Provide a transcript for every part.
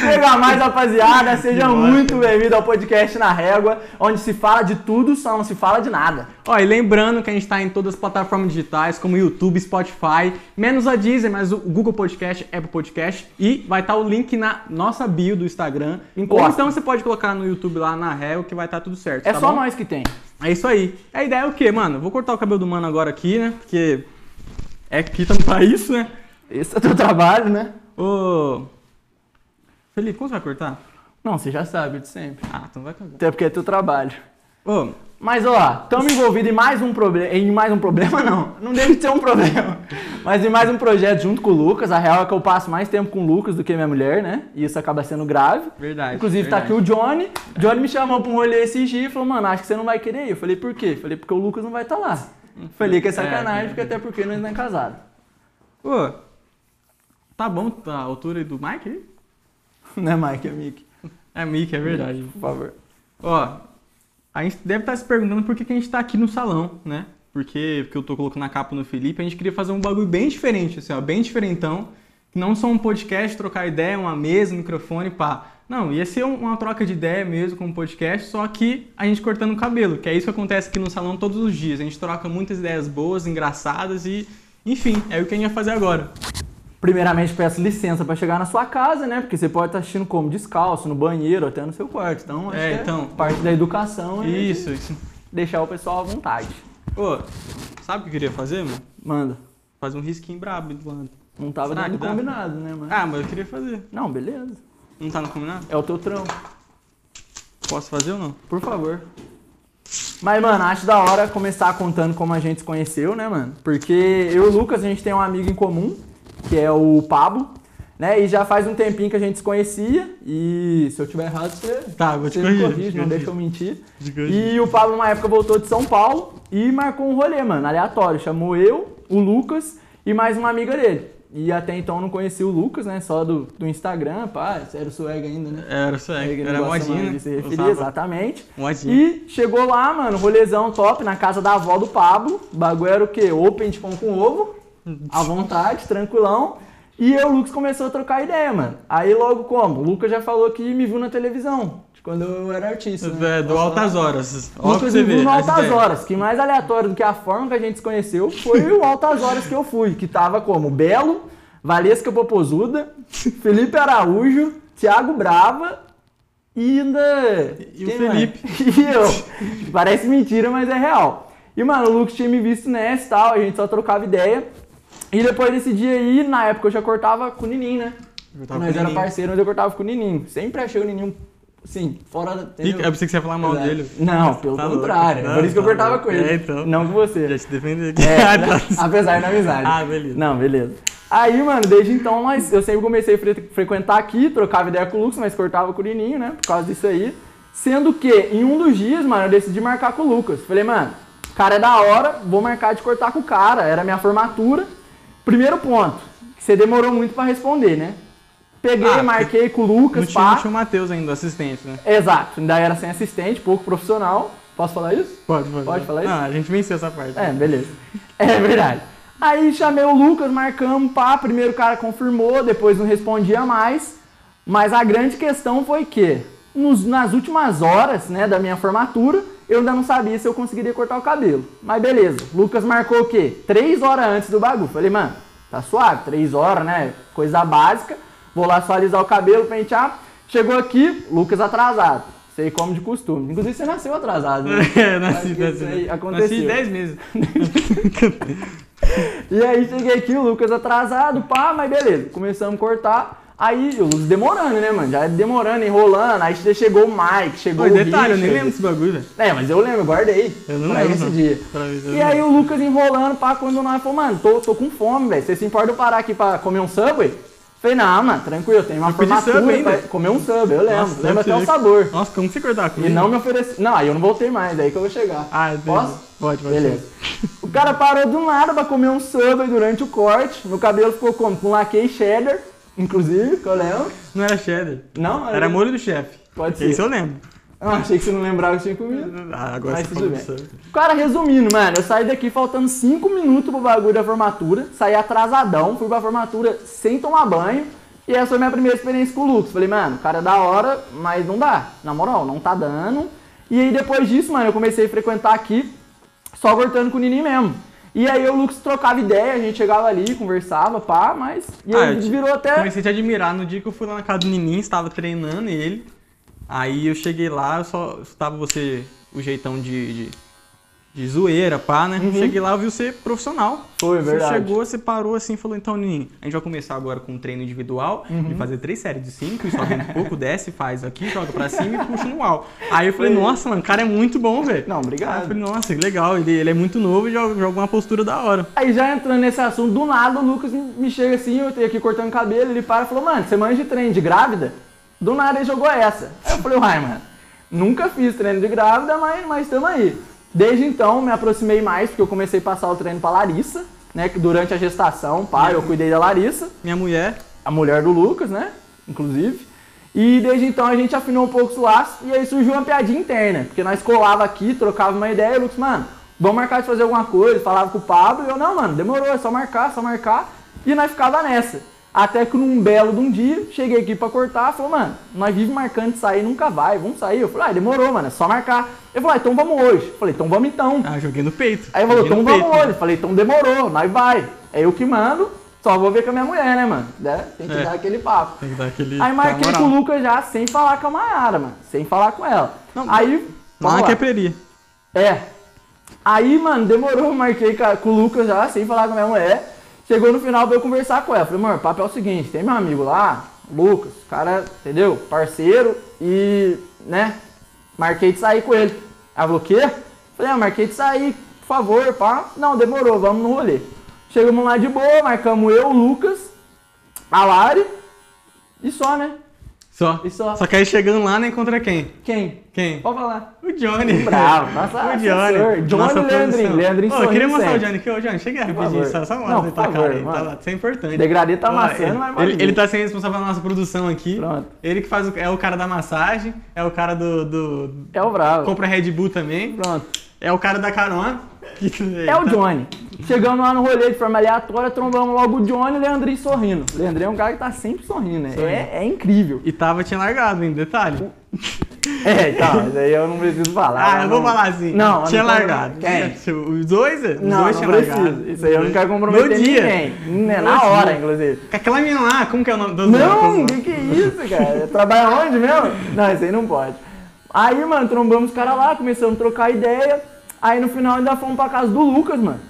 Chega mais, rapaziada. Seja muito bem-vindo ao podcast Na Régua, onde se fala de tudo, só não se fala de nada. Ó, e lembrando que a gente tá em todas as plataformas digitais, como YouTube, Spotify, menos a Deezer, mas o Google Podcast, Apple Podcast, e vai estar o link na nossa bio do Instagram. Encosta. Ou então você pode colocar no YouTube lá na Régua que vai estar tudo certo, É tá só bom? nós que tem. É isso aí. A ideia é o quê, mano? Vou cortar o cabelo do mano agora aqui, né? Porque é que estamos pra isso, né? Esse é o teu trabalho, né? Ô... Felipe, como você vai cortar? Não, você já sabe de sempre. Ah, então vai cagar. Até porque é teu trabalho. Ô, Mas ó, estamos envolvidos em mais um problema. Em mais um problema, não. Não deve ser um problema. Mas em mais um projeto junto com o Lucas. A real é que eu passo mais tempo com o Lucas do que minha mulher, né? E isso acaba sendo grave. Verdade, Inclusive, tá aqui verdade. o Johnny. Johnny me chamou pra um rolê esse dia e falou, mano, acho que você não vai querer ir. Eu falei, por quê? Eu falei, porque o Lucas não vai estar lá. Eu Falei que é sacanagem, É, é. porque até porque nós não é casado. ô... Tá bom tá a altura do Mike aí? Né, Mike, é Mickey? É Mickey, é verdade. Por favor. Ó, a gente deve estar se perguntando por que, que a gente tá aqui no salão, né? Porque, porque eu tô colocando a capa no Felipe, a gente queria fazer um bagulho bem diferente, assim, ó, bem diferentão. Não só um podcast, trocar ideia, uma mesa, um microfone, pá. Não, ia ser um- uma troca de ideia mesmo com um podcast, só que a gente cortando o cabelo, que é isso que acontece aqui no salão todos os dias. A gente troca muitas ideias boas, engraçadas e, enfim, é o que a gente vai fazer agora. Primeiramente, peço licença pra chegar na sua casa, né? Porque você pode estar assistindo como descalço, no banheiro, até no seu quarto. Então, acho É, que então. parte da educação é Isso, isso. deixar o pessoal à vontade. Ô, sabe o que eu queria fazer, mano? Manda. Fazer um risquinho brabo do lado. Não tava Será dando que dá? combinado, né, mano? Ah, mas eu queria fazer. Não, beleza. Não tá no combinado? É o teu trampo. Posso fazer ou não? Por favor. Mas, mano, acho da hora começar contando como a gente se conheceu, né, mano? Porque eu e o Lucas, a gente tem um amigo em comum, que é o Pablo, né? E já faz um tempinho que a gente se conhecia. E se eu tiver errado, você. Tá, vou te você me corrigir, corrige, te não corrigir. deixa eu mentir. Te corrigir. E o Pablo, uma época, voltou de São Paulo e marcou um rolê, mano, aleatório. Chamou eu, o Lucas e mais uma amiga dele. E até então eu não conhecia o Lucas, né? Só do, do Instagram, pá, era o swag ainda, né? Era isso aí, Ele era não gosta modinha. mais de se né? referir, Usava exatamente. Modinha. E chegou lá, mano, rolezão top na casa da avó do Pablo. O bagulho era o quê? Open de pão com ovo, à vontade, tranquilão. E eu e o Lucas começou a trocar ideia, mano. Aí logo como? O Lucas já falou que me viu na televisão, de quando eu era artista. né? É, do Posso Altas falar? Horas. Ó, pra Lucas você me viu ver. no as Altas ideias. Horas, que mais aleatório do que a forma que a gente se conheceu foi o Altas Horas que eu fui, que tava como Belo, Valesca Popozuda, Felipe Araújo, Thiago Brava e ainda... E o quem mais? Felipe. e eu. Parece mentira, mas é real. E, mano, o Lucas tinha me visto nessa e tal, a gente só trocava ideia. E depois desse dia aí, na época eu já cortava com o Nininho, né? Eu tava Nós com era ninguém. parceiro, mas eu cortava com o Nininho. Sempre achei o Nininho, assim, fora... da- Ih, entendeu? Eu pensei que você ia falar mal Exato. dele. Não, pelo Tá contrário. é louco. Não, Por isso que eu tá cortava louco. com ele. É, então. Não com você. Já te defender aqui. É, Ah, tá. apesar da amizade. Ah, beleza. Não, beleza. Aí, mano, desde então nós, eu sempre comecei a fre- frequentar aqui, trocava ideia com o Lucas, mas cortava com o Nininho, né? Por causa disso aí. Sendo que, em um dos dias, mano, eu decidi marcar com o Lucas. Falei, mano, o cara é da hora, vou marcar de cortar com o cara. Era a minha formatura. Primeiro ponto, que você demorou muito pra responder, né? Peguei, Ah, marquei com o Lucas, Não tinha, não pá. tinha o Matheus ainda, o assistente, né? Exato, ainda era sem assistente, pouco profissional. Posso falar isso? Pode, pode. Pode falar isso? Ah, a gente venceu essa parte. É, beleza. É verdade. Aí chamei o Lucas, marcamos, pá, primeiro o cara confirmou, depois não respondia mais. Mas a grande questão foi que, nos- nas últimas horas, né, da minha formatura, eu ainda não sabia se eu conseguiria cortar o cabelo. Mas beleza, Lucas marcou o quê? Três horas antes do bagulho. Falei, mano, tá suave, três horas, né, coisa básica. Vou lá só alisar o cabelo, pentear. Chegou aqui, Lucas atrasado. Sei como de costume. Inclusive você nasceu atrasado, né? Acho É, que nasci, isso aí nasci. Nasci aconteceu. 10 meses. E aí cheguei aqui, o Lucas atrasado, pá, mas beleza, começamos a cortar. Aí o Lucas demorando, né, mano? Já demorando, enrolando. Aí chegou o Mike, chegou Mas o detalhe, eu nem Richard. lembro desse bagulho, velho. É, mas eu lembro, eu guardei. Eu não pra lembro, esse não. dia. Pra mim, eu E não aí o Lucas enrolando, pá, quando nós falou, mano, tô, tô com fome, velho. Você se importa eu parar aqui pra comer um Subway? Falei, não, mano, tranquilo, tem uma Eu pedi formatura Subway ainda. pra comer um Subway, eu lembro. Nossa, lembro deve até o ser- sabor. Nossa, como você cortar a E comida? não me ofereceu. Não, aí eu não voltei mais, aí que eu vou chegar. Ah, entendi. Posso? Pode, pode. Beleza. O cara parou do nada pra comer um Subway durante o corte. Meu cabelo ficou como? Com laque cheddar, inclusive, que eu lembro. Não era cheddar. Não, Era molho do chefe. Pode ser. Esse é eu lembro. Ah, achei que você não lembrava que tinha comido. Ah, agora Mas você tudo falou bem. isso. Cara, resumindo, mano, eu saí daqui faltando 5 minutos pro bagulho da formatura, saí atrasadão, fui pra formatura sem tomar banho, e essa foi minha primeira experiência com o Lucas. Falei, mano, o cara é da hora, mas não dá, na moral, não tá dando. E aí depois disso, mano, eu comecei a frequentar aqui, só cortando com o Nini mesmo. E aí eu e o Lucas trocava ideia, a gente chegava ali, conversava, pá, mas. E Ah, aí eu te- virou até. Comecei a te admirar no dia que eu fui lá na casa do Nininho, estava treinando ele. Aí eu cheguei lá, eu só estava você, o jeitão de, de, de zoeira, pá, né? Cheguei lá, eu vi você profissional. Uhum. Foi, verdade. Você chegou, você parou assim e falou, então, Nininho, a gente vai começar agora com um treino individual, Uhum. de fazer três séries de cinco, e só vem um pouco, desce, faz aqui, joga pra cima e puxa no uau. Aí eu falei, nossa, mano, o cara é muito bom, velho. Não, obrigado. Aí eu falei, nossa, que legal, ele, ele é muito novo e joga, joga uma postura da hora. Aí já entrando nesse assunto, do nada o Lucas me me chega assim, eu tenho aqui cortando cabelo, ele para e falou, mano, você manja de treino de grávida? Do nada ele jogou essa. Aí eu falei, uai, mano, nunca fiz treino de grávida, mas mas estamos aí. Desde então me aproximei mais, porque eu comecei a passar o treino pra Larissa, né? Que durante a gestação, pá, eu cuidei da Larissa Minha mulher, a mulher do Lucas, né? Inclusive. E desde então a gente afinou um pouco os laços e aí surgiu uma piadinha interna. Porque nós colava aqui, trocava uma ideia e o Lucas, mano, vamos marcar de fazer alguma coisa. Ele Falava com o Pablo e eu, não, mano, demorou, é só marcar, só marcar. E nós ficava nessa. Até que num belo de um dia, cheguei aqui pra cortar, falou, mano, nós vive marcando de sair, nunca vai, vamos sair. Eu falei, ah, demorou, mano, é só marcar. Ele falou, ah, então vamos hoje. Eu falei, então vamos então. ah, joguei no peito. Aí falou, Joguei então no vamos peito, hoje. Eu Falei, então demorou, nós vai. É eu que mando, só vou ver com a minha mulher, né, mano? Né? Tem que É. dar aquele papo. Tem que dar aquele. Aí marquei aquela com o moral. Lucas já sem falar com a Mayara, mano. Sem falar com ela. Não, Aí. vamos Lá lá. que é peri. É. Aí, mano, demorou, marquei ca- com o Lucas já, sem falar com a minha mulher. Chegou no final pra eu conversar com ela. Falei, mano, o papo é o seguinte, tem meu amigo lá, Lucas, cara, entendeu? Parceiro e, né, marquei de sair com ele. Ela falou, o quê? Falei, ah, marquei de sair, por favor, pá. Não, demorou, vamos no rolê. Chegamos lá de boa, marcamos eu, o Lucas, a Lari e só, né? Só. E só. Só que aí chegando lá, não encontra quem? Quem? Quem? Pode falar. O Johnny. Bravo, nossa, o Johnny. assessor. Johnny Nossa Leandrin, produção. Leandrin Ô, Eu queria sorrindo mostrar o sempre. Johnny aqui. Ô, Johnny, chega rapidinho. favor. Só, só Não, mostra ele por tá favor, cara aí. Tá mano. lá, isso é importante. Degradê tá Ó, amassando, ele- mas ele, maravilha. ele tá sendo responsável pela nossa produção aqui. Pronto. Ele que faz o- é o cara da massagem, é o cara do. do- É o bravo. compra Red Bull também. Pronto. É o cara da carona. tá- É o Johnny. Chegamos lá no rolê de forma aleatória, trombamos logo o Johnny e o Leandrinho sorrindo. O Leandrinho é um cara que tá sempre sorrindo, né? Sorrindo. É, é incrível. E tava tinha largado, hein? Detalhe. É, tá, mas aí eu não preciso falar. né? Ah, eu não. vou falar assim. Não, eu Tinha não tô- largado. Quem? Se Os dois? Os Não, dois não tinha preciso. largado. Isso aí eu não quero No comprometer dia. ninguém. Né, No Na hora, dia. inclusive. Aquela menina lá, como que é o nome? Dos Não, que que é isso, cara? Trabalha onde mesmo? Não, isso aí não pode. Aí, mano, trombamos os caras lá, começamos a trocar ideia. Aí no final ainda fomos pra casa do Lucas, mano.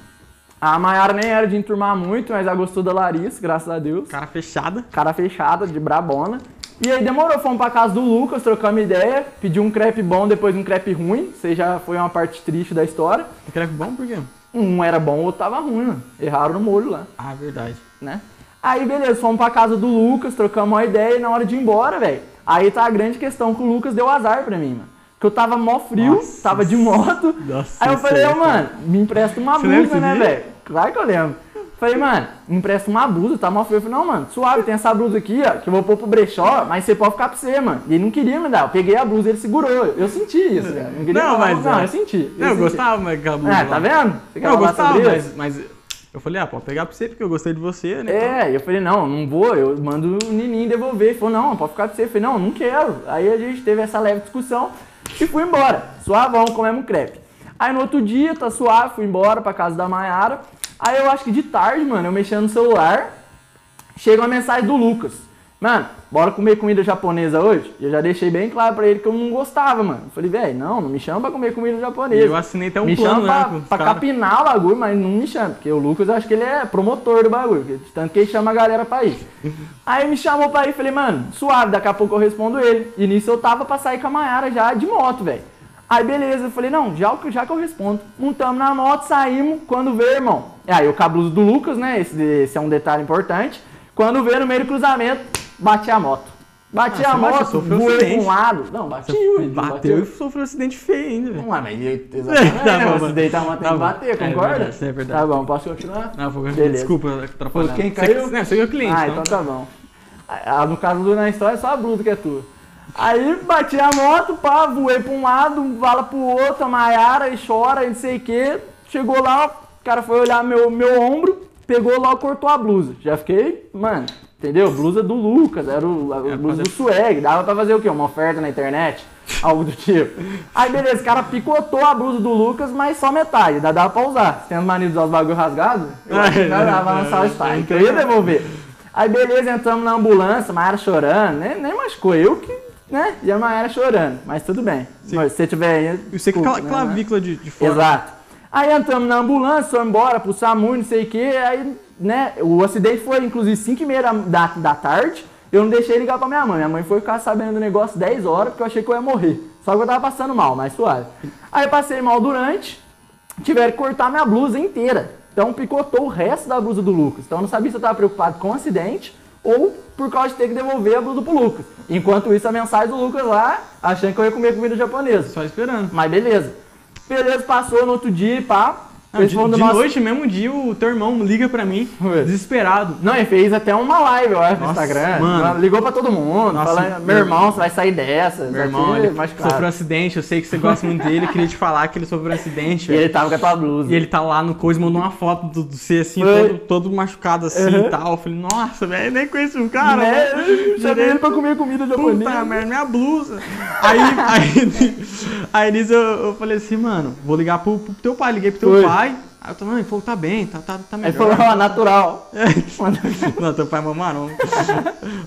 A Mayara nem era de enturmar muito, mas ela gostou da Larissa, graças a Deus. Cara fechada. cara fechada, de brabona. E aí demorou, fomos pra casa do Lucas, trocamos ideia, pediu um crepe bom, depois um crepe ruim. Isso aí já foi uma parte triste da história. Crepe bom por quê? Um era bom, o outro tava ruim, mano. Erraram no molho lá, Ah, verdade. né? Aí beleza, fomos pra casa do Lucas, trocamos uma ideia e na hora de ir embora, velho. Aí tá a grande questão que o Lucas deu azar pra mim, mano. Que eu tava mó frio, Nossa. tava de moto. Nossa, aí eu isso falei, aí, é "Ô, mano, me empresta uma Você lembra blusa, né, desse dia? velho? Claro que eu lembro. Falei, mano, me empresta uma blusa, tá mó frio. Eu falei, não, mano, suave, tem essa blusa aqui, ó, que eu vou pôr pro brechó, mas você pode ficar pra você, mano. E ele não queria me dar, eu peguei a blusa, ele segurou. Eu senti isso, velho. Não, queria Não, falar, mas, Não, é. eu senti. Não, eu senti. gostava, mas aquela blusa É, lá. tá vendo? Você quer Não, eu falar gostava, sobre mas, isso? mas eu falei, ah, pode pegar pra você porque eu gostei de você, né? É, eu falei, não, não vou, eu mando o Nininho devolver. Ele falou, não, pode ficar pra você. Eu falei, não, não quero. Aí a gente teve essa leve discussão e fui embora. Suavão, comemos crepe. Aí no outro dia, tá suave, fui embora pra casa da Mayara. Aí eu acho que de tarde, mano, eu mexendo no celular, chega uma mensagem do Lucas. Mano, bora comer comida japonesa hoje? E Eu já deixei bem claro pra ele que eu não gostava, mano. Eu falei, velho, não, não me chama pra comer comida E japonesa. eu assinei até um me chama plano, né? pra, com os pra caras. capinar o bagulho, mas não me chama, porque o Lucas eu acho que ele é promotor do bagulho, porque de tanto que ele chama a galera pra ir. Aí me chamou pra ir, falei, mano, suave, daqui a pouco eu respondo ele. E nisso eu tava pra sair com a Mayara já de moto, velho. Aí beleza, eu falei, não, já, já que eu respondo. Montamos na moto, saímos, quando vê, irmão. E aí o cabeludo do Lucas, né? Esse, esse é um detalhe importante. Quando vê no meio do cruzamento, bati a moto. Bati Ah, a você bateu, moto, sofreu voei pra acidente. um lado. Não, bati, Bateu, ué, bateu e sofreu um acidente feio ainda, velho. Vamos lá, mas eu- exatamente, né? Tá bom, né? se mano. deitar uma tem Tá que bom. bater, É concorda? verdade, é verdade. Tá bom, posso continuar? Ah, vou... Beleza. Desculpa atrapalhar. Quem Você- caiu? Não, você é o cliente. ah, então. então tá bom. Ah, no caso do na história, é só a bruta que é tua. Aí bati a moto, pá, voei pra um lado, vala pro outro, a Maiara e chora e não sei o quê. Chegou lá, o cara foi olhar meu, meu ombro, pegou lá, cortou a blusa. Já fiquei, mano, entendeu? Blusa do Lucas, era o, a É, blusa fazer- do swag, dava pra fazer o quê? Uma oferta na internet? Algo do tipo. Aí beleza, o cara picotou a blusa do Lucas, mas só metade, ainda dava pra usar. Tendo mania de usar os bagulho rasgado, eu acho que não dava na sala de estar, Ah, então eu ia devolver. Aí beleza, entramos na ambulância, Maera chorando, nem, nem machucou, eu que, né? E a Maera chorando, mas tudo bem. Mas se você tiver aí. E você tá com desculpa, aquela né? clavícula de, de fora. Exato. Aí entramos na ambulância, fomos embora pro SAMU, não sei o que, aí, né, o acidente foi inclusive 5 e meia da, da, da tarde, eu não deixei ligar pra minha mãe, minha mãe foi ficar sabendo do negócio 10 horas, porque eu achei que eu ia morrer, só que eu tava passando mal, mais suave. Aí eu passei mal durante, tiveram que cortar minha blusa inteira, então picotou o resto da blusa do Lucas, então eu não sabia se eu tava preocupado com o acidente, ou por causa de ter que devolver a blusa pro Lucas. Enquanto isso, a mensagem do Lucas lá, achando que eu ia comer comida japonesa. Só esperando. Mas beleza. Beleza, passou no outro dia e pá. Não, Eles de foram de numa- noite, mesmo dia, o teu irmão liga pra mim, Ué. desesperado. Não, ele fez até uma live, eu acho, no Nossa, Instagram. mano. Ligou pra todo mundo, Nossa, falando, meu meu- irmão, você vai sair dessa. é Meu irmão, ele mais sofreu um acidente, eu sei que você gosta muito dele, eu queria te falar que ele sofreu um acidente. E velho. ele tava com a tua blusa. E ele tá lá no coisa, mandou uma foto do, do C assim, Foi. todo, todo machucado assim Uhum. e tal. Eu falei, nossa, velho, nem conheço o cara. né? mano. Chamei ele pra comer comida Puta japonesa. merda, minha blusa. Aí, aí, aí nisso eu, eu falei assim, mano, vou ligar pro, pro teu pai. Liguei pro teu Foi. pai. Aí eu tô, ele falou, tá bem, tá, tá, tá Aí falou, melhor. ó, natural. Não, teu pai é mamarão.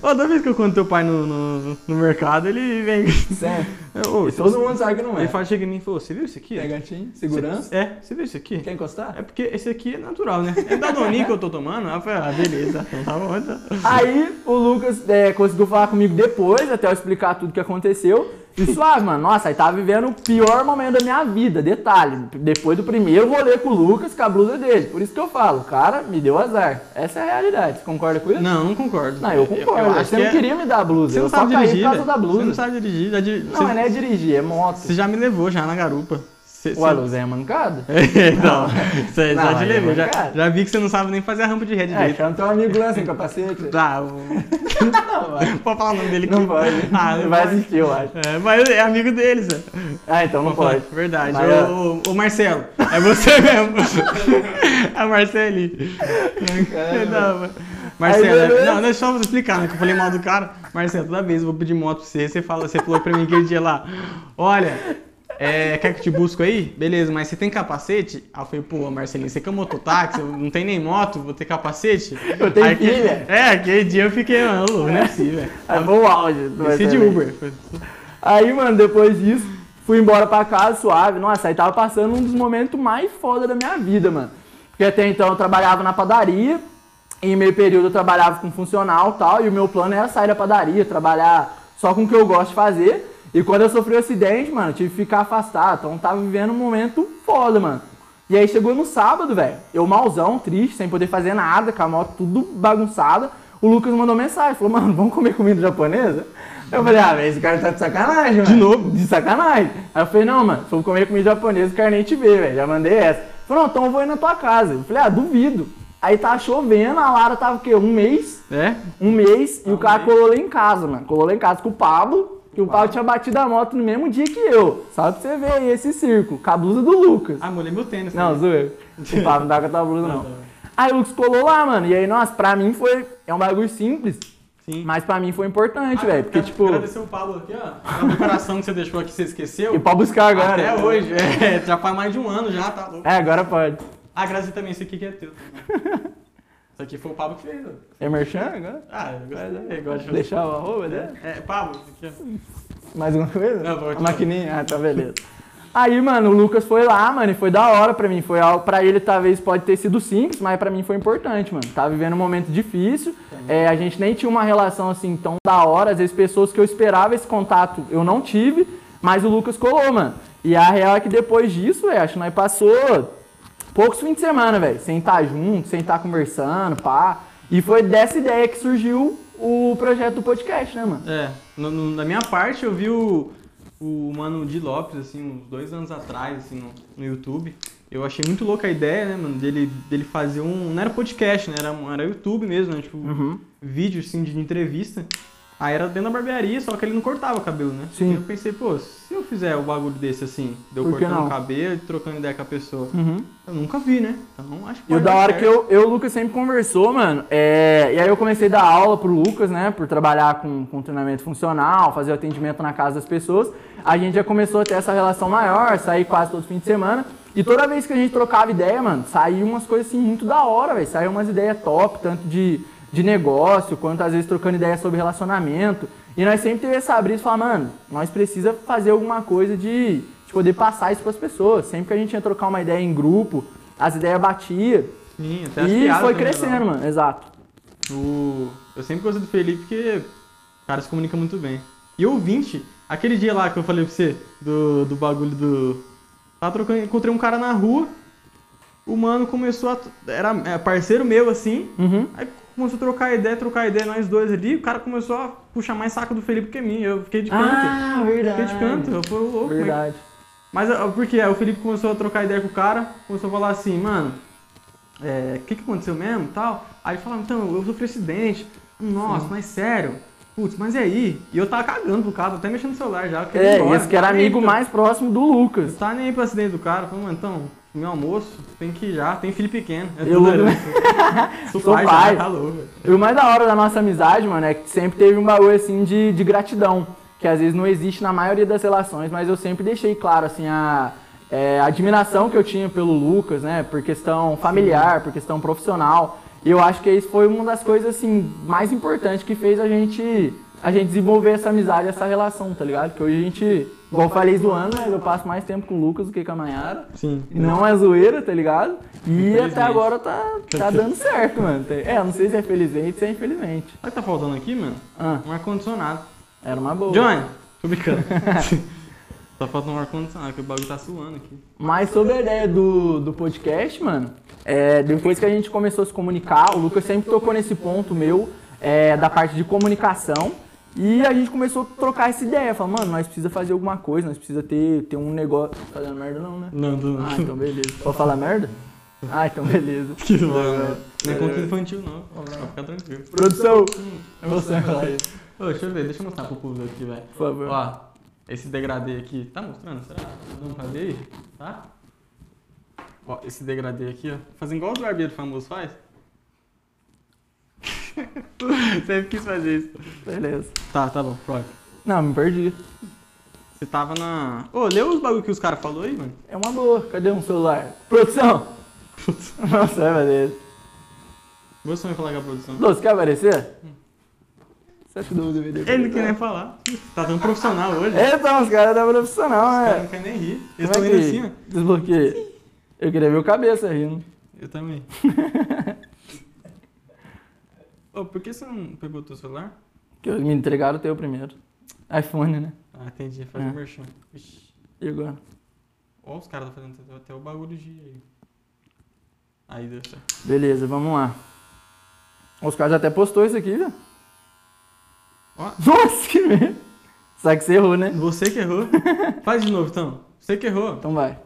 Ô, Toda vez que eu conto teu pai no, no, no mercado, ele vem. Sério. É, Ô, E todo mundo sabe que não Ele é. fala, chega em mim e falou, você viu isso aqui? É gatinho, segurança. É, você viu isso aqui? Quer encostar? É porque esse aqui é natural, né? É da Doni que eu tô tomando. Aí eu falei, ah, beleza, então tá bom. Então. Aí o Lucas é, conseguiu falar comigo depois, até eu explicar tudo que aconteceu. E suave, mano. Nossa, aí tava vivendo o pior momento da minha vida. Detalhe, depois do primeiro rolê com o Lucas, com a blusa dele. Por isso que eu falo, o cara me deu azar. Essa é a realidade. Você concorda com isso? Não, não concordo. Não, eu concordo. acho você que não é- queria me dar a blusa. Você não eu só sabe caí por dirigir. causa velho. da Você não blusa. sabe dirigir. já dir- Não, você, mas não é dirigir, é moto. você já me levou já na garupa. Você, O você... Aluzinho é mancado? É, não, você Não, já te mas é levou. Já, mancado. já vi que você não sabe nem fazer a rampa de rede É, direito. chama teu amigo lá sem capacete. Tá, o- Não, vai. pode falar o nome dele aqui. Não pode. Ah, Ele vai assistir, eu acho. É, mas é amigo deles, né? Ah, então não pode. Verdade. Mas, é, Ô, ô, ô, Marcelo, é você mesmo. É a Marceli. Não, mas- Marcelo, é- Aí, beleza. não, deixa eu só explicar, né? Que eu falei mal do cara. Marcelo, toda vez eu vou pedir moto pra você, você, fala, você falou pra mim aquele dia lá, olha, é, quer que eu te busco aí? Beleza, mas você tem capacete? Aí eu falei, pô, Marcelinho, você que é mototáxi, eu não tem nem moto, vou ter capacete? Eu tenho Aí que- filha. É, aquele dia eu fiquei, mano, louco, não é possível, velho. Aí foi o áudio. do Desci é de SLS. Uber. Foi- Aí, mano, depois disso, fui embora pra casa suave. Nossa, aí tava passando um dos momentos mais foda da minha vida, mano. Porque até então eu trabalhava na padaria, em meio período eu trabalhava com funcional e tal, e o meu plano era sair da padaria, trabalhar só com o que eu gosto de fazer. E quando eu sofri o acidente, mano, eu tive que ficar afastado. Então eu tava vivendo um momento foda, mano. E aí chegou no sábado, velho. Eu malzão, triste, sem poder fazer nada, com a moto tudo bagunçada. O Lucas mandou mensagem, falou, mano, vamos comer comida japonesa? Eu falei, ah, velho, esse cara tá de sacanagem, mano. De novo? De sacanagem. Aí eu falei, não, mano, se eu comer comida japonesa, o cara nem te vê, velho. Já mandei essa. Falou, não, então eu vou ir na tua casa. Eu falei, ah, duvido. Aí tá chovendo, a Lara tava o quê? Um mês? É? Um mês, e o cara mês. colou lá em casa, mano. Colou lá em casa com o Pablo, que o Pablo tinha batido a moto no mesmo dia que eu. Só pra você ver aí esse circo, com a blusa do Lucas. Ah, molhei meu tênis. Não, zoeira. O Pablo não dá com a tua blusa, não. Aí o Lucas colou lá, mano. E aí, nossa, pra mim foi. É um bagulho simples, Sim. mas pra mim foi importante, velho. Porque, Ah, Quero tipo. Agradecer o Pablo aqui, ó. Pelo coração que você deixou aqui, você esqueceu. E pra buscar agora. Até hoje. É, já faz mais de um ano já, tá louco. É, agora pode. Agradecer também, esse aqui que é teu. Isso aqui foi o Pablo que fez. ó. É merchan agora? Ah, eu gostei. Eu gosto de fazer. Deixar o arroba, né? É, Pablo, isso aqui, ó. Mais uma coisa? Não, vou A te- maquininha? Ah, tá, beleza. Aí, mano, o Lucas foi lá, mano, e foi da hora pra mim. Foi algo, pra ele talvez pode ter sido simples, mas pra mim foi importante, mano. Tava vivendo um momento difícil, é, a gente nem tinha uma relação assim tão da hora. Às vezes, pessoas que eu esperava esse contato, eu não tive, mas o Lucas colou, mano. E a real é que depois disso, velho, acho que nós passou poucos fins de semana, velho. Sem estar junto, sem estar conversando, pá. E foi dessa ideia que surgiu o projeto do podcast, né, mano? É, no- no- da minha parte eu vi o, o Mano de Lopes, assim, uns dois anos atrás, assim, no, no YouTube. Eu achei muito louca a ideia, né, mano, dele, dele fazer um. Não era podcast, né? Era, um- era YouTube mesmo, né? Tipo, Uhum. vídeo assim de entrevista. Aí era dentro da barbearia, só que ele não cortava o cabelo, né? Sim. E eu pensei, pô, se eu fizer o bagulho desse assim, de eu Por que cortando não? o cabelo e trocando ideia com a pessoa, Uhum. eu nunca vi, né? Então acho que. E o pode da dar hora certo. que eu, eu e o Lucas sempre conversou, mano. é, e aí eu comecei a dar aula pro Lucas, né? Por trabalhar com, com treinamento funcional, fazer o atendimento na casa das pessoas. A gente já começou a ter essa relação maior, sair quase todo fim de semana. E toda vez que a gente trocava ideia, mano, saíam umas coisas assim muito da hora, velho. Saíam umas ideias top, tanto de, de negócio, quanto às vezes trocando ideia sobre relacionamento. E nós sempre teve essa brisa de falar, mano, nós precisa fazer alguma coisa de, de poder passar isso pras pessoas. Sempre que a gente ia trocar uma ideia em grupo, as ideias batiam. Sim, até as E piadas foi também, né? crescendo, mano. Exato. O... Eu sempre gostei do Felipe porque o cara se comunica muito bem. E ouvinte, aquele dia lá que eu falei pra você, do, do bagulho do. Tava trocando, encontrei um cara na rua, o mano começou a. Era é, parceiro meu assim, Uhum. aí começou a trocar ideia, trocar ideia, nós dois ali, o cara começou a puxar mais saco do Felipe que mim, eu fiquei de canto. Ah, verdade. fiquei de canto, eu falei, louco, como é que Verdade. mas ó, porque ó, o Felipe começou a trocar ideia com o cara, começou a falar assim, mano, o que, que aconteceu mesmo tal? Aí ele falava, então, eu sofri acidente. Nossa, mas sério? Putz, mas e aí? E eu tava cagando pro cara, tô até mexendo no celular já. eu queria ir É, embora. esse que era Aí, amigo então, mais próximo do Lucas. Não tá nem aí pro acidente do cara. Eu Falei, mano, então, meu almoço, tem que ir já, tem filho pequeno. É Eu- tolerância. Sou Sou pai, pai. Já, tá louco. velho. E o mais da hora da nossa amizade, mano, é que sempre teve um bagulho assim de, de gratidão. Que às vezes não existe na maioria das relações, mas eu sempre deixei claro, assim, a é, a admiração que eu tinha pelo Lucas, né? Por questão familiar, por questão profissional. E eu acho que isso foi uma das coisas, assim, mais importantes que fez a gente a gente desenvolver essa amizade, essa relação, tá ligado? Que hoje a gente, igual eu falei zoando, mas eu passo mais tempo com o Lucas do que com a Mayara. Sim. E Não é zoeira, tá ligado? E Infelizmente. até agora tá, tá dando certo, mano. Tem- É, não sei se é felizmente, se é infelizmente. Sabe o que tá faltando aqui, mano? Ah, Um ar-condicionado. era uma boa. Johnny, tô brincando. Tá faltando um ar-condicionado, que o bagulho tá suando aqui. Mas sobre a ideia do, do podcast, mano, é, depois que a gente começou a se comunicar, o Lucas sempre tocou nesse ponto meu, é, da parte de comunicação, e a gente começou a trocar essa ideia. Falar, mano, nós precisa fazer alguma coisa, nós precisa ter, ter um negócio. Fazendo merda não, né? Não, tô não. Ah, então beleza. Vou falar merda? Ah, então beleza. Que louco. Não é conteúdo infantil, não. Só fica tranquilo. Produção, É você, vai. Ô, deixa eu ver, deixa eu mostrar pro público aqui, velho. por favor. Ó, esse degradê aqui. Tá mostrando? Será? Não, cadê aí? Tá? Ó, esse degradê aqui, ó. Fazendo igual os barbeiros famosos faz. Sempre quis fazer isso. Beleza. Tá, tá bom, próximo. Não, me perdi. Você tava na. Ô, leu os bagulho que os caras falaram aí, mano? É uma boa. Cadê um celular? Produção! Nossa, vai aparecer. Vou só me falar com a produção. Lô, você quer aparecer? Você acha que eu dou o DVD? pra Ele não quer nem falar. Tá tão profissional hoje. Então, os caras da profissional, Os caras né? não querem nem rir. Eles Como estão é indo que assim, ó. Desbloqueei. Eu queria ver o cabeça rindo. Eu também. Ô, por que você não pegou o teu celular? Porque me entregaram o teu primeiro. iPhone, né? Ah, entendi. Faz É. um merchan. Ixi. E agora? Ó, os caras tá fazendo até- até o bagulho de... aí. Aí deu certo. Beleza, vamos lá. Os caras já até postou isso aqui, viu? Ó. Nossa, que merda. Só que você errou, né? Você que errou. Faz de novo, então. Você que errou. Então vai.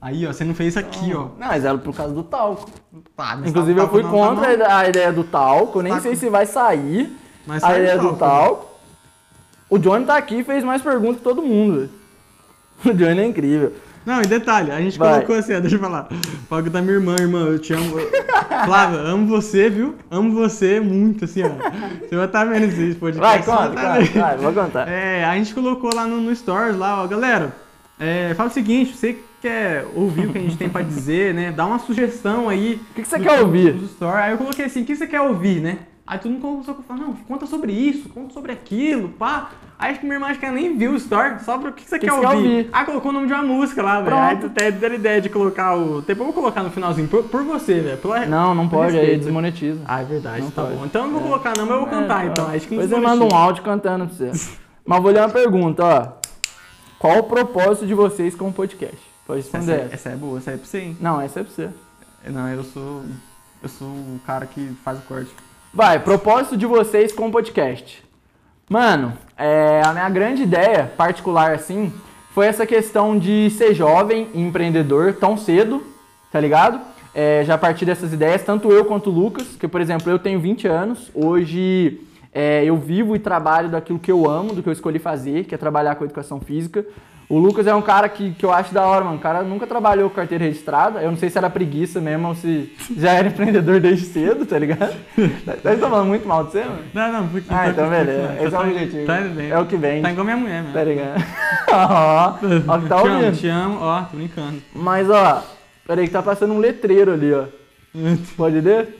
Aí, ó. Você não fez isso aqui, ó. Não, mas era por causa do talco. Tá, Então, mas Inclusive, tá- eu tá fui com a mão na contra a ideia do talco. Nem Tá sei com- se vai sair. mão, Mas a saiu ideia do talco. talco. O Johnny tá aqui e fez mais perguntas que todo mundo. velho. O Johnny é incrível. Não, e detalhe. A gente Vai. colocou assim, ó. Deixa eu falar. Pago da minha irmã, irmã. Eu te amo. Flávia, amo você, viu? Amo você muito, assim, ó. Você vai estar vendo esse podcast. Vai, você vai conta, tá vai, vendo. vai, vou contar. É, a gente colocou lá no, no Stories, lá, ó, galera. É, fala o seguinte, você quer ouvir o que a gente tem pra dizer, né? Dá uma sugestão aí. O que, que você quer ouvir? Dos stories. Aí eu coloquei assim, o que você quer ouvir, né? Aí todo mundo começou a falar, não, conta sobre isso, conta sobre aquilo, pá. Aí acho que minha irmã acho que ela nem viu o story, só pra o que você Que quer, você quer ouvir. ouvir. Aí colocou o nome de uma música lá, velho. Aí tu Pronto. até deu a ideia de colocar o... Depois eu vou colocar no finalzinho, por, por você, velho. pela- Não, não por pode, aí respeito. desmonetiza. Ah, é verdade, Não tá pode. É. bom. Então eu não vou colocar não, mas eu vou cantar então. Acho que não Depois eu vou mando um mexer. áudio cantando pra você. Mas vou ler uma pergunta, ó. Qual o propósito de vocês com o podcast? Pode Essa, responder é- essa. essa é boa, essa é pra você, hein? Não, essa é pra você. Não, eu sou... Eu sou o cara que faz o corte. Vai, propósito de vocês com o podcast. Mano, é, a minha grande ideia, particular assim, foi essa questão de ser jovem e empreendedor tão cedo, tá ligado? É, já a partir dessas ideias, tanto eu quanto o Lucas, que por exemplo, eu tenho 20 anos, hoje é, eu vivo e trabalho daquilo que eu amo, do que eu escolhi fazer, que é trabalhar com educação física. O Lucas é um cara que, que eu acho da hora, mano. O cara nunca trabalhou com carteira registrada. Eu não sei se era preguiça mesmo ou se já era empreendedor desde cedo, tá ligado? Vocês estão falando muito mal de você, mano? Não, não, porque... Ah, então porque- beleza. Esse é o objetivo. Tá bem. É o que vem. Tá igual minha mulher, Tá mesmo. ligado? ó, ó, que tá te amo, ouvindo. te amo. Ó, tô brincando. Mas ó, peraí que tá passando um letreiro ali, ó. Pode ler?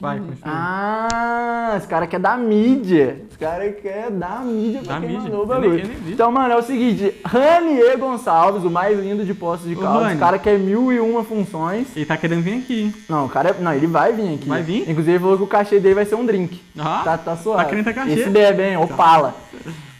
Vai, continua. Ah, esse cara quer dar mídia. Esse cara quer dar mídia pra Dar quem mídia. mandou o Eu nem- bagulho. eu nem vi. então, mano, é o seguinte: Ranier Gonçalves, o mais lindo de Poços de Ô, Caldas. Rani. O cara quer mil e uma funções. Ele tá querendo vir aqui, hein? Não, o cara. é- Não, ele vai vir aqui. Vai vir? Inclusive, ele falou que o cachê dele vai ser um drink. Ah, Tá, tá suave. Tá querendo ter cachê. Esse é deve, hein? Opala.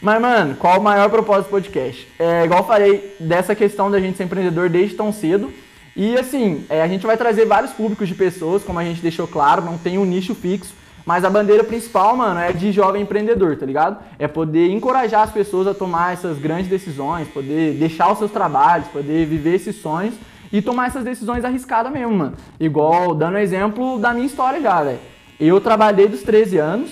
Mas, mano, qual o maior propósito do podcast? É, igual eu falei, dessa questão da gente ser empreendedor desde tão cedo. E, assim, é, a gente vai trazer vários públicos de pessoas, como a gente deixou claro, não tem um nicho fixo. Mas a bandeira principal, mano, é de jovem empreendedor, tá ligado? É poder encorajar as pessoas a tomar essas grandes decisões, poder deixar os seus trabalhos, poder viver esses sonhos e tomar essas decisões arriscadas mesmo, mano. Igual, dando exemplo da minha história já, velho. Eu trabalhei dos 13 anos,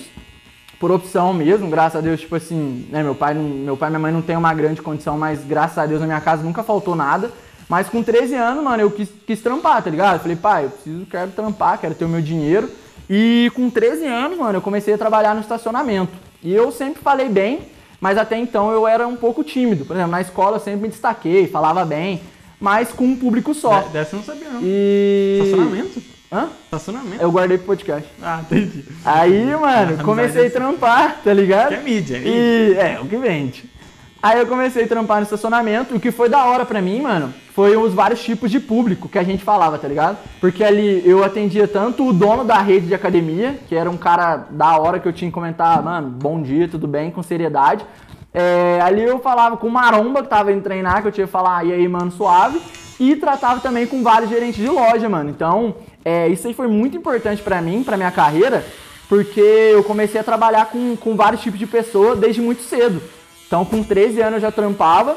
por opção mesmo, graças a Deus, tipo assim, né, meu pai, não- meu pai e minha mãe não tem uma grande condição, mas graças a Deus na minha casa nunca faltou nada. Mas com 13 anos, mano, eu quis, quis trampar, tá ligado? Eu Falei, pai, eu preciso, quero trampar, quero ter o meu dinheiro. E com 13 anos, mano, eu comecei a trabalhar no estacionamento. E eu sempre falei bem, mas até então eu era um pouco tímido. Por exemplo, na escola eu sempre me destaquei, falava bem, mas com um público só. De- Dessa eu não sabia, não. E. É. Estacionamento? Hã? Estacionamento? Eu guardei pro podcast. Ah, entendi. Aí, mano, Amizade comecei a é- trampar, tá ligado? Que é mídia, é mídia. E é, o que vende. Aí eu comecei a trampar no estacionamento, e o que foi da hora pra mim, mano, foi os vários tipos de público que a gente falava, tá ligado? Porque ali eu atendia tanto o dono da rede de academia, que era um cara da hora que eu tinha que comentar, "Ah, mano, bom dia, tudo bem, com seriedade. É, ali eu falava com o Maromba, que tava indo treinar, que eu tinha que falar, "Ah, e aí, mano, suave. E tratava também com vários gerentes de loja, mano. Então, é, isso aí foi muito importante pra mim, pra minha carreira, porque eu comecei a trabalhar com, com vários tipos de pessoa desde muito cedo. Então, com 13 anos eu já trampava.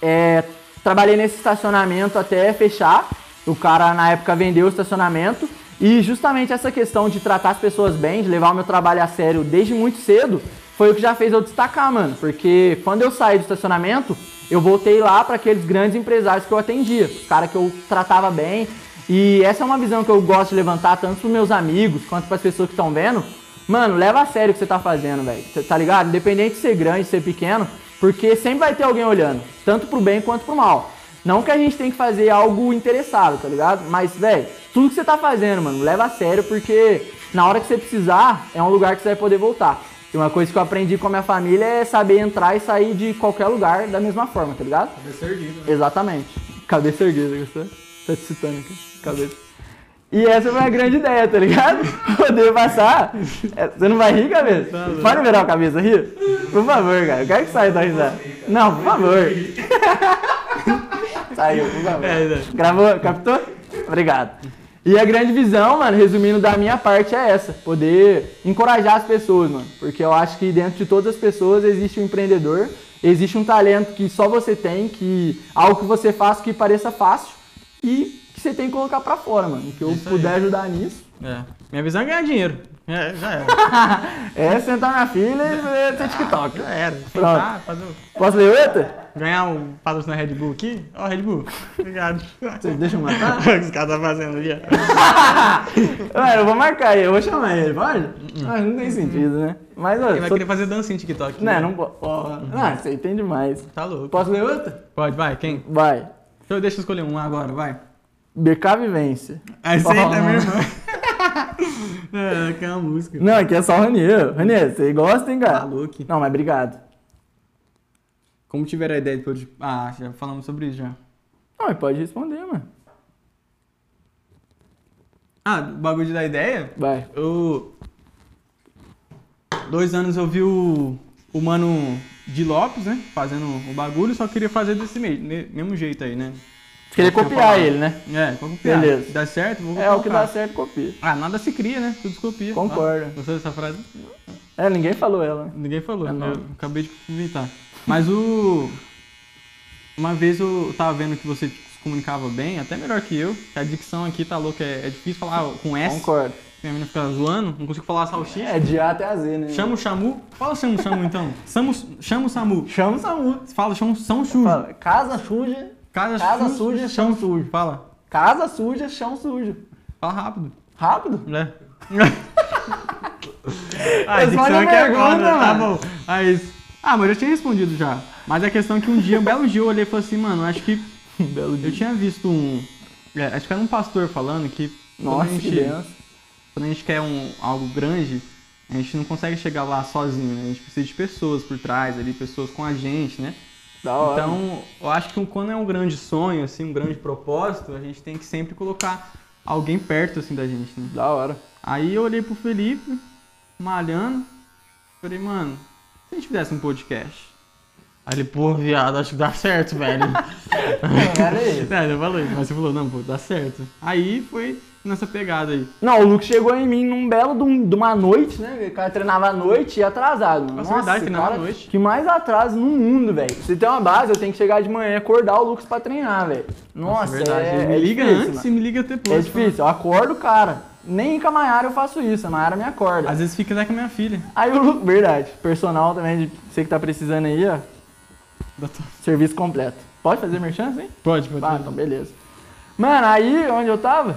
É, trabalhei nesse estacionamento até fechar. O cara, na época, vendeu o estacionamento. E justamente essa questão de tratar as pessoas bem, de levar o meu trabalho a sério desde muito cedo, foi o que já fez eu destacar, mano. Porque quando eu saí do estacionamento, eu voltei lá para aqueles grandes empresários que eu atendia. Os caras que eu tratava bem, e essa é uma visão que eu gosto de levantar tanto pros meus amigos quanto pras pessoas que estão vendo. Mano, leva a sério o que você tá fazendo, velho. Cê Tá ligado? Independente de ser grande, de ser pequeno, porque sempre vai ter alguém olhando, tanto pro bem quanto pro mal. Não que a gente tem que fazer algo interessado, tá ligado? Mas, velho, tudo que você tá fazendo, mano, leva a sério, porque na hora que você precisar, é um lugar que você vai poder voltar. E uma coisa que eu aprendi com a minha família é saber entrar e sair de qualquer lugar da mesma forma, tá ligado? Exatamente. Cabeça erguida, gostou? Tá te citando aqui. Cabeça. E essa foi a grande ideia, tá ligado? Poder passar. É, Você não vai rir, cabeça? Pode virar a cabeça rir? Por favor, cara. Eu quero que saia da risada. Não, por favor. Saiu, por favor. É, né? Gravou? Captou? Obrigado. E a grande visão, mano, resumindo da minha parte, é essa: poder encorajar as pessoas, mano. Porque eu acho que dentro de todas as pessoas existe um empreendedor, existe um talento que só você tem, que algo que você faz que pareça fácil e que você tem que colocar pra fora, mano. O que eu Isso aí. puder ajudar nisso, É. Minha visão é ganhar dinheiro. É, já era. É sentar minha filha e ter TikTok. Já era. Sentar, Pronto. fazer o- Posso ler outra? ganhar um patrocínio da Red Bull aqui. Ó, Red Bull. Obrigado. Vocês deixam eu matar? O que os caras estão fazendo ali, ó. Mano, eu vou marcar ele, eu vou chamar ele, pode? Ah, não tem sentido, né? Mas, ó, Hum, Quem vai sou- querer fazer dancinha em TikTok? né? Não, não pode. Não, você entende mais. Tá louco. Né? Posso ler outra? Pode, vai, quem? Vai. Então deixa eu escolher um agora, vai. BK Vivência. Aí você Oh. tá minha irmã. é, que é uma música. Não, aqui é só o Ranier. Ranier, você gosta, hein, Tá cara? louco. Não, mas obrigado. Como tiver a ideia depois de... Ah, já falamos sobre isso já. Não, mas pode responder, mano. Ah, o bagulho da ideia? Vai. Eu. Dois anos eu vi o, o mano de Lopes, né? Fazendo o bagulho, só queria fazer desse me- ne- mesmo jeito aí, né? Queria Vou copiar falar. ele, né? É, vou copiar. Beleza. Dá certo? Vou É, o que dá copiar. certo, copia. Ah, nada se cria, né? Tudo se copia. Concordo. Ah, gostou dessa frase? É, ninguém falou ela. né? Ninguém falou, É eu nova. acabei de inventar. Mas o. Uma vez eu tava vendo que você se comunicava bem, até melhor que eu, que a dicção aqui tá louca, é, é difícil falar com S, Concordo. minha menina fica zoando, não consigo falar salsicha. É, de A até a Z, né? Chama o Chamu? Fala chama o Chamu então. Samu, chama o Samu. Chama o Samu. Fala, chama o São Chu. Fala, casa suja, Casa, casa Chu- suja, chão sujo. Fala. Casa suja, chão sujo. Fala rápido. Rápido? Né? ah, Responde dicção a é que é pergunta, foda, tá bom. mano. Mas, ah, mas eu tinha respondido já. Mas a questão é que um dia, um belo dia, eu olhei e falei assim, mano, acho que Belo eu tinha visto um... é, acho que era um pastor falando que... quando a Nossa, gente- que denso. quando a gente quer um, algo grande, a gente não consegue chegar lá sozinho, né? A gente precisa de pessoas por trás ali, pessoas com a gente, né? Da hora. Então, eu acho que quando é um grande sonho, assim, um grande propósito, a gente tem que sempre colocar alguém perto, assim, da gente, né? Da hora. Aí eu olhei pro Felipe, malhando, falei, mano, se a gente fizesse um podcast? Aí ele, pô, viado, acho que dá certo, velho. Era isso. é, eu falei, mas você falou, não, pô, dá certo. Aí foi nessa pegada aí. Não, o Luke chegou em mim num belo de, um- de uma noite, né? O cara treinava à noite e atrasado. Mano. Nossa, Nossa, verdade, treinava cara, à noite. Que mais atraso no mundo, velho. Se tem uma base, eu tenho que chegar de manhã e acordar o Lucas pra treinar, velho. Nossa, verdade. é, me é liga difícil, antes mano. e me liga depois. É difícil, eu acordo o cara. Nem com a Mayara eu faço isso, a Mayara me acorda. Às vezes fica até com a minha filha. Aí o Lucas, verdade, personal também, de- você que tá precisando aí, ó, Da tua- serviço completo. Pode fazer merchan, sim? Pode, pode. Ah, então beleza. Mano, aí onde eu tava,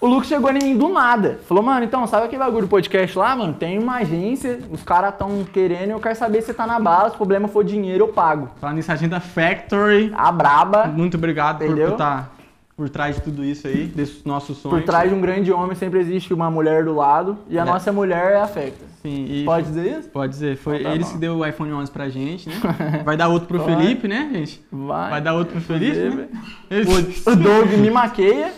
o Lucas chegou em mim do nada. Falou, mano, então, sabe aquele bagulho do podcast lá, mano? Tem uma agência, os caras tão querendo, eu quero saber se você tá na bala, se o problema for dinheiro, eu pago. Falar nisso, Agenda Factory. A braba, Muito obrigado por- por Entendeu? estar por trás de tudo isso aí, desses nossos sonhos. por trás de um grande homem sempre existe uma mulher do lado, e a É. nossa mulher é afeta. Sim, e- Pode dizer isso? Pode dizer, foi Então tá eles bom. que deu o iPhone 11 pra gente, né? Vai dar outro pro Vai. Felipe, né, gente? Vai. Vai dar outro pro Felipe, né? O Doug me maqueia.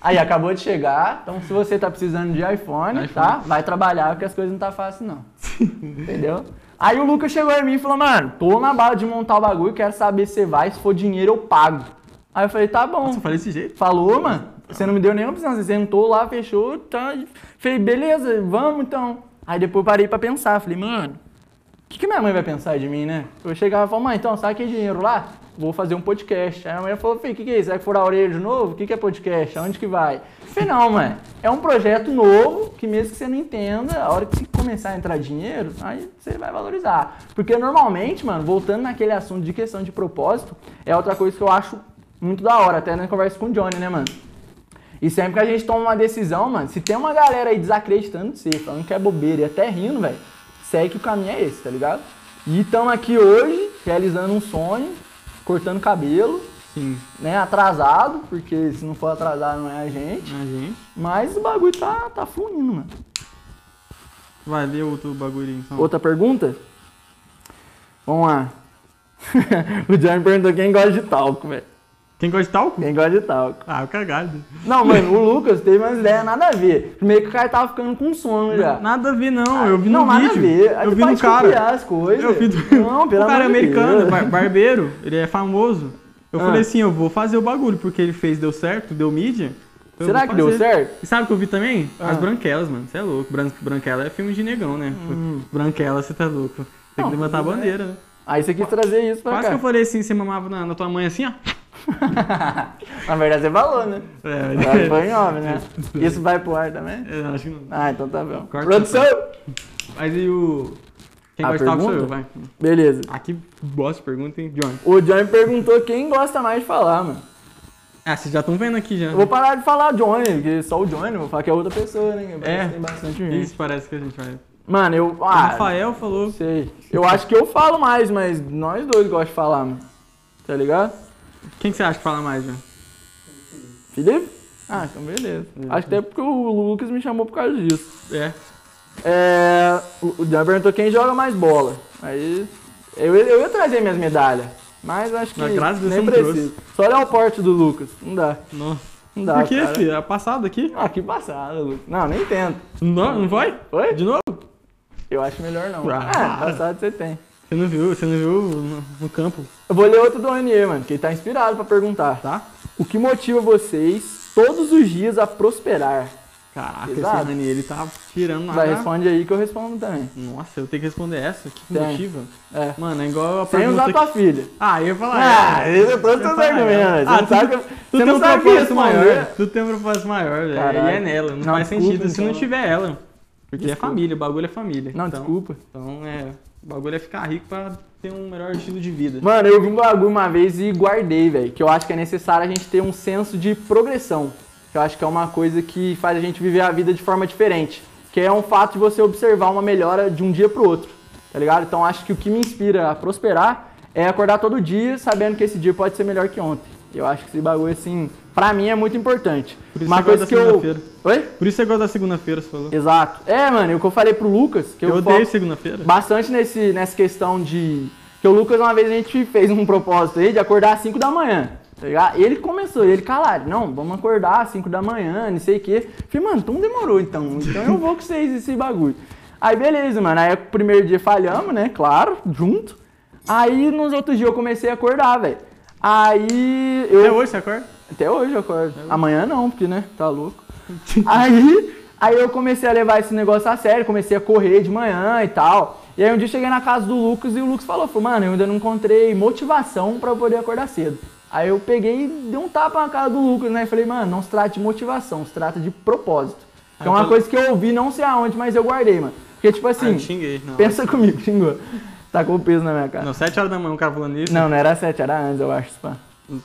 Aí, acabou de chegar. Então, se você tá precisando de iPhone, iPhone. tá? Vai trabalhar, porque as coisas não tá fácil, não. Entendeu? Aí o Lucas chegou em mim e falou, mano, tô na bala de montar o bagulho, quero saber se você vai, se for dinheiro eu pago. Aí eu falei, tá bom. Nossa, eu falei desse jeito? Falou, mano. Você não me deu nenhuma opção. Você sentou lá, fechou, tá. Falei, beleza, vamos então. Aí depois parei pra pensar. Falei, mano, o que, que minha mãe vai pensar de mim, né? Eu chegava e falava, mãe, então, sabe aquele dinheiro lá? Vou fazer um podcast. Aí a mãe falou, filho, o que, que é isso? Vai furar a orelha de novo? O que, que é podcast? Aonde que vai? Eu Falei, não, mãe. É um projeto novo que mesmo que você não entenda, a hora que começar a entrar dinheiro, aí você vai valorizar. Porque normalmente, mano, voltando naquele assunto de questão de propósito, é outra coisa que eu acho muito da hora, até na conversa com o Johnny, né, mano? E sempre que a gente toma uma decisão, mano, se tem uma galera aí desacreditando de você, falando que é bobeira e até rindo, velho, segue que o caminho é esse, tá ligado? E estamos aqui hoje, realizando um sonho, cortando cabelo, Sim. né, atrasado, porque se não for atrasado não é a gente, A né, gente. mas o bagulho tá, tá fluindo, mano. Vai ver outro bagulho aí, então. Outra pergunta? Vamos lá. o Johnny perguntou quem gosta de talco, velho. Quem gosta de talco? Quem gosta de talco. Ah, o cagado. Não, mano, o Lucas teve umas ideias nada a ver. Primeiro que o cara tava ficando com sono já. Nada a ver, não. Eu vi É. Ah, não, no nada vídeo. a ver. Aí Eu tu vi para no de copiar cara. As coisas. Eu vi do... é. Não, pelo o cara é amor de americano, Deus. bar- barbeiro, ele é famoso. Eu Ah. falei assim, eu vou fazer o bagulho, porque ele fez, deu certo, deu mídia. Então eu Será vou que deu fazer. certo? E sabe o que eu vi também? Ah. As branquelas, mano. Você é louco. Bran branquela é filme de negão, né? Hum. Branquela, você tá louco. Tem Não, que levantar a tudo bem. bandeira, né? Aí você quis trazer isso pra Quase que cá. eu falei assim, você mamava na, na tua mãe assim, ó. Na verdade, você falou, né? É, Agora Foi em homem, né? Isso. Isso vai pro ar também? Eu acho que não. Ah, então tá bom. Corta Produção! Mas e o. Quem A vai estar sou pergunta? eu, vai. Beleza. Aqui, bosta de pergunta, hein, John? O Johnny perguntou quem gosta mais de falar, mano. Ah, vocês já estão vendo aqui já. Eu vou parar de falar Johnny, porque só o Johnny, eu vou falar que é outra pessoa, né? que parece É. que Tem bastante gente. Isso, parece que a gente vai. Mano, eu. o Ah, Rafael falou. sei. Eu acho que eu falo mais, mas nós dois gostamos de falar, mano. Tá ligado? Quem que você acha que fala mais, John? Felipe? Ah, então beleza. Acho que até porque o Lucas me chamou por causa disso. É. É, o o Johnny perguntou quem joga mais bola. Aí. Eu, eu ia trazer minhas medalhas. Mas acho que Mas graças a Deus nem você não preciso. Só olhar o porte do Lucas. Não dá. Nossa. Não dá. Por que, cara. filho? É passado aqui? Ah, que passada, Lucas. Não, nem tento. Não, não vai? Oi? De novo? Eu acho melhor não. Ah. Ah, passado você tem. Você não viu, você não viu no, no campo, Eu vou ler outro do ONE, mano, que ele tá inspirado pra perguntar. tá? O que motiva vocês todos os dias a prosperar? Caraca, Pesado. esse Rani, ele tá tirando lá. Vai, responde aí que eu respondo também. Nossa, eu tenho que responder essa? Que Tem. motiva? É. Mano, é igual a Sem pergunta usar que- tua filha. Ah, eu ia falar. Ah, é. eu tô todos Eu ia seus falar argumentos. ela. Você Ah, não tu, sabe que- tu você tem não um sabe propósito responder. maior. Tu tem um propósito maior, velho. Caralho. E é nela, não, Não, faz desculpa, sentido se não então. tiver ela. Porque é Desculpa. família, o bagulho é família. Não, então, desculpa. Então é. O bagulho é ficar rico pra ter um melhor estilo de vida. Mano, eu vi um bagulho uma vez e guardei, velho. Que eu acho que é necessário a gente ter um senso de progressão. Que eu acho que é uma coisa que faz a gente viver a vida de forma diferente. Que é um fato de você observar uma melhora de um dia pro outro. Tá ligado? Então acho que o que me inspira a prosperar é acordar todo dia sabendo que esse dia pode ser melhor que ontem. Eu acho que esse bagulho, assim, pra mim é muito importante. Por isso uma você gosta coisa que da eu. segunda-feira. Oi? Por isso você gosta da segunda-feira, você falou. Exato. É, mano, e o que eu falei pro Lucas, que eu, Eu, odeio foco- segunda-feira. bastante nesse, nessa questão de. Que o Lucas, uma vez a gente fez um propósito aí de acordar às 5 da manhã. Tá ligado? Ele começou, ele calado, não, vamos acordar às 5 da manhã, não sei o quê. Falei, mano, então demorou então. Então eu vou com vocês esse bagulho. Aí beleza, mano. Aí o primeiro dia falhamos, né? Claro, junto. Aí nos outros dias eu comecei a acordar, velho. Aí eu. Até hoje você acorda? Até hoje eu acordo. Amanhã não, porque, né? Tá louco. aí, aí eu comecei a levar esse negócio a sério, comecei a correr de manhã e tal. E aí um dia eu cheguei na casa do Lucas e o Lucas falou, falou, mano, eu ainda não encontrei motivação pra eu poder acordar cedo. Aí eu peguei e dei um tapa na cara do Lucas, né? E falei, mano, não se trata de motivação, se trata de propósito. Que é eu uma falei- coisa que eu ouvi não sei aonde, mas eu guardei, mano. Porque, tipo Ah, eu assim, xinguei. Não. pensa comigo, xingou. Tacou o peso na minha cara. Não, 7 horas da manhã o cara falando isso. Não, não era sete, era antes, eu acho, Span.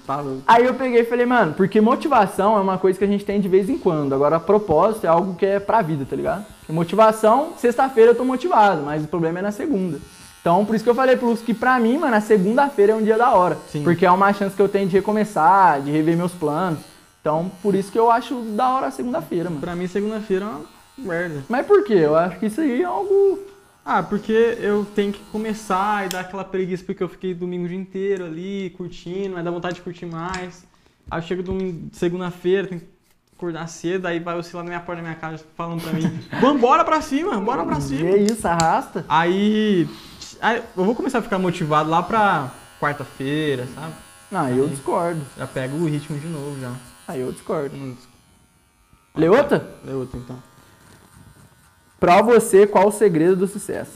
Tá louco. Aí eu peguei e falei, mano, porque motivação é uma coisa que a gente tem de vez em quando. Agora, propósito é algo que é pra vida, tá ligado? Porque motivação, sexta-feira eu tô motivado, mas o problema é na segunda. Então, por isso que eu falei pro Lucas que pra mim, mano, a segunda-feira é um dia da hora. Sim. Porque é uma chance que eu tenho de recomeçar, de rever meus planos. Então, por isso que eu acho da hora a segunda-feira, mano. Pra mim, segunda-feira é uma merda. Mas por quê? Eu acho que isso aí é algo. Ah, porque eu tenho que começar e dar aquela preguiça porque eu fiquei domingo o dia inteiro ali curtindo, mas dá vontade de curtir mais. Aí eu chego domingo, segunda-feira, tenho que acordar cedo, aí vai oscilar na minha porta da minha casa falando pra mim: Vambora pra cima, bora Tá pra E cima. é isso, arrasta. Aí, aí eu vou começar a ficar motivado lá pra quarta-feira, sabe? Não, aí eu discordo. Já pego o ritmo de novo já. Aí eu discordo. Não, Lê outra? é outro então. Pra você, qual o segredo do sucesso?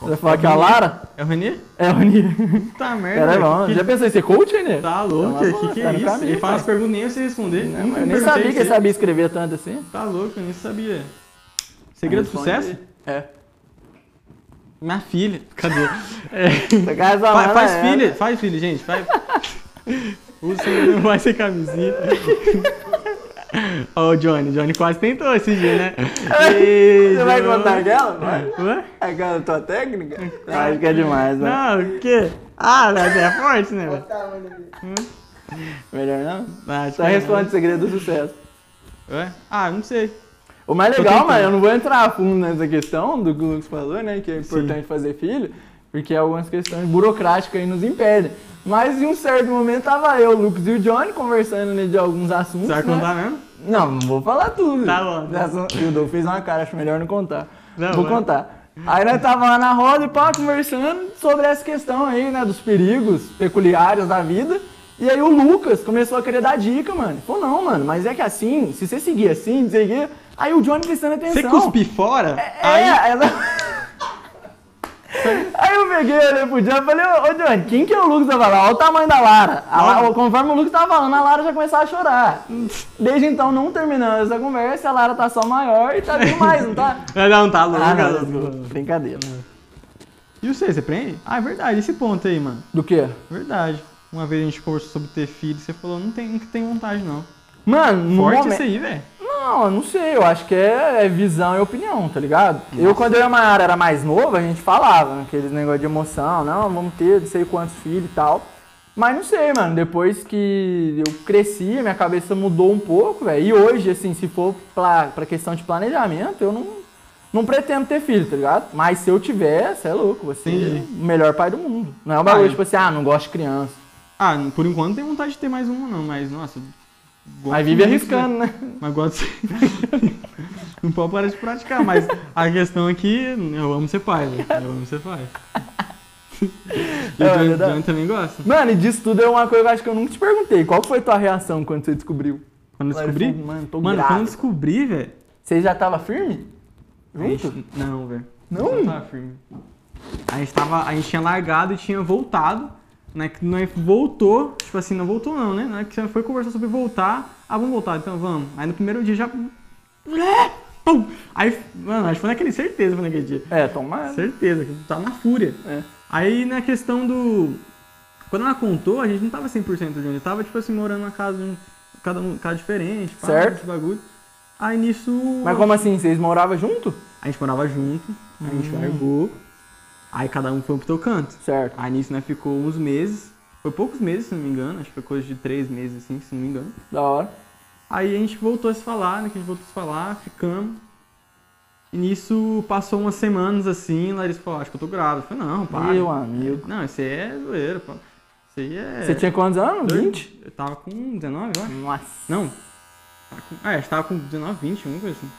Você vai falar que é a Renê? Lara? É o Renê? É, o Nil. Puta merda. Era bom. É, que- Já pensou em ser coach, né? Tá louco, Tá que que tá é no isso? caminho, ele faz pai. perguntas nem eu sei responder. Não, Nunca eu nem perguntei sabia que isso. ele sabia escrever tanto assim. Tá louco, eu nem sabia. Segredo do Responde. sucesso? É. Minha filha. Cadê? É. Essa cara é sua Fa- mãe, faz né? filha, faz filha, gente. Faz... Usa, não vai ser camisinha. Ó, o Johnny. Johnny quase tentou esse dia, né? Ei, Você vai Johnny. contar aquela? Vai. É Ué? Aquela tua técnica? Eu acho que é demais, né? Não, o quê? Ah, mas é forte, né? velho? Melhor não? Ah, acho Só que é. responde o segredo do sucesso. Ué? Ah, não sei. O mais Tô legal, tentando. mano, eu não vou entrar a fundo nessa questão do que o Lucas falou, né? Que é importante fazer filho, porque é algumas questões burocráticas aí nos impedem. Mas em um certo momento tava eu, o Lucas e o Johnny conversando né, de alguns assuntos. Você vai né? contar mesmo? Não, não vou falar tudo. Tá bom. Já são- E o Dou fez uma cara, acho melhor não contar. Não, vou mas- contar. Aí nós tava lá na roda e pá, conversando sobre essa questão aí, né, dos perigos peculiares da vida. E aí o Lucas começou a querer dar dica, mano. Falou, não, mano, mas é que assim, se você seguir assim, não sei o quê. É, Aí o Johnny prestando atenção. Você cuspir fora? É, Aí ela... Aí eu peguei, olhei pro Jean e falei, ô ô, Johnny, quem que é o Lucas da Vala? Olha o tamanho da Lara. A La- conforme o Lucas tava falando, a Lara já começava a chorar. Desde então, não terminamos essa conversa, a Lara tá só maior e tá bem mais, não tá? Não, tá louco. Ah, não, desculpa. Brincadeira. E você, você prende? Ah, é verdade, esse ponto aí, mano. Do quê? Verdade. Uma vez a gente conversou sobre ter filho, você falou, não tem, não tem vontade, não. Mano, no Forte momento... isso aí, velho. Não, eu não sei, eu acho que é, é visão e opinião, tá ligado? Eu, quando eu e a Mayara era mais nova, a gente falava, né, aqueles negócio de emoção, não, vamos ter não sei quantos filhos e tal. Mas não sei, mano, depois que eu cresci, minha cabeça mudou um pouco, velho. E hoje, assim, se for pra, pra questão de planejamento, eu não, não pretendo ter filho, tá ligado? Mas se eu tiver, você é louco, você é Entendi. o melhor pai do mundo. Não é um bagulho, Ah, é. tipo assim, ah, não gosto de criança. Ah, por enquanto não tem vontade de ter mais uma, não, mas nossa. gosto Mas vive muito, arriscando, né? né? Mas gosto. não pode parar de praticar, mas a questão aqui, eu amo ser pai, velho. Eu amo ser pai. E É o Johnny, verdade. Johnny também gosta? Mano, e disso tudo é uma coisa que eu acho que eu nunca te perguntei. Qual foi tua reação quando você descobriu? Quando eu Lá ele descobri? falou, mano, tô Mano, grávida. quando eu descobri, velho. Você já tava firme? a Junto? gente- Não, velho. Não? Eu tava firme. A gente, tava, a gente tinha largado e tinha voltado. Né, que nós voltou, tipo assim, não voltou não, né? Nós que você foi conversar sobre voltar. Ah, vamos voltar, então vamos. Aí no primeiro dia já. Pum! Aí, mano, acho que foi naquele certeza, foi naquele dia. É, toma. Certeza, que tá na fúria. É. Aí na questão do. Quando ela contou, a gente não tava 100% junto. Tava, tipo assim, morando na casa de um. Cada um casa diferente, pá, Certo. esse bagulho. Aí nisso. Mas como assim? Vocês moravam junto? A gente morava junto, a gente Hum. largou. Aí cada um foi pro seu canto. Certo. Aí nisso, né, ficou uns meses. Foi poucos meses, se não me engano. Acho que foi coisa de três meses, assim, se não me engano. Da hora. Aí a gente voltou a se falar, né? Que a gente voltou a se falar, ficamos. E nisso passou umas semanas assim, Larissa falou, acho que eu tô grávida. Eu falei, não, para. Meu amigo. Não, isso aí é zoeira, pô. Isso aí é. Você tinha quantos anos? 20? Eu tava com 19, eu acho. Nossa. Não. Tava com... É, a gente tava com 19, 20, alguma coisa assim.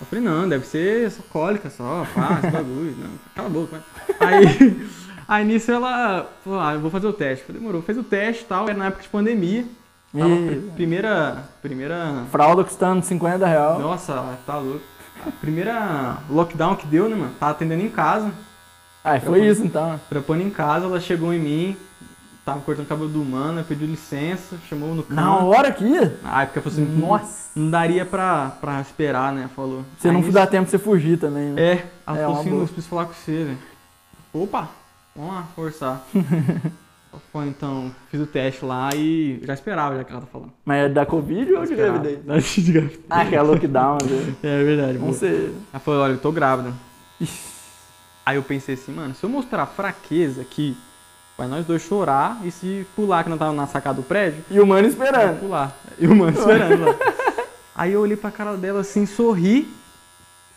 Eu falei, não, deve ser só cólica só, pá, esse bagulho. Não, cala a boca, vai. Aí, aí nisso ela falou, ah, eu vou fazer o teste. Eu falei, demorou, fez o teste e tal, era na época de pandemia. Tava Ih. pr- primeira. Primeira. Fralda custando 50 real. Nossa, tá louco. A primeira lockdown que deu, né, mano? Tava atendendo em casa. Aí foi isso então. Trampando em casa, ela chegou em mim, tava cortando o cabelo do humano, né, pediu licença, chamou no Na canto. hora que ia? Ah, porque falou assim, Nossa. Não daria pra, pra esperar, né? Falou. Você Aí não nisso- dá tempo de você fugir também, né? É, ela É, falou uma assim, boa. Luz, preciso falar com você, velho. Opa, vamos lá, forçar. Pô, então, fiz o teste lá e já esperava já que ela tá falando. Mas é da Covid ou de Esperava. gravidez? De gravidez. Ah, que é lockdown, né? É verdade, Não boa. sei. Ela falou, olha, eu tô grávida. Ixi. Aí eu pensei assim, mano, se eu mostrar fraqueza aqui, vai nós dois chorar e se pular que não tava na sacada do prédio, E o mano vai esperando. pular. E o mano esperando lá. Aí eu olhei pra cara dela assim, sorri,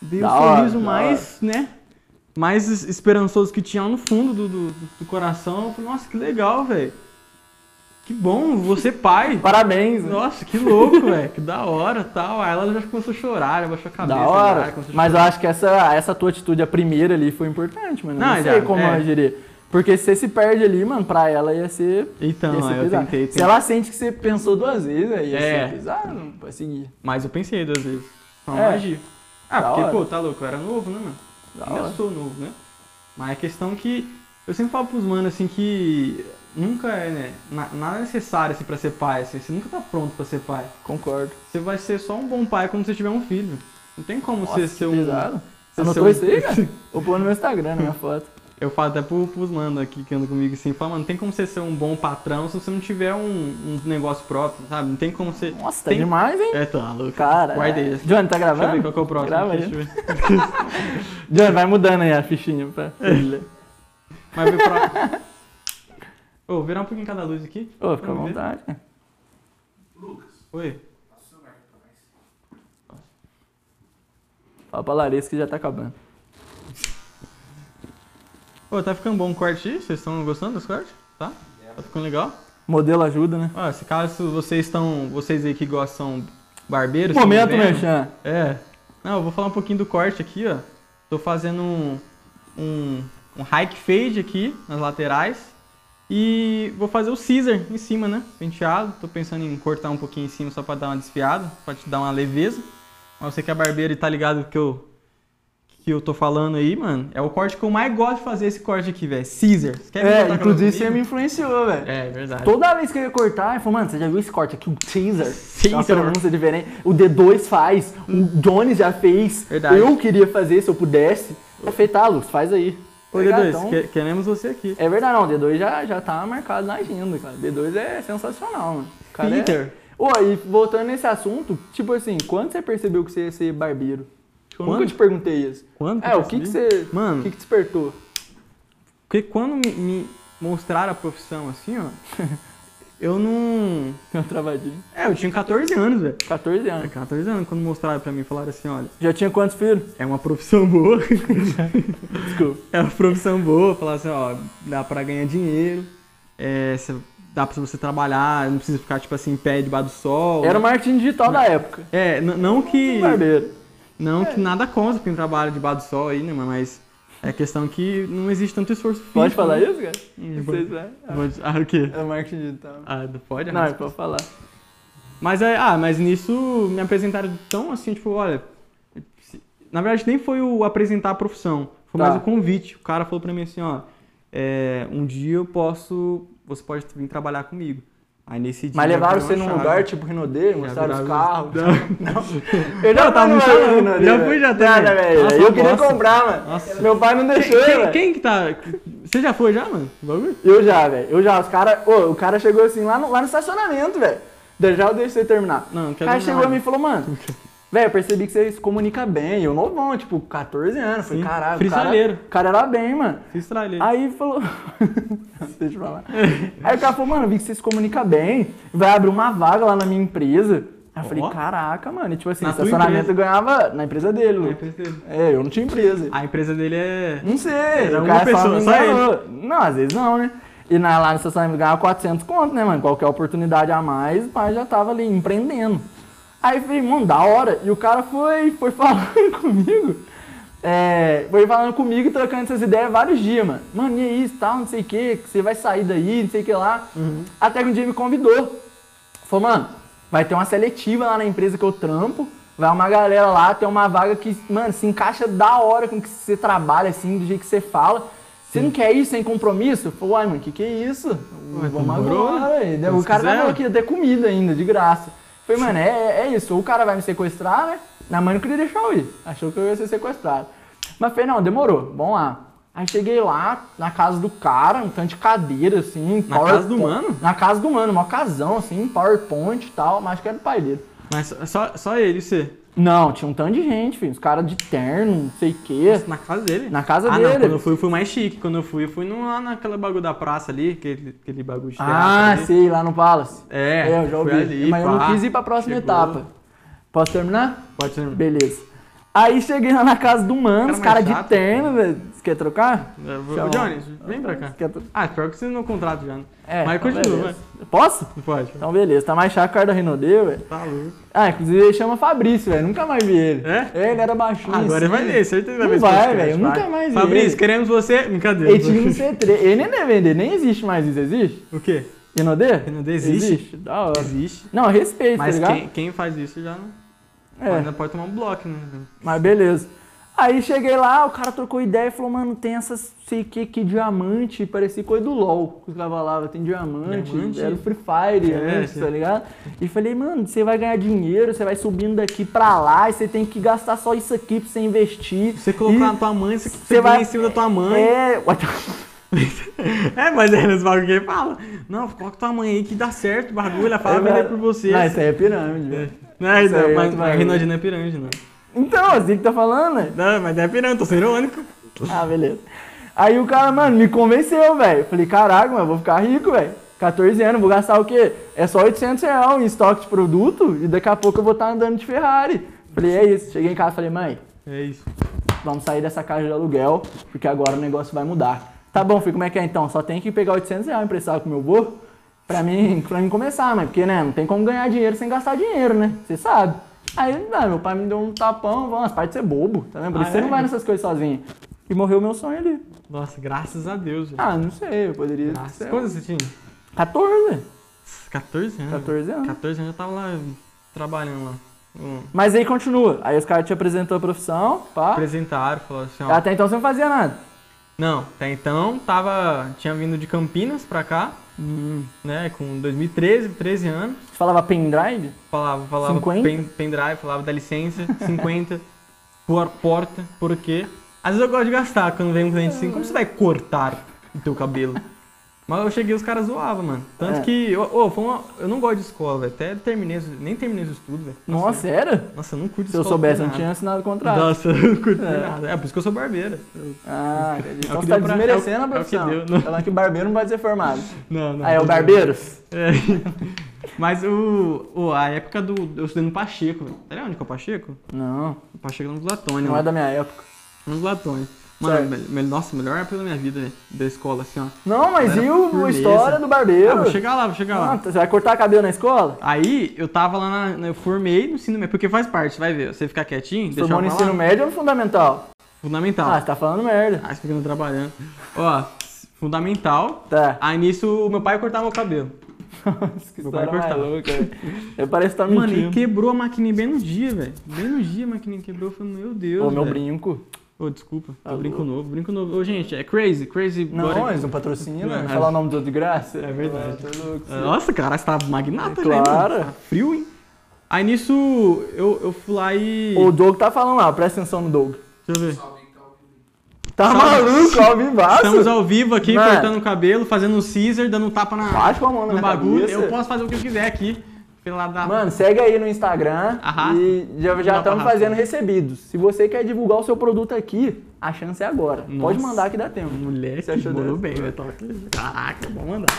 dei um Da hora, sorriso da mais, né? Mais es- esperançoso que tinha lá no fundo do, do, do coração. Eu falei, nossa, que legal, velho. Que bom, você pai. Parabéns, né? Nossa, que louco, velho. Que da hora tal. Aí ela já começou a chorar, já baixou a cabeça. Da hora. já começou a Mas eu acho que essa, essa tua atitude, a primeira ali, foi importante, mano. Eu Não, Não, sei já, como é. eu agiria. Porque se você se perde ali, mano, pra ela ia ser. Então, ia ser aí eu é pesado. tentei, Se ela sente que você pensou duas vezes, aí ia É. ser pesado, não vai seguir. Mas eu pensei duas vezes. Não É. agi. Ah, Da porque, hora. pô, tá louco, eu era novo, né, mano? Da Ainda hora. sou novo, né? Mas a questão é que. Eu sempre falo pros manos assim que nunca é, né? na- Nada é necessário assim, pra ser pai, assim, você nunca tá pronto pra ser pai. Concordo. Você vai ser só um bom pai quando você tiver um filho. Não tem como Nossa, você que ser um. pesado. Você você anotou ser um- isso aí, cara? Vou pôr no meu Instagram, na minha foto. Eu falo até pro, pros manos aqui que andam comigo assim, fala, mano, não tem como você ser um bom patrão se você não tiver um, um negócio próprio, sabe? Não tem como você. Nossa, tá tem... demais, hein? É, tá louco. Cara. Guarda aí. Deixa Johnny, tá eu ver gravando? qual que é o próximo. Grava aí. deixa eu ver. Johnny, vai mudando aí a fichinha pra. Mas vem pra. Ô, virar um pouquinho cada luz aqui. Ô, fica à Vamos ver. vontade. Oi. Fala pra Larissa que já tá acabando. Ô, tá ficando bom o corte aí? Vocês estão gostando dos cortes? Tá? Tá ficando legal? Modelo ajuda, né? Ó, se caso vocês estão. Vocês aí que gostam barbeiros. Momento, né? Merchan. É. Não, eu vou falar um pouquinho do corte aqui, ó. Tô fazendo um. Um, um hike fade aqui nas laterais. E vou fazer o Caesar em cima, né? Penteado. Tô pensando em cortar um pouquinho em cima só pra dar uma desfiada, pra te dar uma leveza. Mas você que é barbeiro e tá ligado que eu. que eu tô falando aí, mano, é o corte que eu mais gosto de fazer esse corte aqui, velho. Caesar. Você quer me É, botar inclusive comigo? você me influenciou, velho. É, verdade. Toda vez que eu ia cortar, eu falei, mano, você já viu esse corte aqui? O teaser? Tem uma Caesar. pronúncia diferente. O D2 faz, o Jones já fez. Verdade. Eu queria fazer se eu pudesse. Eu falei, tá, Lucas, faz aí. Ô, Tá ligado? D2, Então, que- queremos você aqui. É verdade, não. O D2 já, já tá marcado na agenda, cara. D2 é sensacional, mano. O cara é- Peter. Ô, e voltando nesse assunto, tipo assim, quando você percebeu que você ia ser barbeiro? Eu nunca Quando? te perguntei isso. Quando? É, o que que percebi? você... Mano. O que que despertou? Porque quando me, me mostraram a profissão assim, ó, eu não. Deu uma travadinha. É, eu tinha 14 anos, velho. 14 Era anos. 14 anos quando mostraram pra mim, falaram assim, olha, Já tinha quantos filhos? é uma profissão boa. Desculpa. é uma profissão boa, falaram assim, ó, dá pra ganhar dinheiro, é, cê- dá pra você trabalhar, não precisa ficar, tipo assim, em pé debaixo do sol. Era o marketing digital da época. É, n- não que. Barbeiro. Não É. que nada contra quem trabalha debaixo do sol aí, né, mano? Mas é questão que não existe tanto esforço físico. Pode falar isso, cara? Hum, Não sei pode- se é. pode- Ah, o quê? É marketing digital. Ah, pode? Não, é pra falar. Mas é, ah, mas nisso me apresentaram tão assim, tipo, olha. se- Na verdade, nem foi o apresentar a profissão, foi Tá. mais o convite. O cara falou pra mim assim, ó, é, um dia eu posso. Você pode vir trabalhar comigo. Aí nesse dia. Mas levaram eu você num achava- lugar tipo Rinodê, Já mostraram os viraram- carros. Não. Eu Não, tava no trabalhei salão, Rinodê, já velho. fui já Nada, também. velho. Nossa, Eu queria nossa. comprar, mano. Nossa. Meu pai não Quem, deixou, quem, velho. quem que tá. Você já foi já, mano? O bagulho? Eu já, velho. Eu já. Os cara, ô, o cara chegou assim lá no, lá no estacionamento, velho. Daí Já eu deixei você terminar. Não, não o quero cara terminar, chegou a não. mim e falou, mano, velho, eu percebi que você se comunica bem. Eu novão, tipo, 14 anos. Falei, Sim, caralho. frisaleiro. O cara, o cara era bem, mano. Fiz tralha. Aí falou. Deixa eu falar. Aí o cara falou, mano, eu vi que você se comunica bem, vai abrir uma vaga lá na minha empresa. Aí eu falei, Ó. caraca, mano. E tipo assim, Na tua estacionamento empresa. eu ganhava na empresa dele. Lu. É, eu não tinha empresa. A empresa dele é. Não sei, Era o uma cara pessoa, só só me enganou. Não, às vezes não, né? E na, lá no estacionamento ganhava 400 conto, né, mano? Qualquer oportunidade a mais, o pai já tava ali empreendendo. Aí eu falei, mano, da hora. E o cara foi, foi falando comigo. É, foi falando comigo e trocando essas ideias vários dias, mano. Mano, e é isso, tal, não sei o que, que você vai sair daí, não sei o que lá. Até que um dia me convidou. Falou, mano, vai ter uma seletiva lá na empresa que eu trampo. Vai uma galera lá, tem uma vaga que, mano, se encaixa da hora com o que você trabalha, assim, do jeito que você fala. Você não quer isso sem compromisso? Eu falei, uai, mano, que que é isso? Vamos demorou, agora. aí. né? O Se cara quiser. falou que ia ter comida ainda, de graça. Eu Falei, mano, é, é isso. Ou o cara vai me sequestrar, né? Minha mãe não queria deixar eu ir. Achou que eu ia ser sequestrado. Mas falei, não, demorou, vamos lá. Aí cheguei lá, na casa do cara, um tanto de cadeira, assim. Na casa um do mano? Na casa do mano, mó casão, assim, PowerPoint e tal, mas acho que era do pai dele. Mas só, só ele, você. Não, tinha um tanto de gente, filho. Os caras de terno, não sei o quê. Na casa dele? Na casa ah, dele. Não, quando eu fui, eu fui mais chique. Quando eu fui, eu fui no- lá naquela bagulho da praça ali, aquele, aquele bagulho de teatro Ah, ali. sei, lá no Palace. É, eu já fui ouvi. ali, mas eu não pá, quis ir pra próxima chegou. etapa. Posso terminar? Pode ser. Beleza. Aí cheguei lá na casa do mano, os Cara caras mais de chato. né? terno, velho. Você quer trocar? Ô, Jones, É, vem pra cá. Você quer tro- Ah, pior que você não contrata já. né? É, Mas então continua, beleza. Posso? Não pode. Então beleza, tá mais chato que o cara da Rinodê, velho. Tá louco. Ah, inclusive ele chama Fabrício, velho. Nunca mais vi ele. É? Ele era baixinho. Agora ele assim. vai ver, Não certeza vai ver esse vai, podcast, velho, vai. nunca mais Fabrício, ele. queremos você. Brincadeira. Ele tinha um C3. Ele nem deve vender, nem existe mais isso, existe? O quê? Rinodê? Rinodê existe? Da hora. Existe. Não, respeito, Mas tá ligado? quem, quem faz isso já não. É. Ainda pode tomar um bloco, né? Mas beleza. Aí cheguei lá, o cara trocou ideia e falou, mano, tem essas sei que que diamante, parecia coisa do LOL. que Os caras falavam, tem diamante, Diamante? era o Free Fire, É, antes, sim. tá ligado? E falei, mano, você vai ganhar dinheiro, você vai subindo daqui pra lá, e você tem que gastar só isso aqui pra você investir. Você colocou E na tua mãe, você, você você vai- vai em cima da tua mãe. É, what- É, mas é nesse bagulho que ele fala. Não, coloca tua mãe aí que dá certo o bagulho, ela fala, vai vender por você. Não, isso aí é pirâmide, velho. Não, é, isso não, aí é mas outro mas bagulho. Rinaldinho não é pirâmide, não. Então, assim que tá falando, né? Não, mas é pirâmide, tô sendo irônico. Ah, beleza. Aí o cara, mano, me convenceu, velho. Falei, caraca, mano, eu vou ficar rico, velho. 14 anos, vou gastar o quê? É só 800 reais em estoque de produto e daqui a pouco eu vou estar andando de Ferrari. Falei, é isso. Cheguei em casa e falei, mãe, É isso. vamos sair dessa casa de aluguel, porque agora o negócio vai mudar. Tá bom, filho, como é que é então? Só tem que pegar 800 reais emprestado com meu avô pra mim, pra mim começar, mas porque, né, não tem como ganhar dinheiro sem gastar dinheiro, né? Você sabe. Aí, não, meu pai me deu um tapão, falou, nossa, para de ser bobo, tá vendo? Por isso Ah, você é? não vai nessas coisas sozinho. E morreu meu sonho ali. Nossa, graças a Deus, velho. Ah, não sei, eu poderia. Graças. ser Quantos você tinha? 14, 14 anos. 14 anos. 14 anos eu já tava lá trabalhando lá. Hum. Mas aí continua. Aí os caras te apresentou a profissão, pá. Ah? Apresentaram, falaram assim, ó. Até então você não fazia nada. Não, até então tava. Tinha vindo de Campinas pra cá, né? Com 2013, 13 anos. Hum. Você falava pendrive? Falava, falava 50? pen- pendrive, falava da licença, 50, por porta, por quê? Às vezes eu gosto de gastar quando vem um cliente assim, como você vai cortar o teu cabelo? Mas eu cheguei os caras zoavam, mano. Tanto É. que. ô, ô, foi uma- eu não gosto de escola, velho. Até terminei, os- nem terminei os estudos, velho. Nossa, sério? Nossa, eu não curto Se eu escola por soubesse, eu não nada. tinha assinado o contrato. Nossa, eu não curto por É. nada. É por isso que eu sou barbeiro. Ah, entendi. É o Então que você tá deu pra- desmerecendo é a o- é o que profissão. deu, não. Falando que barbeiro não pode ser formado. Não, não. Aí é o Barbeiros? É. Mas o, o- a época do. Eu estudei no Pacheco, velho. Tá ligado onde que é o Pacheco? Não, O Pacheco é um dos latões, não é né? da minha época. Um dos latões. Mano, Certo. velho, melhor- nossa, melhor época da minha vida, velho. Da escola, assim, ó. Não, mas Era e o, a firmeza. história do barbeiro? Ah, vou chegar lá, vou chegar Ah, lá. você vai cortar cabelo na escola? Aí eu tava lá na. na- Eu formei no ensino médio, porque faz parte, vai ver. Você ficar quietinho, deixar Formou no pra lá, ensino médio ou no fundamental? Fundamental. Ah, você tá falando merda. Ah, você fica trabalhando. Ó, fundamental. Tá. Aí nisso o meu pai cortava meu cabelo. Nossa, que Meu pai história cortava. maluca. velho. Eu parece que tá Mano, ele mentindo. quebrou a maquininha bem no dia, velho. Bem no dia a maquininha quebrou. Eu falei, meu Deus. Ô, meu velho. brinco. Ô, desculpa. Alô? Eu brinco novo, brinco novo. Ô, gente, é crazy, crazy. Não, body- eles não patrocinam. né? É. Falar o nome do outro de graça. É Ah, verdade. tô louco. Nossa, cara, você tá magnata, É né, mano? claro. Tá frio, hein? Aí nisso eu, eu fui lá e. O Doug tá falando lá, presta atenção no Doug. Deixa eu ver. Tá Salve. maluco, ao vivaço. Estamos ao vivo aqui, Mano. cortando o cabelo, fazendo um Caesar, dando um tapa na, Baixa com a mão na no minha bagulho. né, cabeça. Eu posso fazer o que eu quiser aqui. Pela da. Mano, segue aí no Instagram Arrasta. e já Dá pra já estamos arrastar. fazendo recebidos. Se você quer divulgar o seu produto aqui, a chance é agora. Pode Nossa. mandar que dá tempo. Moleque, Você achou mandou dessa? bem, velho. Tava- Caraca, vou mandar.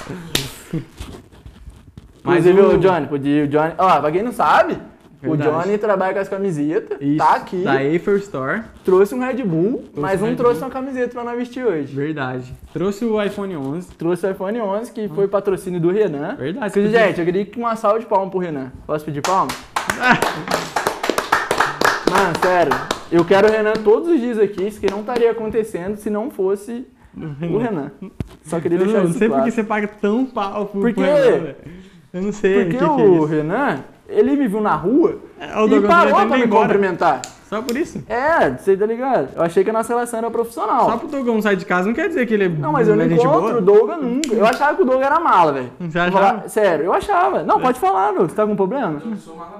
Inclusive o Johnny, podia o Johnny. Ó, pra quem não sabe, o Verdade. Johnny trabalha com as camisetas, Isso, tá aqui, Da Afer Store. trouxe um Red Bull, mas um não Red trouxe Bull. uma camiseta pra nós vestir hoje. Verdade. Trouxe o iPhone 11. Trouxe o iPhone 11, que Hum. foi patrocínio do Renan. Verdade, Inclusive, você podia- é, gente, eu queria que uma salva de palmas pro Renan. Posso pedir palmas? Mano, sério, eu quero o Renan todos os dias aqui, isso que não estaria acontecendo se não fosse o Renan. Só queria Eu deixar não isso sei claro. por que você paga tão pau pro Porque- pro Renan, velho. Eu não sei Porque o que, o que é isso. Renan, ele me viu na rua É, o e Douglas parou Guilherme pra me vai embora. cumprimentar. Só por isso. É, você tá ligado? Eu achei que a nossa relação era profissional. Só pro Dogão sair de casa não quer dizer que ele é Não, mas eu não é gente encontro o boa. Douglas nunca. Eu achava que o Douglas era mala, velho. Você Vou achava? falar- Sério, eu achava. É. Não, pode falar, Douglas. Você tá com problema?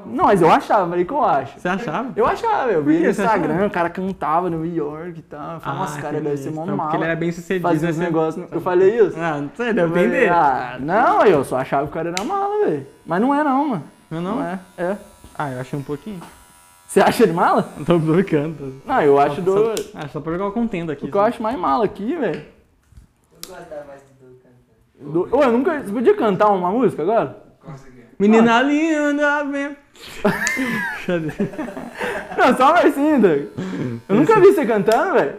Não, mas eu achava, falei que eu acho. Você achava? Eu achava, eu vi que no você Instagram, o cara cantava no New York e tal. Eu falei, nossa, cara, entendi. deve ser mó Então, mala. Porque ele era bem sucedido. Fazia né? uns Você- negócios. no- Eu falei isso? Ah, não sei, deu Eu falei, bem dele. Ah, não, eu só achava que o cara era mala, velho. Mas não é não, mano. Não, não? é. É. Ah, eu achei um pouquinho. Você acha ele mala? Tô brincando. Não, eu acho do. Só, ah, só pra jogar o contendo aqui. O que eu só. acho mais mala aqui, velho. Eu gostava mais do Ô, eu nunca. Você podia cantar uma música agora? Ah. Menina linda, vem. Deixa eu ver. Não, só mais sim, Doug. Eu nunca vi você cantando, velho.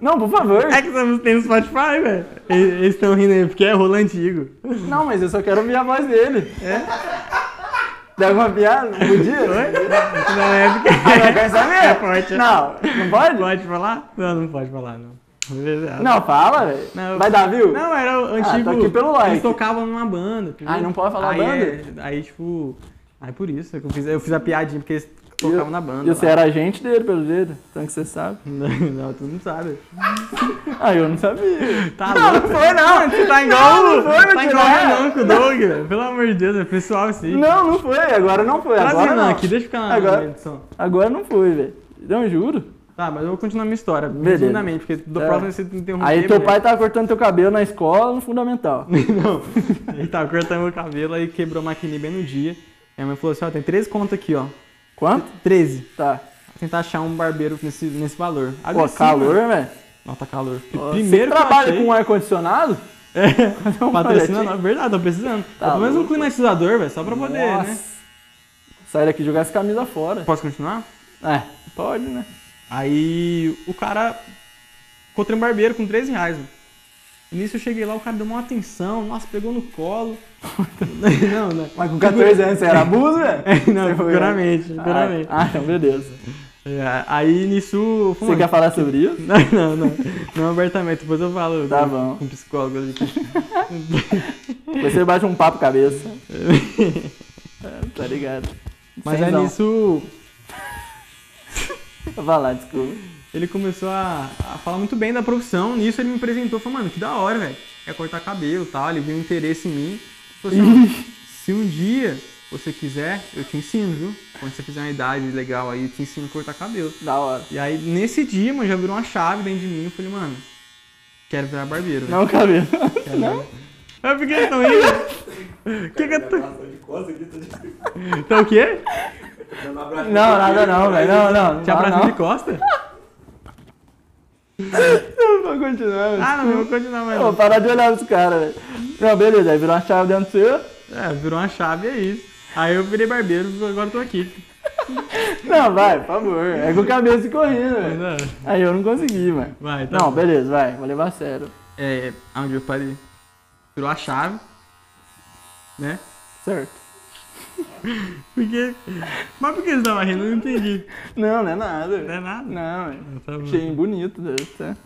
Não, por favor. É que essa música tem no Spotify, velho. Eles eles tão rindo aí porque é rolo antigo. Não, mas eu só quero ouvir a voz dele. É? É? Deve uma piada? Não podia? Não é porque. Ah, não quer É saber? forte. Não, não pode? Pode falar? Não, não pode falar, não. Não, fala, velho. Não. Vai dar view? Não, era o Ah, antigo. tô aqui pelo like. Eles tocavam numa banda. entendeu? Ah, não pode falar aí banda? é- aí, tipo. Aí por isso que eu fiz, eu fiz a piadinha, porque eles tocavam na banda. E você lá. era agente dele, pelo jeito, tanto que você sabe. Não, não, tu não sabe. Ah, eu não sabia. Tá louco. Não foi, não. Você tá igual. Não, não foi, tá igual o mentira. Renan com o Doug, velho. Pelo amor de Deus, é pessoal assim. Não, não foi, agora não foi. Traz o Agora Renan não. aqui, deixa eu ficar na Agora- na edição. Agora não foi, velho. Não, eu juro. Tá, mas eu vou continuar minha história, Beleza. resumidamente, porque do É. próximo você interromper. Aí teu né? pai tava cortando teu cabelo na escola, no fundamental. Não. Ele tava cortando meu cabelo aí quebrou a maquininha bem no dia. Minha mãe falou assim, ó, tem 13 conto aqui, ó. Quanto? 13. Tá. Vou tentar achar um barbeiro nesse, nesse valor. Pô, Agressivo, calor, né? velho. Não, tá calor. Ó, Você Primeiro que eu trabalha achei- com ar-condicionado? É, patrocina projetinho. não, é verdade, tô precisando. Tá Pelo menos um louco. climatizador, velho, só pra poder, né? Nossa. Sai daqui e jogar essa camisa fora. Posso continuar? É, pode, né? Aí o cara encontrei um barbeiro com 13 reais. Mano. E Nisso eu cheguei lá, o cara deu uma atenção, nossa, pegou no colo. não, não. Mas com 14 anos você era abuso, velho? Não, seguramente, seguramente. Ah, ah, então beleza. É, Aí nisso. Você quer falar sobre isso? Não, não, não. Não abertamente, depois eu falo Tá com, bom. com o psicólogo ali. Você bate um papo cabeça. É, tá ligado. Mas aí Cenzão. nisso Vai lá, desculpa. ele começou a, a falar muito bem da profissão. Nisso ele me apresentou, falou, mano, que da hora, velho. É cortar cabelo e tal. Ele viu um interesse em mim. Falou assim, "Ó, se um dia você quiser, eu te ensino, viu? Quando você fizer uma idade legal aí, eu te ensino a cortar cabelo. Da hora. E aí, nesse dia, mano, já virou uma chave dentro de mim. Eu falei, mano, quero virar barbeiro. velho. Não, cabelo. Quero virar- É porque não ia. que que eu tô... Gravação de costa aqui, tá dando Tá o quê? Um abraço. Não, nada não, velho. Não, não. Te não, abraçando de não. costa? Vou continuar, velho. Ah, não, eu vou continuar, Eu vou mas... parar de olhar pros caras, velho. Não, beleza. Aí virou uma chave dentro do seu. É, virou uma chave, é isso. Aí eu virei barbeiro, agora eu tô aqui. Não, vai, por favor. É com o cabelo se correndo, velho. Não, Aí eu não consegui, mano. Vai, tá. Não, bom. beleza, vai. Vou levar a sério. É, onde eu parei? Virou a chave, né? Certo. Porque... Mas por que você tava rindo? Eu não entendi. Não, não é nada. Não velho. é nada. Não, velho. Tá bom. Achei bonito, velho, tá?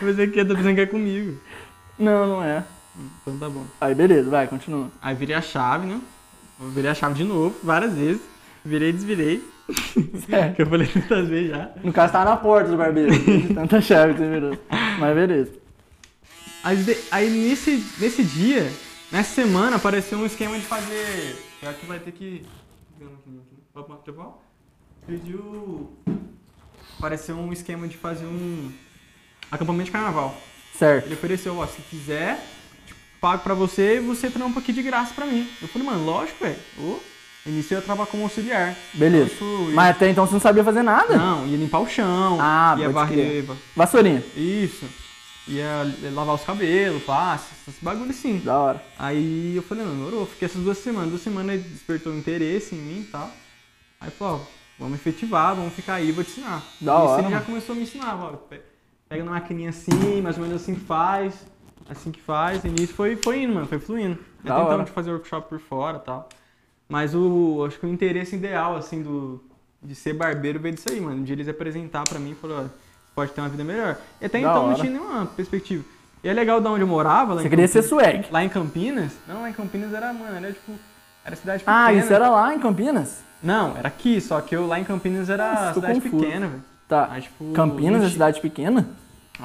Você que tá pensando que é comigo. Não, não é. Então tá bom. Aí, beleza, vai, continua. Aí virei a chave, né? Eu Virei a chave de novo, várias vezes. Virei e desvirei. Certo. Que eu falei tantas vezes já. No caso, tava na porta do barbeiro. de Tanta chave que você virou. Mas beleza. Aí, de- aí nesse, nesse dia, nessa semana, apareceu um esquema de fazer. Pior que vai ter que. Vai pra- tá bom? Pediu. Apareceu um esquema de fazer um acampamento de carnaval. Ele Certo. ofereceu, ó, se quiser, tipo, pago pra você e você trampa aqui de graça pra mim. Eu falei, mano, lógico, velho. Ô, Iniciei a trabalhar como auxiliar. Beleza. Isso, isso. Mas até então você não sabia fazer nada? Não, ia limpar o chão, Ah, ia pode varrer. crer. Vassourinha. Isso. Ia lavar os cabelos, passa, esses bagulho assim. Da hora. Aí eu falei, não, demorou. Fiquei essas duas semanas. Duas semanas ele despertou interesse em mim e tal. Aí falou, ó, vamos efetivar, vamos ficar aí, vou te ensinar. Da e esse hora, ele já mano. começou a me ensinar, ó, pe- pega na maquininha assim, mais ou menos assim que faz, assim que faz. E nisso foi, foi indo, mano, foi fluindo. Aí Da hora. tentamos fazer workshop por fora e tal. Mas o, acho que o interesse ideal, assim, do, de ser barbeiro veio disso aí, mano. Um dia eles apresentar pra mim e falou, ó, pode ter uma vida melhor. E até Da então não hora. tinha nenhuma perspectiva. E é legal da onde eu morava, lá Você em queria ser Campinas. swag. Lá em Campinas? Não, lá em Campinas era, mano, era tipo. Era cidade pequena. Ah, isso era lá em Campinas? Não, era aqui, só que eu lá em Campinas era Nossa, tô cidade confuso. pequena, velho. Tá. Mas, tipo, Campinas não é ti- cidade pequena?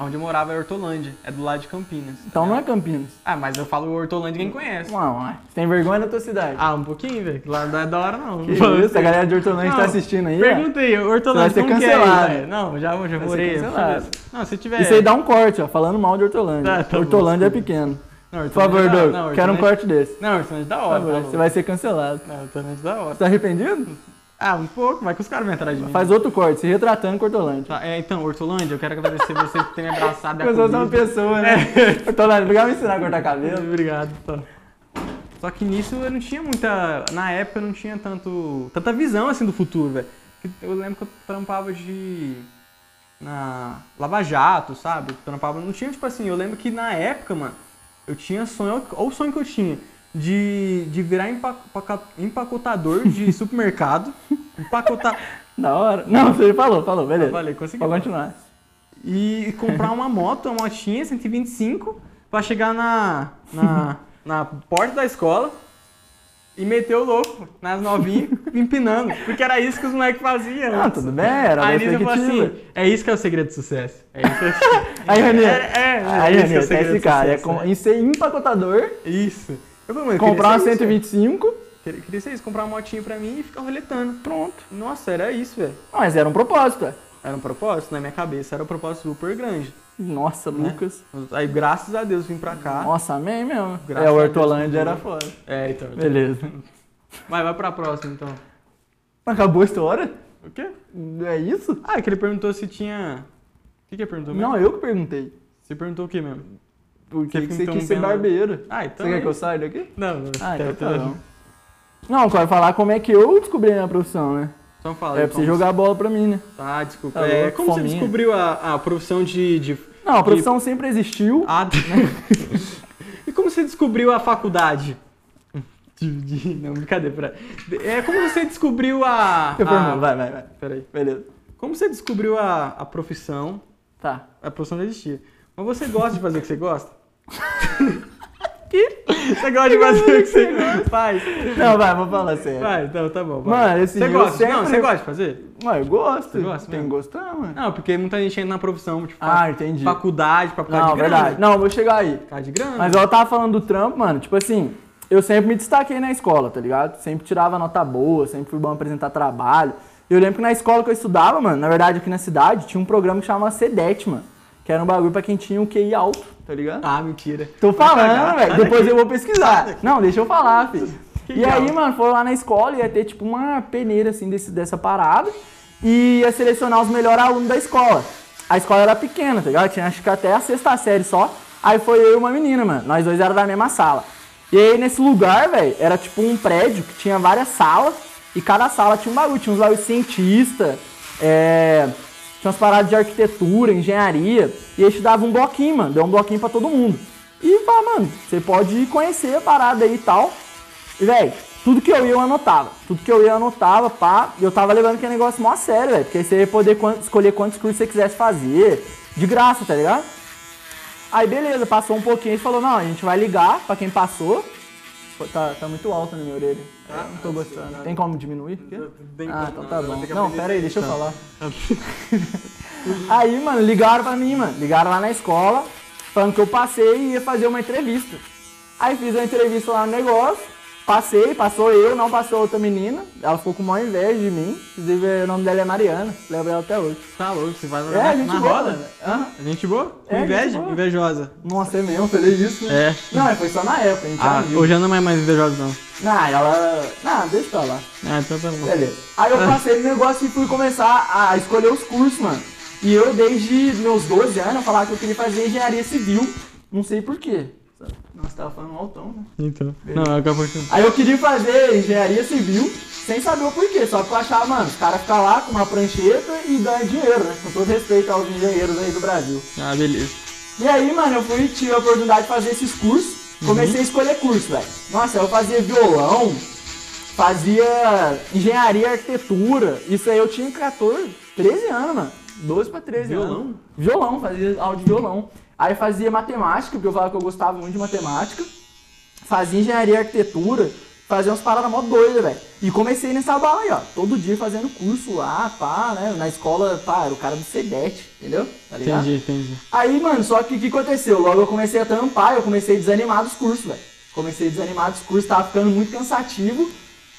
Onde eu morava era Hortolândia, é do lado de Campinas. Então não é Campinas. Ah, mas eu falo Hortolândia quem conhece. Não, ué. Você tem vergonha da tua cidade. Ah, um pouquinho, velho. Lá não é da hora, não. Que isso, a galera de Hortolândia Não, tá assistindo aí. ó. Perguntei, Vai ser Hortolândia, como que é cancelado. aí, velho? Não, já, já ser morei. eu cancelado. falei isso. Não, se tiver... Isso aí dá um corte, ó, falando mal de Hortolândia. É. Tá, tá bom, Hortolândia é pequeno. Não, Por favor, Doug, quero um corte desse. Não, Hortolândia é da Por hora. favor, tá você louco. vai ser cancelado. Não, Hortolândia é da hora. Tá arrependido? Ah, um pouco, vai que os caras vêm atrás de mim. Faz outro corte, se retratando com Hortolândia. Tá, é, então, Hortolândia, eu quero agradecer você por ter me abraçado. e Eu sou só uma acolhido. pessoa, né? É. Hortolândia, obrigado por me ensinar a cortar cabelo. Obrigado, tá. Só que nisso eu não tinha muita. Na época eu não tinha tanto. tanta visão assim do futuro, velho. Porque Eu lembro que eu trampava de. na. Lava Jato, sabe? Trampava. Não tinha, tipo assim, eu lembro que na época, mano, eu tinha sonho. Olha o sonho que eu tinha. De, de virar empa- paca- empacotador de supermercado. Empacotar. Da hora. Não, você falou, falou, beleza. Valeu, consegui. Pode continuar. e comprar uma moto, uma motinha 125, pra chegar na, na, na porta da escola e meter o louco nas novinhas, empinando. Porque era isso que os moleques faziam. Ah, tudo bem, era Aí você Nisa que falou tinha. assim, é isso que é o segredo do sucesso. É isso que é o segredo. Aí, Renê. É, é, é Aí, isso Renê, que é o tá segredo esse do cara. É sucesso, com, né? em ser empacotador, Isso. Eu falei, mano, eu queria comprar uma ser isso, velho. 125. Queria- Queria ser isso, comprar uma motinha pra mim e ficar roletando. Pronto. Nossa, era isso, velho. Não, Mas era um propósito, é. Era um propósito, na minha cabeça era um propósito super grande. É. Nossa, Lucas. Aí, graças a Deus, vim pra cá. Nossa, amém mesmo. Graças é, a o Deus, Hortolândia tudo era bem. foda. É, então. Beleza. Vai, vai pra próxima, então. Acabou a história? O quê? É isso? Ah, é que ele perguntou se tinha... O que que ele perguntou mesmo? Não, é- eu que perguntei. Você perguntou o que mesmo? Por que Você que você um fica quis ser interrompendo. barbeiro? Ah, então... Você quer que eu saia daqui? Não, não. Ah, então tá tá. bom. Não, eu quero falar como é que eu descobri a minha profissão, né? Então fala. É aí, pra você como- jogar a bola pra mim, né? Tá, desculpa. Tá É, louco, como você fominha. descobriu a, a profissão de... de... Não, a profissão sempre existiu. Ah, tá. e como você descobriu a faculdade? De, de... Não, brincadeira, pera. É, como você descobriu a... Eu a... formulo, ah, vai, vai, vai. Peraí. Beleza. Como você descobriu a, a profissão... Tá. A profissão já existia. Mas você gosta de fazer o que você gosta? aqui. Você gosta de fazer o que você faz. Não, vai, vou falar sério. Vai, então tá bom. vai. Mano, esse é Você dia gosta? eu Não, sempre- você gosta de fazer? Ué, eu gosto. Você gosta Tem que mesmo? gostar, mano. Não, porque muita gente entra na profissão, tipo, Ah, entendi. faculdade, pra ficar Não, de grana. verdade. Não, eu vou chegar aí. Ficar de grana. Mas eu tava falando do trampo, mano, tipo assim, eu sempre me destaquei na escola, tá ligado? Sempre tirava nota boa, sempre fui bom em apresentar trabalho. E eu lembro que na escola que eu estudava, mano, na verdade aqui na cidade, tinha um programa que chamava CEDET, mano. Que era um bagulho pra quem tinha um QI alto, tá ligado? Ah, mentira. Tô cagar, falando, velho. sai Depois daqui. eu vou pesquisar. Não, deixa eu falar, filho. Que E aí, legal. mano, foram lá na escola e ia ter tipo uma peneira assim desse, dessa parada e ia selecionar os melhores alunos da escola. A escola era pequena, tá ligado? Tinha acho que até a sexta série só. Aí foi eu e uma menina, mano. Nós dois era da mesma sala. E aí nesse lugar, velho, era tipo um prédio que tinha várias salas e cada sala tinha um bagulho. Tinha uns bagulho de cientista, é, tinha umas paradas de arquitetura, engenharia. E aí te dava um bloquinho, mano. Deu um bloquinho pra todo mundo. E fala, mano, você pode conhecer a parada aí e tal. E, velho, tudo que eu ia eu anotava. Tudo que eu ia eu anotava, pá. E eu tava levando aquele negócio mó a sério, velho. Porque aí você ia poder quan- escolher quantos cursos você quisesse fazer. De graça, tá ligado? Aí beleza, passou um pouquinho e falou, não, a gente vai ligar pra quem passou. Pô, Tá, tá muito alto na minha orelha. Ah, não tô gostando. Tem como diminuir? tem ah, então como tá não, vai bom. ter que Não, aprender pera aí, deixa eu isso. falar. Aí, mano, ligaram pra mim, mano. Ligaram lá na escola, falando que eu passei e ia fazer uma entrevista. Aí fiz uma entrevista lá no negócio, passei, passou eu, não passou outra menina. Ela ficou com maior inveja de mim. Inclusive, o nome dela é Mariana, lembro dela até hoje. Tá louco, você vai É, jogar na, gente na boa, roda? mano. Aham. Gente boa? Com É, gente inveja? boa. Invejosa. Nossa, é mesmo, eu falei isso, né? É. Não, foi só na época, a gente Ah, já viu. hoje eu não é mais invejosa, não. Não, ela... Não, deixa pra lá. Ah, então tá bom. Beleza. Aí eu passei no negócio e fui começar a escolher os cursos, mano. E eu, desde meus 12 anos, eu falava que eu queria fazer engenharia civil. Não sei porquê. Nossa, tava falando altão, né? Então. Não, é o que eu continuo. Aí eu queria fazer engenharia civil sem saber o porquê. Só porque eu achava, mano, os caras ficam lá com uma prancheta e ganham dinheiro, né? Com todo respeito aos engenheiros aí do Brasil. Ah, beleza. E aí, mano, eu fui, tive a oportunidade de fazer esses cursos. Uhum. Comecei a escolher curso, velho. Nossa, eu fazia violão, fazia engenharia, arquitetura. Isso aí eu tinha 14, 13 anos, mano. 12 pra 13 Violão? anos. Violão, fazia aula de violão. Aí fazia matemática, porque eu falava que eu gostava muito de matemática. Fazia engenharia e arquitetura. Fazia umas paradas mó doidas, velho. E comecei nessa bala aí, ó. Todo dia fazendo curso lá, pá, né? Na escola, pá, era o cara do CEDET, entendeu? Tá ligado? Entendi, entendi. Aí, mano, só que o que aconteceu? Logo eu comecei a tampar, eu comecei a desanimar dos cursos, velho. Comecei a desanimar dos cursos, tava ficando muito cansativo.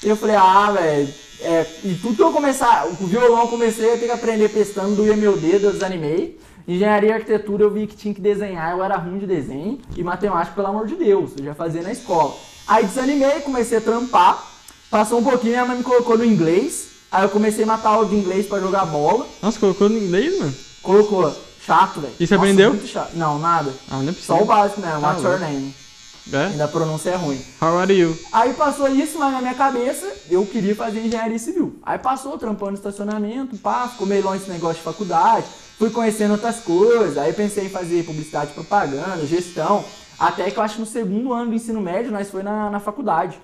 E eu falei, ah, velho, é, e tudo que eu começar, o violão eu comecei a ter que aprender pestando, doía meu dedo, eu desanimei. Engenharia e arquitetura eu vi que tinha que desenhar, eu era ruim de desenho. E matemática, pelo amor de Deus, eu já fazia na escola. Aí desanimei, comecei a trampar. Passou um pouquinho, minha mãe me colocou no inglês. Aí eu comecei a matar aula de inglês pra jogar bola. Nossa, colocou no inglês, mano? Colocou. Chato, velho. E você Nossa, aprendeu? muito chato. Não, nada. Ah, não é Só o possível. básico mesmo. Tá What's your louco. name? É? Ainda a pronúncia é ruim. How are you? Aí passou isso, mas na minha cabeça eu queria fazer engenharia civil. Aí passou, trampando no estacionamento, pá, ficou meio longe esse negócio de faculdade, fui conhecendo outras coisas, aí pensei em fazer publicidade e propaganda, gestão, até que eu acho que no segundo ano do ensino médio nós foi na, na faculdade,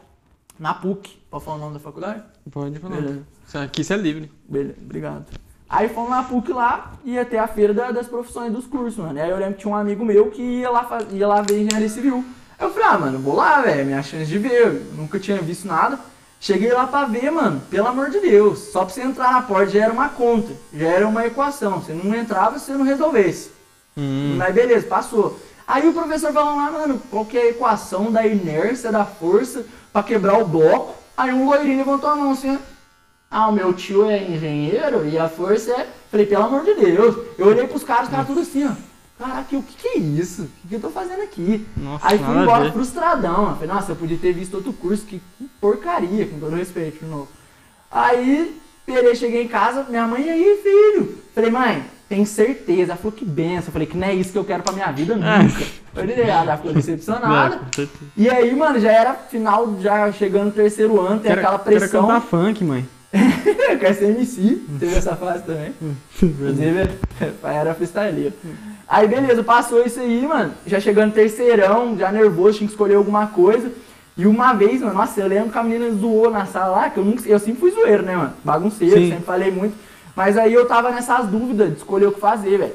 na PUC. Pode falar o nome da faculdade? Pode falar. Beleza. Isso Aqui você é livre. Beleza, obrigado. Aí fomos na PUC lá, ia ter a feira da- das profissões dos cursos, mano. E aí eu lembro que tinha um amigo meu que ia lá, faz- ia lá ver engenharia civil. Aí eu falei, ah, mano, vou lá, velho, minha chance de ver, eu nunca tinha visto nada. Cheguei lá pra ver, mano, pelo amor de Deus, só pra você entrar na porta já era uma conta, já era uma equação. Você não entrava se você não resolvesse. Hum. Mas beleza, passou. Aí o professor falou lá, mano, qual que é a equação da inércia, da força pra quebrar o bloco? Aí um loirinho levantou a mão assim, ó. ah, o meu tio é engenheiro e a força é... Falei, pelo amor de Deus. Eu olhei pros caras, os caras tudo assim, ó. Caraca, o que que é isso? O que que eu tô fazendo aqui? Nossa, Aí fui nada a embora ver. frustradão. ó. Falei, nossa, eu podia ter visto outro curso, que porcaria, com todo respeito, de novo. Aí, perei, cheguei em casa, minha mãe, e aí, filho? Falei, mãe, tem certeza? Ela falou, que benção. Eu falei, que não é isso que eu quero pra minha vida nunca. Falei, "É, ela ficou decepcionada. É, com certeza. E aí, mano, já era final, já chegando no terceiro ano, tem Quero- aquela Quero pressão. cantar funk, mãe. Eu quero ser MC, teve essa fase também. né? Inclusive, pai era freestyleiro. Aí, beleza, passou isso aí, mano. Já chegando terceirão, já nervoso, tinha que escolher alguma coisa. E uma vez, mano, nossa, eu lembro que a menina zoou na sala lá, que eu, nunca, eu sempre fui zoeiro, né, mano? Bagunceiro, Sim. sempre falei muito. Mas aí eu tava nessas dúvidas de escolher o que fazer, velho.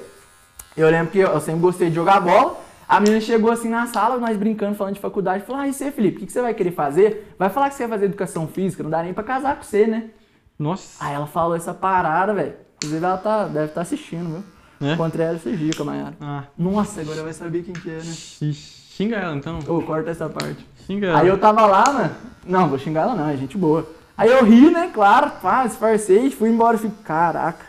Eu lembro que eu, eu sempre gostei de jogar bola. A menina chegou assim na sala, nós brincando, falando de faculdade, falou: Ah, e você, Felipe, o que que você vai querer fazer? Vai falar que você vai fazer educação física, não dá nem pra casar com você, né? Nossa. Aí ela falou essa parada, velho. Inclusive ela tá, deve estar assistindo, viu? É? Encontrei ela esses dias com a Mayara. Ah, Nossa, agora vai saber quem que é, né? xi- xinga ela então. Ô, corta essa parte. Xinga ela. Aí eu tava lá, mano. Não, vou xingar ela não, é gente boa. Aí eu ri, né, claro, pá, disfarcei, fui embora e fico, caraca.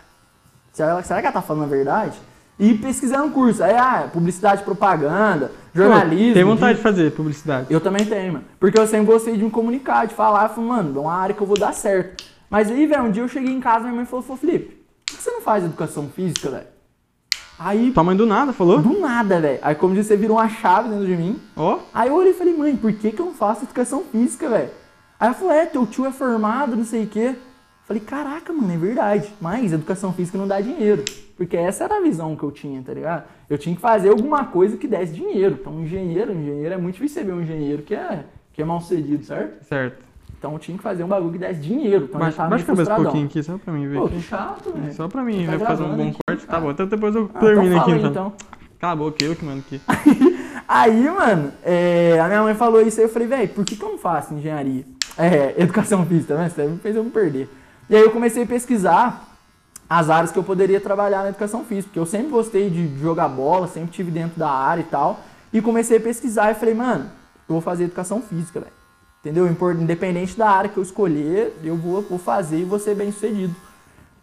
Será, será que ela tá falando a verdade? E pesquisando curso. Aí, ah, publicidade, e propaganda, Pô, jornalismo. Tem vontade de fazer publicidade. Eu também tenho, mano. Porque eu sempre gostei de me comunicar, de falar. Eu falei, mano, é uma área que eu vou dar certo. Mas aí, velho, um dia eu cheguei em casa minha mãe falou, falou, Felipe, por que você não faz educação física, velho? Aí, Tua mãe do nada falou? do nada, velho. Aí, como disse, você virou uma chave dentro de mim. Ó. Aí eu olhei e falei, mãe, por que, que eu não faço educação física, velho? Aí ela falou, é, teu tio é formado, não sei o quê. Falei, caraca, mano, é verdade. Mas educação física não dá dinheiro. Porque essa era a visão que eu tinha, tá ligado? Eu tinha que fazer alguma coisa que desse dinheiro. Então, um engenheiro, um engenheiro é muito difícil você ver um engenheiro que é, que é mal sucedido, certo? Certo. Então eu tinha que fazer um bagulho que desse dinheiro. Então eu Baixa, tava baixa meio a cabeça um frustradão. pouquinho aqui, só pra mim ver. Pô, aqui. que chato, velho. Só pra mim Tá ver, fazer um gravando bom aqui, corte. Tá cara. bom, então depois eu Ah, termino então aqui fala aí, então. então. Ah, Cala a boca, eu que mando aqui. Aí, mano, é, a minha mãe falou isso aí eu falei, velho, por que, que eu não faço engenharia? É, educação física, né? Você fez eu me perder. E aí eu comecei a pesquisar as áreas que eu poderia trabalhar na educação física, porque eu sempre gostei de jogar bola, sempre tive dentro da área e tal. E comecei a pesquisar e falei, mano, eu vou fazer educação física, velho. Entendeu? Impor- Independente da área que eu escolher, eu vou, vou fazer e vou ser bem sucedido.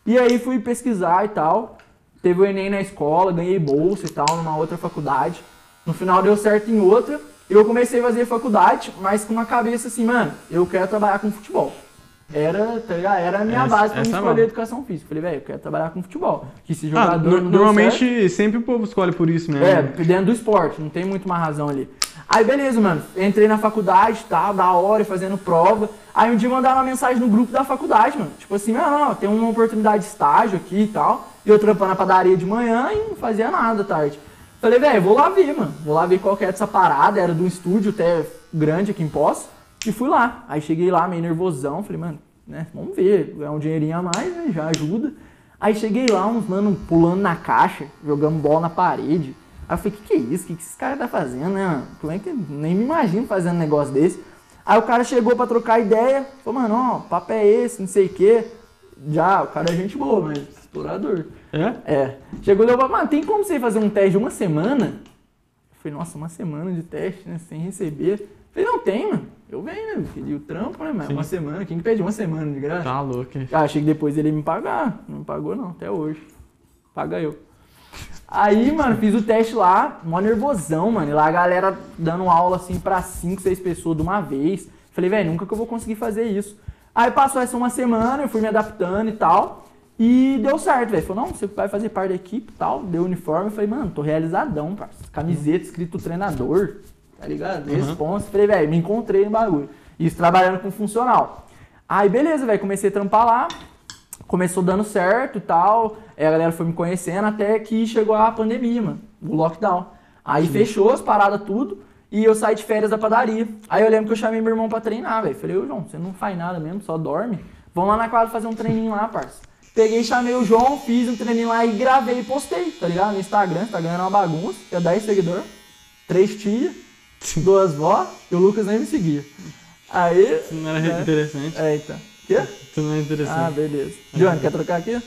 E aí fui pesquisar e tal. Teve o Enem na escola, ganhei bolsa e tal, numa outra faculdade. No final deu certo em outra. Eu comecei a fazer faculdade, mas com uma cabeça assim, mano, eu quero trabalhar com futebol. Era, tá ligado? era a minha Essa- base pra eu essa é escolher bom. educação física. Falei, velho, eu quero trabalhar com futebol. Que se Ah, jogador. no- não deu normalmente né? certo- sempre o povo escolhe por isso mesmo. é, dentro do esporte, não tem muito mais razão ali. Aí beleza, mano. Entrei na faculdade, tá, da hora, fazendo prova. Aí um dia mandaram uma mensagem no grupo da faculdade, mano. Tipo assim, ah, tem uma oportunidade de estágio aqui e tal. E eu trampando na padaria de manhã e não fazia nada à tarde. Falei, velho, vou lá ver, mano. Vou lá ver qual que é essa parada. Era de um estúdio até grande aqui em Poço. E fui lá. Aí cheguei lá meio nervosão. Falei, mano, né, vamos ver. É um dinheirinho a mais, né, já ajuda. Aí cheguei lá, uns mano pulando na caixa, jogando bola na parede. Aí eu falei, que que é isso? Que que esse cara tá fazendo, né? mano? Como é que nem me imagino fazendo um negócio desse? Aí o cara chegou pra trocar ideia, falou, mano, ó, o papo é esse, não sei o quê. Já, o cara é gente boa, mas explorador. É? É. Chegou e falou, mano, tem como você fazer um teste de uma semana? Eu falei, nossa, uma semana de teste, né? Sem receber. Eu falei, não tem, mano. Eu venho, né? Pedi o trampo, né, mano? Sim. Uma semana, quem que pede uma semana de graça? Tá louco. hein? Ah, achei que depois ele ia me pagar. Não me pagou não, até hoje. Paga eu. Aí, mano, fiz o teste lá, mó nervosão, mano. E lá a galera dando aula assim pra 5, 6 pessoas de uma vez. Falei, velho, nunca que eu vou conseguir fazer isso. Aí passou essa uma semana, eu fui me adaptando e tal. E deu certo, velho. Falou, não, você vai fazer parte da equipe e tal. Deu uniforme. Eu falei, mano, tô realizadão, parça. Camiseta escrito treinador, tá ligado? Responsa. Falei, velho, me encontrei no bagulho. Isso trabalhando com funcional. Aí, beleza, velho, comecei a trampar lá. Começou dando certo e tal. Aí a galera foi me conhecendo até que chegou a pandemia, mano. O lockdown. Aí fechou as paradas tudo. E eu saí de férias da padaria. Aí eu lembro que eu chamei meu irmão pra treinar, velho. Falei, ô João, você não faz nada mesmo, só dorme. Vamos lá na quadra fazer um treininho lá, parça. Peguei, chamei o João, fiz um treininho lá e gravei e postei, tá ligado? No Instagram, Instagram era uma bagunça. Eu 10 seguidores, três tias, duas vó e o Lucas nem me seguia. Aí. Isso não era interessante. É, então. Quê? Isso não era interessante. Ah, beleza. Johnny, quer trocar aqui?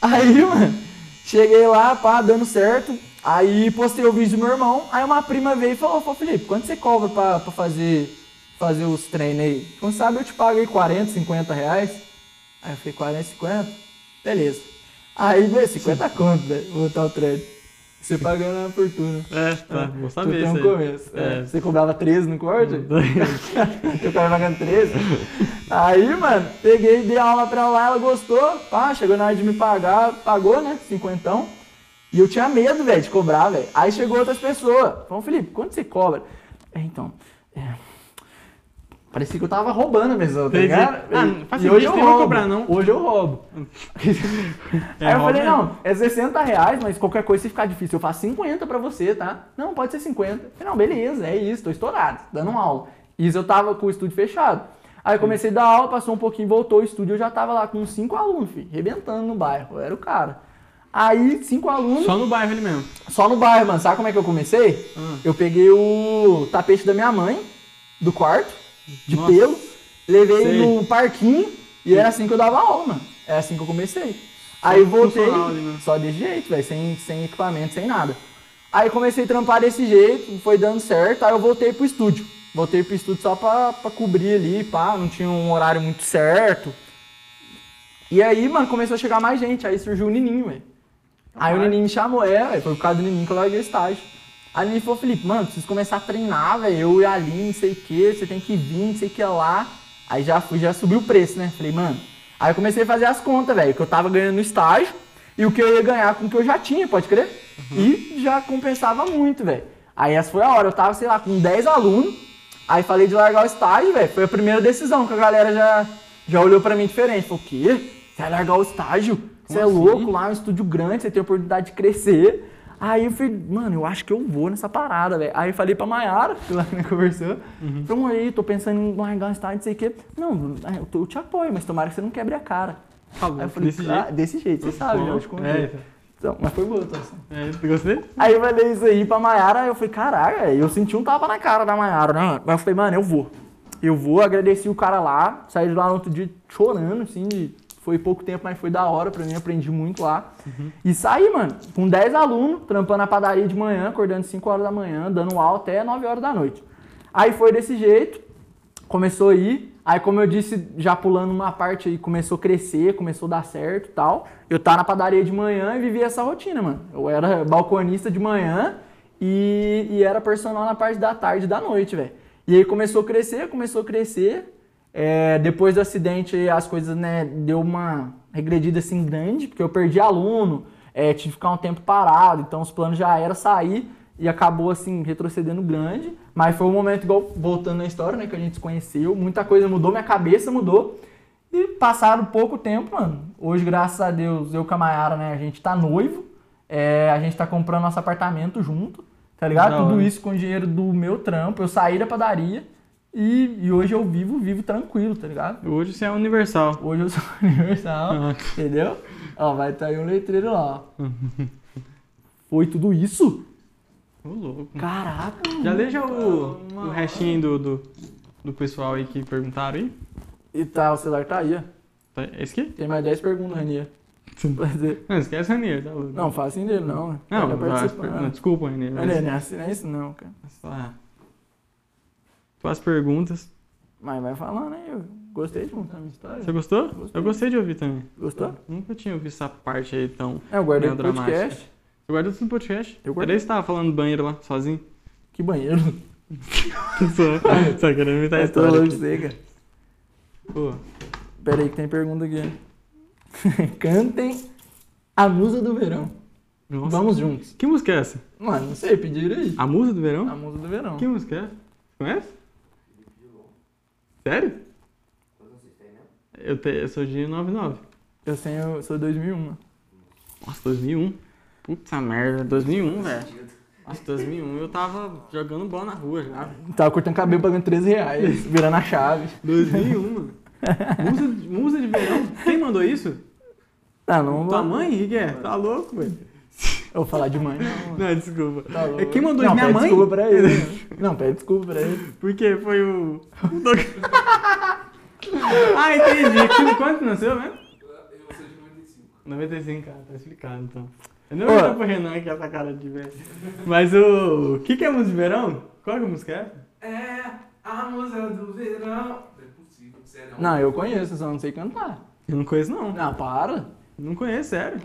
Aí, mano, cheguei lá, pá, dando certo. Aí postei o vídeo do meu irmão. Aí uma prima veio e falou, pô, Felipe, quanto você cobra pra, pra fazer, fazer os treinos aí? Não sabe, eu te pago aí 40, 50 reais. Aí eu falei, 40, 50? Beleza. Aí, velho, 50 conto, velho, vou botar o treino. Você pagando uma fortuna. É, tá. Vou saber Tu tem isso um aí. começo. É. É, Você cobrava 13 no corte? Eu tava pagando 13. Aí, mano, peguei, dei aula pra lá, ela gostou. Pá, chegou na hora de me pagar, pagou, né? Cinquentão. E eu tinha medo, velho, de cobrar, velho. Aí chegou outras pessoas. Falou, Felipe, quanto você cobra? É, então. é, Parecia que eu tava roubando mesmo, tá Entendi. ligado? Ah, E- faz e sentido, hoje eu nem vou roubo. cobrar, não. Hoje eu roubo. É, Aí eu rouba falei, mesmo. não, é 60 reais, mas qualquer coisa se ficar difícil, eu faço 50 pra você, tá? Não, pode ser 50. Eu falei, não, beleza, é isso, tô estourado, dando aula. Isso eu tava com o estúdio fechado. Aí eu comecei a dar aula, passou um pouquinho, voltou o estúdio, eu já tava lá com uns cinco alunos, filho, rebentando no bairro, eu era o cara. Aí, cinco alunos, só, É. Só no bairro ele mesmo. no bairro, mano. Sabe como é que eu comecei? Ah. Eu peguei o tapete da minha mãe, do quarto, de Nossa. pelo, levei Sei. no parquinho e era assim que eu dava aula, mano. Era assim que eu comecei. Aí eu voltei, funcional ali, né? só desse jeito, velho, sem, sem equipamento, sem nada. Aí comecei a trampar desse jeito, foi dando certo, aí eu voltei pro estúdio. Voltei pro estúdio só pra, pra cobrir ali, pá, não tinha um horário muito certo. E aí, mano, começou a chegar mais gente, aí surgiu o Nininho, velho. Aí o Nininho me chamou, é, velho, foi por causa do Nininho que eu larguei o estágio. Aí ele falou, Felipe, mano, preciso começar a treinar, velho, eu e a Aline, não sei o que, você tem que vir, não sei o que lá. Aí já fui, já subiu o preço, né? Falei, mano. Aí eu comecei a fazer as contas, velho, que eu tava ganhando no estágio e o que eu ia ganhar com o que eu já tinha, pode crer? E já compensava muito, velho. Aí essa foi a hora, eu tava, sei lá, com 10 alunos, Aí falei de largar o estágio, velho. Foi a primeira decisão que a galera já, já olhou pra mim diferente. Falou, o quê? Você vai largar o estágio? Você é assim? louco? Lá é um estúdio grande, você tem a oportunidade de crescer. Aí eu falei, mano, eu acho que eu vou nessa parada, velho. Aí falei pra Mayara, que lá me conversou. Uhum. Falei, mano, aí, tô pensando em largar o estágio, não sei o quê. Não, é, eu, tô- eu te apoio, mas tomara que você não quebre a cara. Falou. Aí eu falei, desse "Ah, jeito. desse jeito, você sabe, né? Eu te Bom, contei. é, Então, mas foi boa, tá? Assim. é, gostei? Aí eu falei isso aí pra Mayara, eu falei, caralho, eu senti um tapa na cara da Mayara, né? Mas eu falei, mano, eu vou. Eu vou, agradeci o cara lá, saí de lá no outro dia chorando, assim, de- foi pouco tempo, mas foi da hora pra mim, aprendi muito lá. E saí, mano, com 10 alunos, trampando na padaria de manhã, acordando 5 horas da manhã, dando aula até 9 horas da noite. Aí foi desse jeito, começou a ir. Aí, como eu disse, já pulando uma parte aí, começou a crescer, começou a dar certo e tal. Eu tava na padaria de manhã e vivia essa rotina, mano. Eu era balconista de manhã e, e era personal na parte da tarde e da noite, velho. E aí começou a crescer, começou a crescer. É, depois do acidente, as coisas, né, deu uma regredida assim grande, porque eu perdi aluno, é, tive que ficar um tempo parado, então os planos já era sair e acabou assim retrocedendo grande. Mas foi um momento igual voltando na história, né, que a gente se conheceu, muita coisa mudou, minha cabeça mudou. E passado pouco tempo, mano. Hoje, graças a Deus, eu com a Mayara, né, a gente tá noivo. é, a gente tá comprando nosso apartamento junto, tá ligado? Da Tudo hora. isso com o dinheiro do meu trampo. Eu saí da padaria e, e hoje eu vivo, vivo tranquilo, tá ligado? Hoje você é universal. Hoje eu sou universal, Ah. entendeu? Ó, vai tá aí um letreiro lá, ó. Foi tudo isso? Ô, louco. Caraca, Já deixa o, o restinho do, do, do pessoal aí que perguntaram aí. E tá, o celular tá aí, ó. Tá, é Esse aqui? Tem mais 10 perguntas, Ranier. Pra dizer- Não, esquece o Ranier, tá louco. Não, faça assim dele, não. né? Não, Tá vai, participando. não, desculpa, Ranier. Não, mas- não, não é assim, não é isso não, cara. Tá. Tuas perguntas. Mas vai falando aí, eu gostei de contar minha história. Você gostou? Gostei. Eu gostei de ouvir também. Gostou? Nunca tinha ouvido essa parte aí tão. É, eu guardei Meio o dramático. podcast. Eu guardei tudo no podcast. Eu Cadê guardei. você tava falando do banheiro lá, sozinho? Que banheiro. só, só querendo imitar a Eu tô Tá história. louco de aqui. você, cara. Pô, Pera aí que tem pergunta aqui. Cantem a musa do verão. nossa. Vamos juntos. Que música é essa? Mano, não sei, pediram aí. A Musa do Verão? A musa do verão. Que música é essa? Conhece? Sério? Eu, te, eu sou de 99. Eu, sei, eu sou 2001. Nossa, 2001. Puta merda, 2001, velho. um. Nossa, 2001 eu tava jogando bola na rua já. velho. Tava cortando cabelo pagando 13 reais, virando a chave. 2001, mano. Musa, de- musa de verão? Quem mandou isso? Ah, não Tua vou, mãe, O que que é? Tá louco, velho. eu vou falar de mãe. Não, Não, desculpa. tá louco. É, Quem mandou não, isso? Minha pede mãe? desculpa pra ele. né? Não, pede desculpa pra ele. Porque foi o. o Doc- ah, entendi. Que- Quanto nasceu mesmo? Eu sou de 95. 95, cara, tá explicado então. Eu não Ô. vou olhar pro Renan com essa cara de velho. Mas o. O que, que é música de verão? Qual que é a música? é? É a musa do verão. Não é possível, sério. Não, eu conheço, só não sei cantar. Eu não conheço, não. Não, para. Não conheço, sério.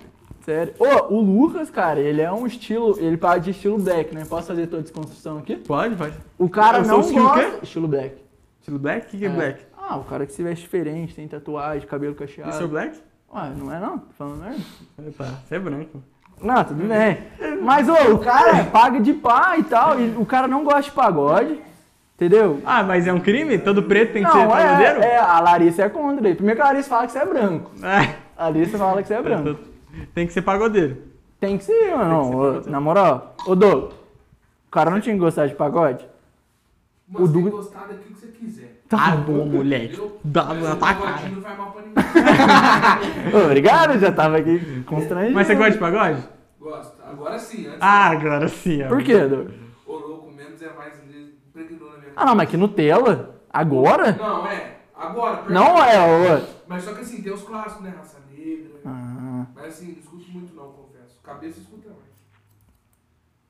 Sério. Ô, o Lucas, cara, ele é um estilo. Ele fala de estilo black, né? Posso fazer toda a desconstrução aqui? Pode, pode. O cara Eu sou não estilo gosta. Estilo black. Estilo black? O que, que é, É. black? Ah, o cara que se veste diferente, tem tatuagem, cabelo cacheado. Isso é black? Ué, não é não? Tô falando merda? Uhum. Ah, Tá, você é branco. Não, tudo bem. Mas, ô, o cara é paga de pá e tal. E o cara não gosta de pagode. Entendeu? Ah, mas é um crime? Todo preto tem que ser Não, pagodeiro? é, é, a Larissa é contra. aí. Primeiro que a Larissa fala que você é branco. Ah, então, A Larissa fala que você é branco. Tem que ser pagodeiro. Tem que ser, mano. ser Ô, pagodeiro. na moral. Ô, Doug, o cara não tinha que gostar de pagode? Mas O tem Douglas- gostar daquilo que você quiser. Tá bom, moleque. Entendeu? Dá Mas na o tua pagodinho cara. Não faz mal pra ninguém. Obrigado, já tava aqui constrangido. Mas você gosta de pagode? Gosto. Agora sim, antes. Ah, agora sim. ó. Por quê, Douglas? O louco menos é mais impregnou na minha Ah, não, mas que Nutella? Agora? Não, é. Agora. perdão. Não é, ô. Mas só que assim, tem os clássicos, né? Raça Negra. Ah, Mas assim, não escuto muito não, confesso. Cabeça escuta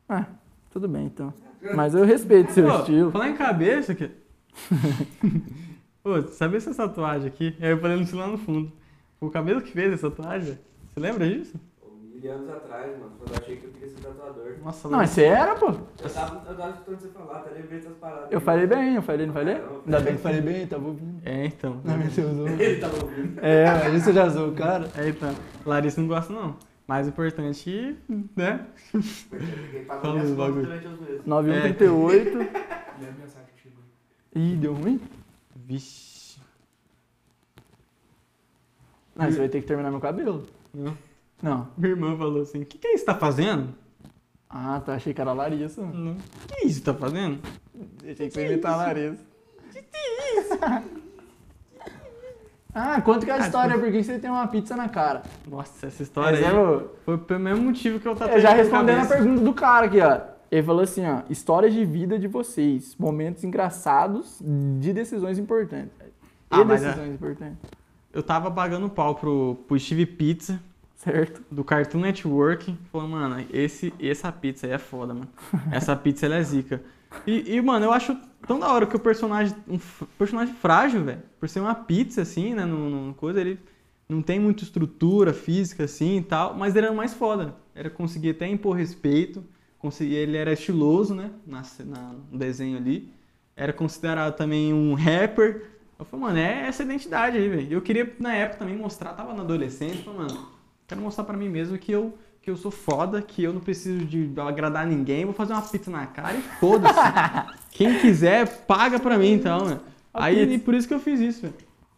mais. ah, tudo bem então. Mas eu respeito seu Pô, estilo. Falar em cabeça, que. Pô, sabia essa tatuagem aqui? Aí eu falei no lá no fundo. O cabelo que fez essa tatuagem? Você lembra disso? Mil anos atrás, mano, quando eu achei que eu queria ser tatuador. Nossa, Não, mas você era, pô. Eu tava, eu tava escutando você falar, tá lembrando essas paradas. Eu aí. falei bem, eu falei, não falei? Ainda bem que falei bem, tava ouvindo. É, então. Não, mas você usou. Ele tava ouvindo. É, mas isso já usou, cara. É, então. Larissa não gosta, não. Mas o importante, né? Ninguém pagou Fala minhas os contas bagulho. durante os meses. 9138. Lê a mensagem que chegou. aí. É. Ih, deu ruim? Vixe. Não, você vai ter que terminar meu cabelo. Não. Não. Minha irmã falou assim: O que, que é isso que tá fazendo? Ah, tá, achei que era a Larissa. Não. O que é isso que tá fazendo? Achei que é você ia imitar a Larissa. é Ah, conta que é a história, por que você tem uma pizza na cara? Nossa, essa história Essa é aí o- foi pelo mesmo motivo que eu tatuei. Eu É, já minha respondendo a cabeça. pergunta do cara aqui, ó. Ele falou assim, ó, histórias de vida de vocês, momentos engraçados de decisões importantes. E Ah, mas é- decisões importantes, Eu tava pagando pau pro, pro Steve Pizza. certo? do Cartoon Network, falou, mano, esse, essa pizza aí é foda, mano. Essa pizza ela é zica. E, e, mano, eu acho tão da hora que o personagem. Um f- personagem frágil, velho. Por ser uma pizza, assim, né? Num, num coisa, ele não tem muita estrutura física, assim e tal. Mas ele era o mais foda. Era conseguir até impor respeito. Conseguia, ele era estiloso, né? Na, ce- na- no desenho ali. Era considerado também um rapper. Eu falei, mano, é essa identidade aí, velho. Eu queria, na época, também mostrar, tava na adolescência, falei, mano, quero mostrar pra mim mesmo que eu, que eu sou foda, que eu não preciso de agradar ninguém, vou fazer uma pizza na cara e foda-se. Quem quiser, paga pra mim então, né? A Aí pizza. e por isso que eu fiz isso, velho.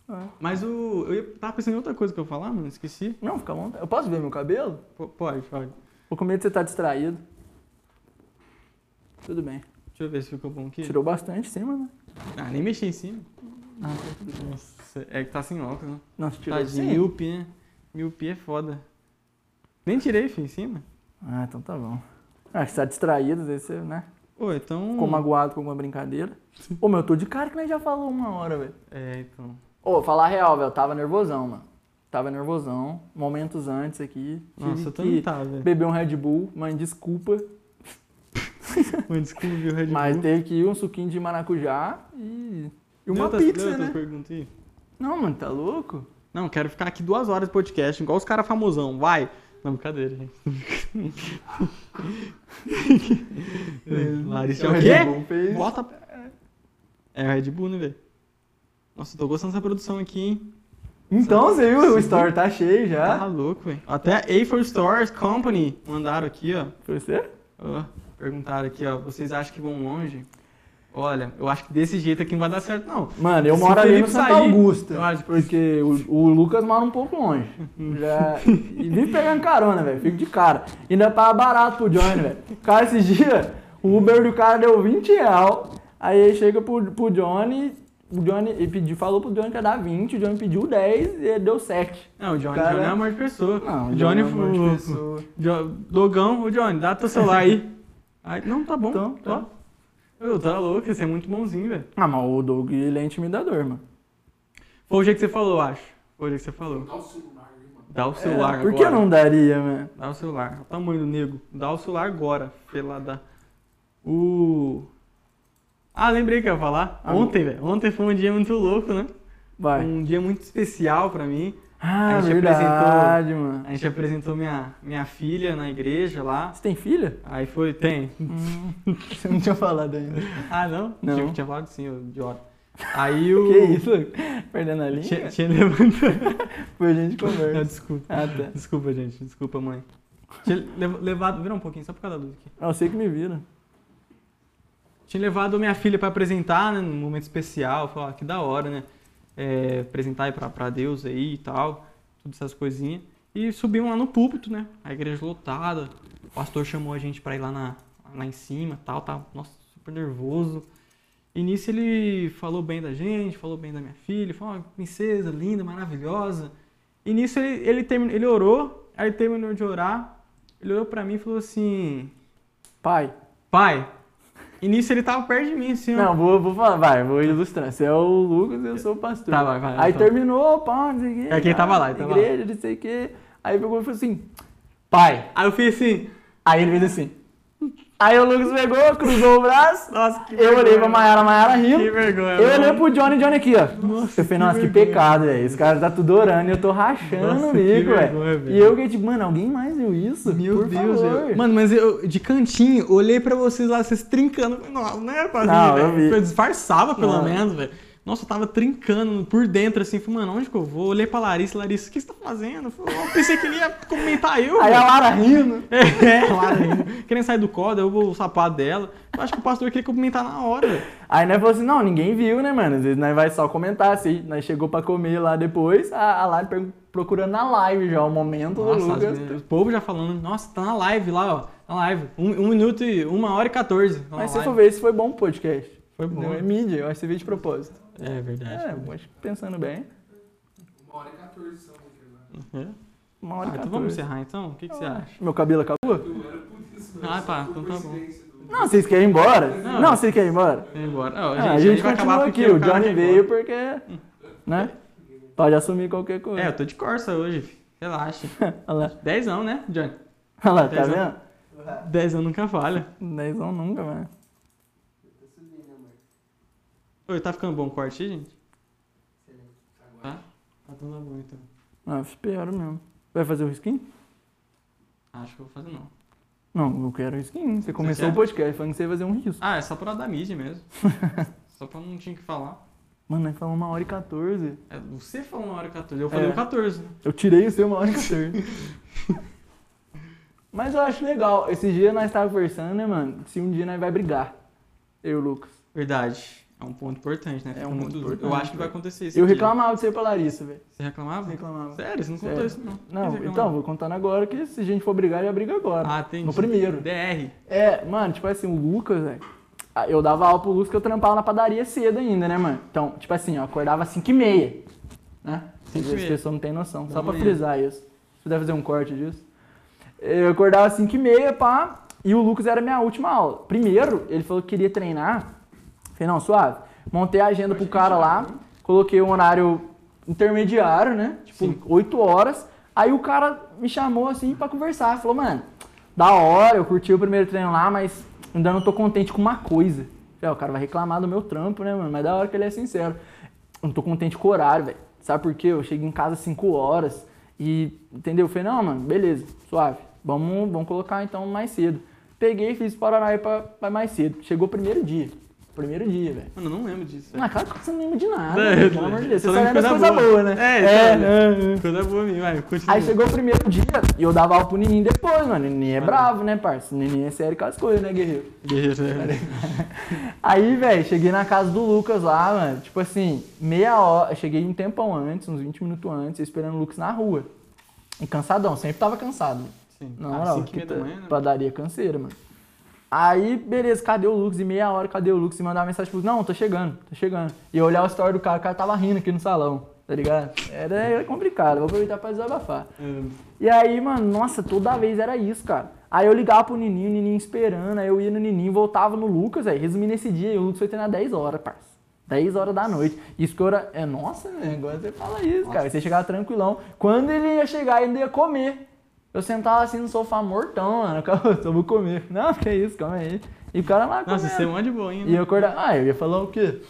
Ah. Mas o. Eu ia- tava pensando em outra coisa que eu ia falar, mano, esqueci. Não, fica à vontade. Eu posso ver meu cabelo? P- pode, pode. Tô com medo de você estar distraído. Tudo bem. Deixa eu ver se ficou bom aqui. Tirou bastante em cima, né? Ah, nem mexi em cima. Ah, tá tudo bem. Nossa, é que tá sem óculos, né? Nossa, tirou Tá de de cima? miopia, né? Miopia é foda. Nem tirei, filho, em cima. Ah, então tá bom. Ah, você tá distraído, às vezes você, né? Pô, então. Ficou magoado com alguma brincadeira. Ô, meu, eu tô de cara que nós já falou uma hora, velho. É, então. Ô, falar a real, velho, eu tava nervosão, mano. Tava nervosão, momentos antes aqui. tive Nossa, eu também que tá, velho. beber um Red Bull, mano, desculpa. Mano, descobri o Red Bull. Mas teve que ir um suquinho de maracujá e, e Deu uma outras- deu pizza, outras né? perguntas aí? Não, mano, tá louco? Não, quero ficar aqui duas horas de podcast, igual os caras famosão, vai! Não, brincadeira, gente. É, Larissa, é o quê? Bota... É o Red Bull, né, velho? Nossa, eu tô gostando dessa produção aqui, hein? Então, você viu? O store tá cheio Tá já. louco, velho. Até a for Stores Company mandaram aqui, ó. Foi você? Ó, Perguntaram aqui, ó. Vocês acham que vão longe? Olha, eu acho que desse jeito aqui não vai dar certo, não. Mano, eu Se moro o ali no Felipe Santa sair, Augusta. eu acho que- Porque o, o Lucas mora um pouco longe. Já... E vim pegando carona, velho. Fico de cara. Ainda tava barato pro Johnny, velho. O Cara, esses dias, o Uber do cara deu 20 real. Aí ele chega pro, pro Johnny. O Johnny ele pediu, falou pro Johnny que ia dar 20, o Johnny pediu 10 e ele deu 7. Não, o Johnny, Cara- Johnny é amor de pessoa. Não, o Johnny, Johnny é amor de o- pessoa. Jo- Dogão, ô Johnny, dá teu celular aí. Aí, não, tá bom. Então, tá. Ó. Ô, tá louco, você é muito bonzinho, velho. Ah, mas o Doug ele é intimidador, mano. Foi o jeito que você falou, acho. Foi o jeito que você falou. Dá o celular, hein, mano. Dá o celular É, por que agora. eu não daria, mano? Dá o celular. Olha O tamanho do nego. Dá o celular agora. Pela da. O. Ah, lembrei o que eu ia falar. Ah, Ontem, velho. Ontem foi um dia muito louco, né? Vai. Um dia muito especial pra mim. Ah, a gente verdade, mano. A gente apresentou minha, minha filha na igreja lá. Você tem filha? Aí foi, tem. Hum. Você não tinha falado ainda. Ah, não? Não. Tinha, tinha falado sim, ô idiota. Aí o. Que isso? Perdendo a linha? Tinha, tinha levantado. Depois a gente Não, conversa. desculpa. Ah, tá. Desculpa, gente. Desculpa, mãe. Tinha lev- levado. Vira um pouquinho, só por causa da luz aqui. Ah, Eu sei que me vira. Tinha levado minha filha pra apresentar, né? Num momento especial. Falar, ah, que da hora, né? É, apresentar aí pra, pra Deus aí e tal. Todas essas coisinhas. E subimos lá no púlpito, né? A igreja lotada. O pastor chamou a gente pra ir lá, na, lá em cima e tal. Tava, nossa, super tá, nervoso. E E nisso ele falou bem da gente, falou bem da minha filha, falou, "Ó, princesa linda, maravilhosa. E nisso ele, ele, terminou, ele orou, aí terminou de orar, ele olhou pra mim e falou assim, Pai. pai. E nisso ele tava perto de mim, assim, ó. Não, vou, vou falar, vai, vou ilustrar. Você é o Lucas, eu sou o pastor. Tá, vai, vai, Aí então. terminou, pá, não sei o quê. É que ele tava lá, ah, ele tava lá. Igreja, não sei o quê. Aí pegou e falou assim, pai. Aí eu fiz assim, Aí ele fez assim. Aí o Lucas pegou, cruzou o braço. nossa, que Eu olhei pra vergonha. Mayara, Mayara rindo. Que vergonha. Eu mano. olhei pro Johnny Johnny aqui, ó. Nossa, eu falei, nossa, que, vergonha. pecado, velho. Esse cara tá tudo orando e eu tô rachando Nossa, o que bico, vergonha, velho. velho. E eu que tipo, mano, alguém mais viu isso? Meu Por Deus, favor. velho. Mano, mas eu, de cantinho, olhei pra vocês lá, vocês trincando. Não, não era pra Não, mim, eu velho. vi. Eu disfarçava, pelo Não. menos, velho. Nossa, eu tava trincando por dentro, assim. Falei, mano, onde que eu vou? Olhei pra Larissa, Larissa, o que você tá fazendo? Eu falei, "Ó, pensei que ele ia comentar eu, Aí velho. a Lara rindo. É, Lara ainda. Querendo sair do coda, eu vou o sapato dela. Eu acho que o pastor queria comentar na hora, velho. Aí nós falou assim, não, ninguém viu, né, mano? Às vezes nós vai só comentar, assim. Nós chegou pra comer lá depois, a, a Lara per- procurando na live já o momento do Nossa, Lucas. as meninas- o povo já falando, nossa, tá na live lá, ó. Na live. Um, um minuto e uma hora e 14. Tá na Mas se live. for ver, isso foi bom podcast. Foi bom. Não é mídia, eu acho que você veio de propósito. É verdade. É, eu acho que pensando bem, Uma hora e 14 são né? aqui agora. É. uma Ah, hora e então 14. vamos encerrar então? O que, que você acha? Meu cabelo acabou? Eu era por isso, mas Ah, tá, por então tá bom. coincidência do- Não, vocês querem ir embora? Não. não vocês querem ir embora? Vem embora. Ó, Ah, a gente, continua aqui, o cara Johnny quer ir veio embora. porque, né? Pode assumir qualquer coisa. É, eu tô de Corsa hoje, filho. relaxa. Olha lá, Dezão, né, Johnny? olha lá tá Dez anos. vendo? Dezão nunca falha. Dezão nunca, mano. Tá subindo, amor. Oi, tá ficando bom o corte aí, gente? Excelente. Tá? Tá tudo bom então. Nossa, pior mesmo. Vai fazer um o skin? Acho que eu vou fazer não. Não, eu quero skin. Você começou quer? o podcast falando que você ia fazer um risco. Ah, é só pra dar mídia mesmo. só pra não tinha o que falar. Mano, nós falamos uma hora e 14. É, Você falou uma hora e 14, eu falei É. o 14. Eu tirei o seu uma hora e 14. Mas eu acho legal. Esse dia nós tava conversando, né, mano? Se um dia nós vai brigar. Eu e o Lucas. Verdade. É um ponto importante, né? É Fica um muito ponto duro. Eu importante, acho que vai acontecer isso. Eu aqui. né? reclamava de você pra Larissa, velho. Você reclamava? Reclamava. Sério? Você não contou Sério. isso, não? Não, Você reclamava? então, vou contando agora que se a gente for brigar, já briga agora. Ah, tem. No primeiro. DR. É, mano, tipo assim, o Lucas, velho. ah, Eu dava aula pro Lucas que eu trampava na padaria cedo ainda, né, mano? Então, tipo assim, eu acordava às 5h30. Né? Às Cinco e vezes As meia. pessoas não têm noção. Da só pra manhã. frisar isso. Se puder fazer um corte disso. Eu acordava às 5h30, pá. E o Lucas era minha última aula. Primeiro, ele falou que queria treinar. Falei, não, suave. Montei a agenda pro cara lá. Coloquei um horário intermediário, né? Tipo, Sim. 8 horas. Aí o cara me chamou assim pra conversar. Falou, mano, da hora, eu curti o primeiro treino lá, mas ainda não tô contente com uma coisa. Falei, "Ah, o cara vai reclamar do meu trampo, né, mano? Mas da hora que ele é sincero. Eu não tô contente com o horário, velho. Sabe por quê? Eu chego em casa às 5 horas e, entendeu? Eu falei, não, mano, beleza, suave. Vamos, vamos colocar então mais cedo. Peguei e fiz Paraná pra, pra mais cedo. Chegou o primeiro dia. Primeiro dia, velho. Mano, eu não lembro disso. velho. Ah, claro que você não lembra de nada, É, né? pelo amor de Deus. Você só só lembro lembra das coisa coisas boa. boas, né? É, então, é, é. Coisa boa minha, vai, continua. Aí chegou o primeiro dia e eu dava aula pro Nininho depois, mano. O Nininho é Mano. bravo, né, parça? O Nininho é sério com as coisas, né, guerreiro? Guerreiro, né? Aí, velho, cheguei na casa do Lucas lá, mano. Tipo assim, meia hora. eu Cheguei um tempão antes, uns 20 minutos antes, esperando o Lucas na rua. E cansadão, sempre tava cansado. mano. Sim. Na Ah, moral, cinco e que meia da tá- manhã, né? padaria canseira, mano. Aí, beleza, cadê o Lucas? E meia hora, cadê o Lucas? E mandar mensagem pro Lucas, não, tô chegando, tô chegando. E eu olhar o story do cara, o cara tava rindo aqui no salão, tá ligado? Era, era complicado, vou aproveitar pra desabafar. É, E aí, mano, nossa, toda vez era isso, cara. Aí eu ligava pro Nininho, o Nininho esperando, aí eu ia no Nininho, voltava no Lucas, aí resumindo esse dia, e o Lucas foi treinar 10 horas, parça. 10 horas da noite. Isso que eu era. É, nossa, né? agora você fala isso, cara. Você chegava tranquilão. Quando ele ia chegar, ele ia comer. Eu sentava assim no sofá mortão, mano. Eu só vou comer. Não, que isso, calma aí. E o cara lá comendo. Nossa, você é Ah, mó de boa, hein? E eu acordava. Ah, eu ia falar o quê?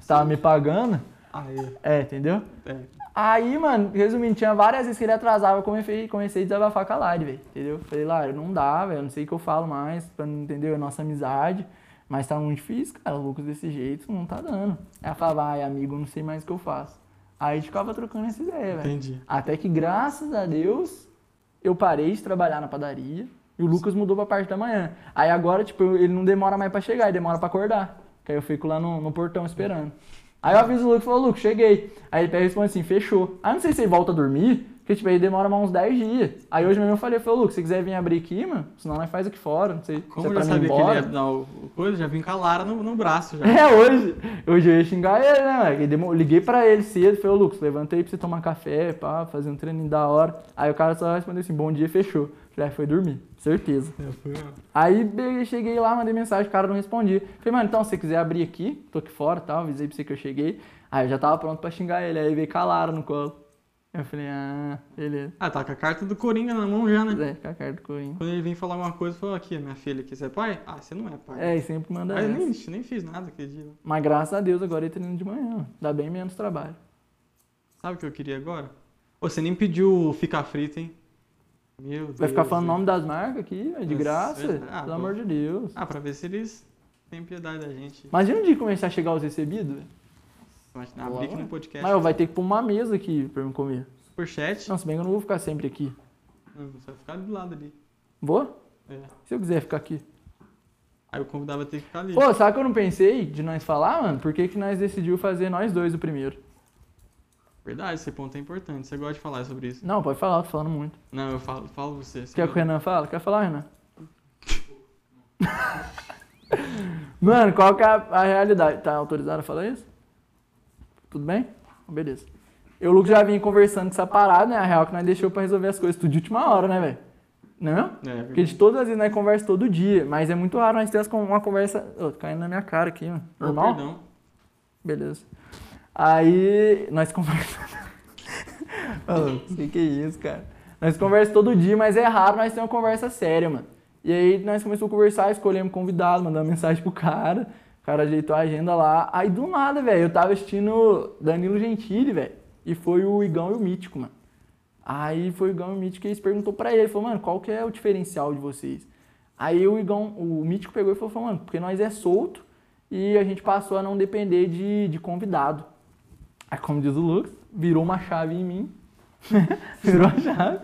Você tava me pagando? Aí, É, entendeu? é. Aí, mano, resumindo, tinha várias vezes que ele atrasava, eu comecei, comecei a desabafar com a Lari, velho. Entendeu? Falei, Lari, não dá, velho. Não sei o que eu falo mais, pra não entender a nossa amizade. Mas tá muito difícil, cara. O Lucas desse jeito não tá dando. Aí ela falava, ai, amigo, não sei mais o que eu faço. Aí a gente ficava trocando essa ideia, velho. Entendi. Até que, graças a Deus, eu parei de trabalhar na padaria e o Lucas mudou pra parte da manhã. Aí agora, tipo, eu- ele não demora mais pra chegar, ele demora pra acordar. Que aí eu fico lá no, no portão Ah, esperando. Aí eu aviso o Lucas e falo, Lucas, cheguei. Aí ele pega e responde assim, fechou. Aí eu não sei se ele volta a dormir, Porque, tipo, aí demora mais uns 10 dias. Aí hoje mesmo eu falei, falei, Lucas, se quiser vir abrir aqui, mano, senão nós faz aqui fora, não sei Como se é eu pra já mim ir sabia que ele ia embora. dar o o coisa, já vim com a Lara no, no braço já. É, hoje. Hoje eu ia xingar ele, né, velho? Ele demo- Liguei pra ele cedo, falei, ô Lucas, levantei pra você tomar café, pá, fazer um treininho da hora. Aí o cara só respondeu assim, bom dia, fechou. Falei, ah, foi dormir, certeza. É, foi uma- Aí be- cheguei lá, mandei mensagem, o cara não respondia. Falei, mano, então, se você quiser abrir aqui, tô aqui fora e tal, avisei pra você que eu cheguei. Aí eu já tava pronto pra xingar ele, aí veio calara no colo. Eu falei, ah, beleza. Ah, tá com a carta do Coringa na mão já, né? É, com a cara do Corinthians. Quando ele vem falar uma coisa, falou aqui, minha filha, aqui, você é pai? Ah, você não é pai. É, e sempre manda Aí eu essa. nem, nem fiz nada aquele dia. Mas graças a Deus agora ele treina de manhã, ó. dá bem menos trabalho. Sabe o que eu queria agora? Ô, você nem pediu ficar frito, hein? Meu Deus. Vai ficar falando o velho. nome das marcas aqui, é de Nossa, graça, verdade. Ah, pelo pô. amor de Deus. Ah, pra ver se eles têm piedade da gente. Imagina o dia que começar a chegar os recebidos, velho. Imagina, Boa, abrir aqui né? no podcast. Mas eu vai ter que pôr uma mesa aqui pra eu comer. Superchat. Não, se bem que eu não vou ficar sempre aqui. Não, você vai ficar do lado ali. Vou? É. Se eu quiser ficar aqui. Aí o convidado vai ter que ficar ali. Pô, sabe o que eu não pensei de nós falar, mano? Por que, que nós decidiu fazer nós dois o primeiro? Verdade, esse ponto é importante. Você gosta de falar sobre isso. Não, pode falar, eu tô falando muito. Não, eu falo, falo você. Quer você que é o gosta. Renan fala? Quer falar, Renan? mano, qual que é a, a realidade? Tá autorizado a falar isso? Tudo bem? Beleza. Eu e o Lucas já vinha conversando com essa parada, né? A real que nós deixou pra resolver as coisas tudo de última hora, né, velho? Não é mesmo? É, Porque de todas as vezes nós conversamos todo dia, mas é muito raro nós termos com- uma conversa. Ô, tá caindo na minha cara aqui, mano. Oh, Normal? perdão. Beleza. Aí nós conversamos. Ô, que que é isso, cara? Nós conversamos todo dia, mas é raro nós ter uma conversa séria, mano. E aí nós começamos a conversar, escolhemos um convidado, mandamos mensagem pro cara. O cara ajeitou a agenda lá. Aí do nada, velho, eu tava assistindo Danilo Gentili, velho. E foi o Igão e o Mítico, mano. Aí foi o Igão e o Mítico que eles perguntou pra ele, falou, mano, qual que é o diferencial de vocês? Aí o Igão, o Mítico pegou e falou, falou, mano, porque nós é solto e a gente passou a não depender de, de convidado. Aí, como diz o Lucas, virou uma chave em mim. virou a chave.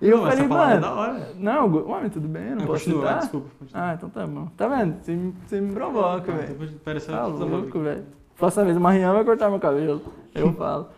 E eu Não, falei, essa palavra é mano, da hora. não, go- homem, tudo bem, eu não Não, posso continua, vai, citar? desculpa. Continua. Ah, então tá bom. Tá vendo? Você me, você me provoca, Ah, velho. depois- Pera, só Tá só- só- louco, velho. Próxima vez, o Marian vai cortar meu cabelo. Eu falo.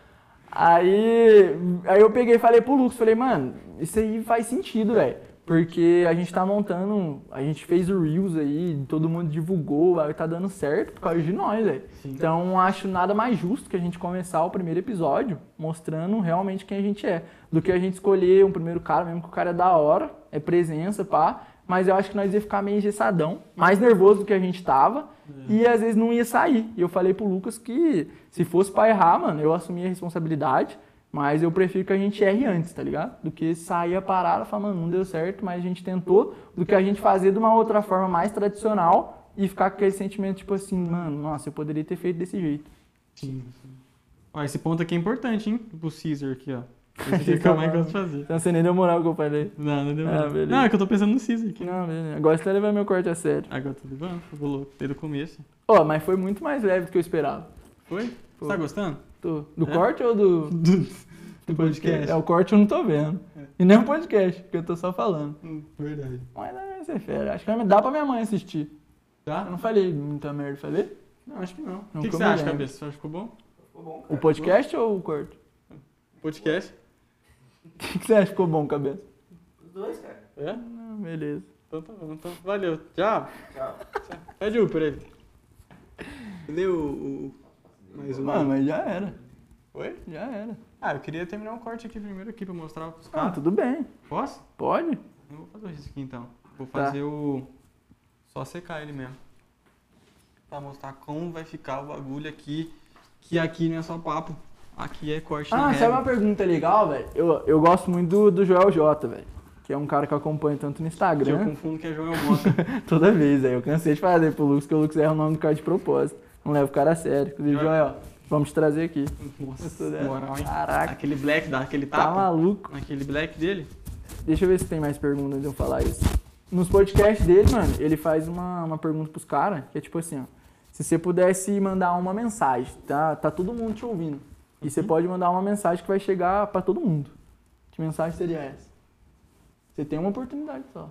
Aí, aí eu peguei e falei pro Lucas, falei, mano, isso aí faz sentido, velho. Porque a gente tá montando, a gente fez o Reels aí, todo mundo divulgou, aí tá dando certo por causa de nós, velho. Sim. Então acho nada mais justo que a gente começar o primeiro episódio mostrando realmente quem a gente é. Do que a gente escolher um primeiro cara, mesmo que o cara é da hora, é presença, pá. Mas eu acho que nós ia ficar meio engessadão, mais nervoso do que a gente tava. E às vezes não ia sair. E eu falei pro Lucas que se fosse pra errar, mano, eu assumia a responsabilidade. Mas eu prefiro que a gente erre antes, tá ligado? Do que sair a parada e falar, mano, não deu certo, mas a gente tentou. Do que a gente fazer de uma outra forma mais tradicional e ficar com aquele sentimento, tipo assim, mano, nossa, eu poderia ter feito desse jeito. Sim. Ó, esse ponto aqui é importante, hein? Pro Caesar aqui, ó. Esse Ele aqui é tá o mais que falando. eu gosto de fazer. Então você nem deu moral que eu falei. Não, não deu Ah, nada. beleza. Não, é que eu tô pensando no Caesar aqui. Não, beleza. Agora você tá levando meu corte a sério. Agora tá eu tô levando, eu vou louco. Desde o começo. Ó, mas foi muito mais leve do que eu esperava. Foi? Foi. Você tá gostando? Tô- Do É? corte ou do, Do, podcast. É, o corte eu não tô vendo. É. E nem o podcast, porque eu tô só falando. Hum, Verdade. Mas deve ser fera. Acho que dá pra minha mãe assistir. Eu Tá? não falei muita merda, falei? Não, acho que não. Não, O que, que como você eu acha, lembro. cabeça? Você acha que ficou bom? Ficou bom, cara. O podcast ou o corte? Podcast? O que, que você acha? Ficou bom, cabeça? Ah, Os dois, cara. É? Não, beleza. Então tá bom. Então, valeu. Tchau. Tchau. Pede Uber aí. Leu o. o- Mais um? uma. Mano, mas já era. Oi? Já era. Ah, eu queria terminar um corte aqui primeiro aqui pra mostrar pros Ah, caras. tudo bem. Posso? Pode? Eu vou fazer isso aqui então. Vou Tá. fazer o. Só secar ele mesmo. Pra mostrar como vai ficar o bagulho aqui. Que aqui não é só papo. Aqui é corte na Ah, régua. sabe uma pergunta legal, velho? Eu, eu gosto muito do, do Joel J, velho. Que é um cara que eu acompanho tanto no Que eu Instagram. confundo que é Joel Mota. Toda vez, aí eu cansei de fazer pro Lucas, que o Lucas erra o nome do cara de propósito. Não leva o cara a sério. Inclusive, Joel. Joel, vamos te trazer aqui. Isso Nossa, dela. moral, hein? Caraca, Aquele black, dá aquele é tá tapa. maluco. aquele black dele. Deixa eu ver se tem mais perguntas antes de eu falar isso. Nos podcasts dele, mano, ele faz uma, uma pergunta pros caras, que é tipo assim, ó. Se você pudesse mandar uma mensagem, tá, tá todo mundo te ouvindo. E você Uhum. pode mandar uma mensagem que vai chegar pra todo mundo. Que mensagem seria essa? Você tem uma oportunidade só.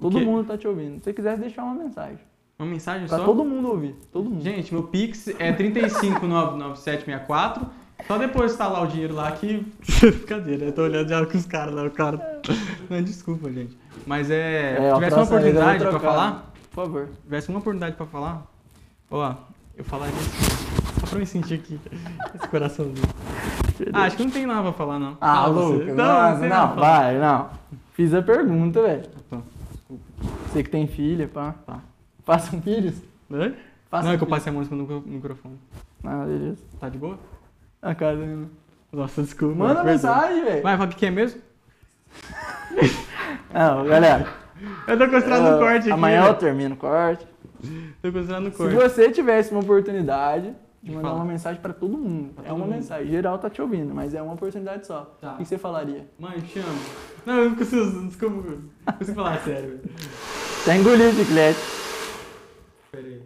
Todo quê? mundo tá te ouvindo. Se você quiser deixar uma mensagem. Uma mensagem Pra só. todo mundo ouvir. Todo mundo. Gente, meu Pix é 359764 Só depois de instalar o dinheiro lá que. Brincadeira, eu tô olhando já com os caras lá, o cara. Não, desculpa, gente. Mas é. É, ó, tivesse uma próxima vez eu vou oportunidade pra trocar. falar. Por favor. Tivesse uma oportunidade pra falar. Ó, eu falaria. assim, Só pra me sentir aqui. Esse coração duro. Ah, acho que não tem nada pra falar, não. Ah, Fala você. Lucas, não, nossa, tem não, nada pra falar. vai, não. Fiz a pergunta, velho. Tá. Você que tem filha, pá. Tá. Façam filhos? Hã? Façam Não, é que eu filhos. passei a mão em cima do micro- microfone. Ah, beleza. Tá de boa? A casa ainda. Nossa, desculpa. Manda perdão. mensagem, velho. Vai, fala o que que é mesmo? Não, Ah, galera. Eu tô concentrado eu- no corte aqui. Ah, né? Amanhã eu velho. termino o corte. Tô concentrado no Se corte. você tivesse uma oportunidade de De mandar falar. uma mensagem pra todo mundo, é todo uma mundo. mensagem. Geral tá te ouvindo, mas é uma oportunidade só. Tá. O que você falaria? Mãe, eu te amo. Não, eu não consigo, não consigo, não consigo falar sério. velho. Tá engolido, chiclete. Pera aí.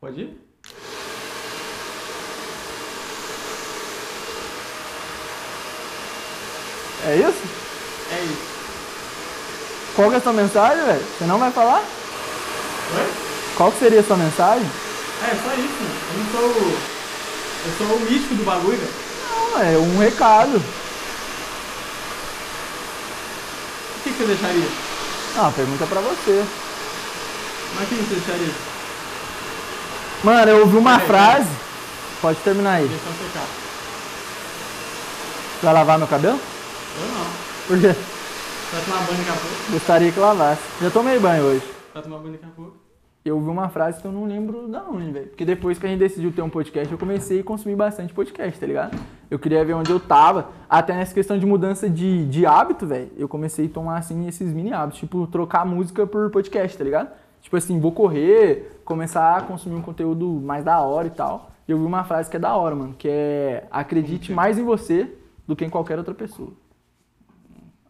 Pode ir? É isso? É isso. Qual que é a sua mensagem, velho? Você não vai falar? Oi? Qual que seria a sua mensagem? É, só isso. Eu não sou. o- Eu sou o místico do bagulho, velho. Não, é um recado. O que, que você deixaria? Ah, a pergunta é pra você. Mas o que você deixaria? Mano, eu ouvi uma Peraí, frase. Pode terminar aí. Deixar secar. Você vai lavar meu cabelo? Eu não. Porque Vai tomar banho daqui a pouco. gostaria que lavasse. Já tomei banho hoje. Vai tomar banho daqui a pouco. Eu ouvi uma frase que eu não lembro da onde, velho. Porque depois que a gente decidiu ter um podcast, eu comecei a consumir bastante podcast, tá ligado? Eu queria ver onde eu tava. Até nessa questão de mudança de, de hábito, velho. Eu comecei a tomar, assim, esses mini hábitos. Tipo, trocar música por podcast, tá ligado? Tipo assim, vou correr, começar a consumir um conteúdo mais da hora e tal. E eu vi uma frase que é da hora, mano. Que é: acredite mais em você do que em qualquer outra pessoa.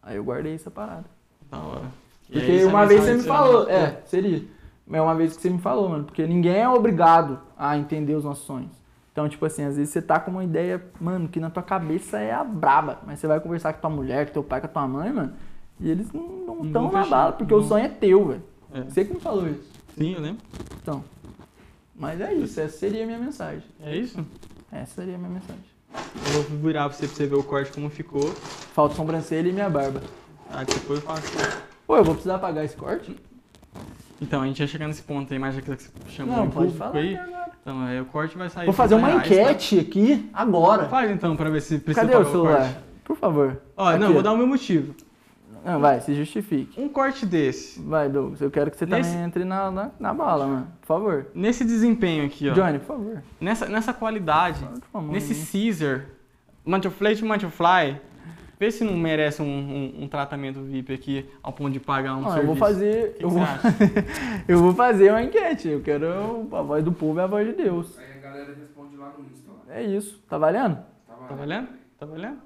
Aí eu guardei essa parada. Da hora. E Porque é isso, uma a vez você mensagem me que manda. falou, é, seria. Mas uma vez que você me falou, mano, porque ninguém é obrigado a entender os nossos sonhos. Então, tipo assim, às vezes você tá com uma ideia, mano, que na tua cabeça é a braba, mas você vai conversar com tua mulher, com teu pai, com tua mãe, mano, e eles não Não estão vão na fechar, bala, porque o não. sonho é teu, velho. É. Você que me falou isso. Sim, eu lembro. Então, mas é isso, essa seria a minha mensagem. É isso. Essa seria a minha mensagem. Eu vou virar pra você, pra você ver o corte como ficou. Falta sobrancelha e minha barba. Aí depois eu faço. Pô, eu vou precisar pagar esse corte? Então, a gente ia chegar nesse ponto aí, mas já que você chamou Não, em pode público falar. aí. até agora. Então, aí o corte vai sair. Vou fazer 30 uma reais, tá? enquete aqui, agora. Faz então, pra ver se precisa Cadê o pagar celular? corte. Por favor. Ó, não, Aqui. vou dar o meu motivo. Não, vai, se justifique. Um corte desse, Vai, Douglas, eu quero que você Nesse- também entre na, na, na bala, mano. Por favor. nesse desempenho aqui, ó. Johnny, por favor. Nessa, nessa qualidade, Fala com a mão nesse aí. Caesar, Mantleflate Mantlefly, vê se não merece um, um- um tratamento VIP aqui ao ponto de pagar um Não, Ah, eu serviço. vou fazer. O que Eu que você vou, acha? eu vou fazer uma enquete. Eu quero. A voz do povo é a voz de Deus. Aí a galera responde lá no Insta. Lá. É isso. Tá valendo? Tá Tá valendo? valendo? Tá valendo?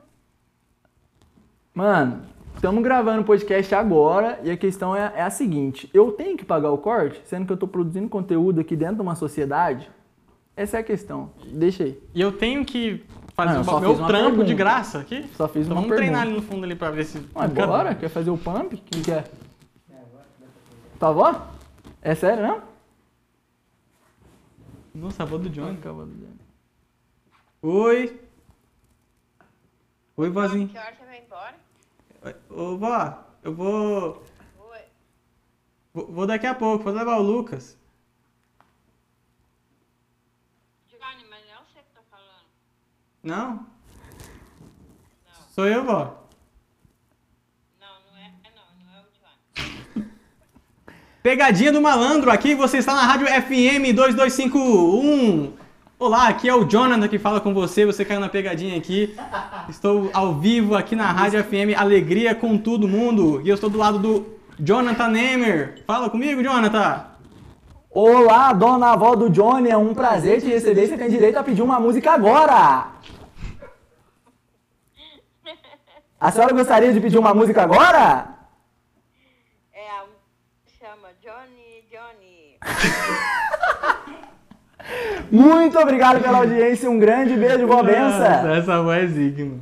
Mano, estamos gravando o podcast agora e a questão é, é a seguinte: eu tenho que pagar o corte, sendo que eu tô produzindo conteúdo aqui dentro de uma sociedade? Essa é a questão. Deixa aí. E eu tenho que fazer Não, Ah, eu o só ba- meu fiz uma trampo pergunta. de graça aqui? Só fiz Então uma pergunta. vamos treinar ali no fundo ali pra ver se... Ué, bora? Quer fazer o pump? Quem quer? Tua avó? É sério, não? Nossa, a voz do Johnny. Johnny. Oi. Oi, vozinha. Que hora você vai embora? Ô, vó, eu vou... Oi. Vou vou daqui a pouco, vou levar o Lucas. Johnny, mas não é você que tá falando. Não? Sou eu, vó. Não, não é, é não, não é o Johnny. Pegadinha do malandro aqui, você está na Rádio FM 2251. Olá, aqui é o Jonathan que fala com você, você caiu na pegadinha aqui. Estou ao vivo aqui na Rádio FM Alegria com todo mundo. E eu estou do lado do Jonathan Nemer. Fala comigo, Jonathan. Olá, dona avó do Johnny, é um prazer te receber. Você tem direito a pedir uma música agora. A senhora gostaria de pedir uma música agora? É a chama Johnny, Johnny. Muito obrigado pela audiência, um grande beijo, vó Nossa, benção. Essa voz é Zigma.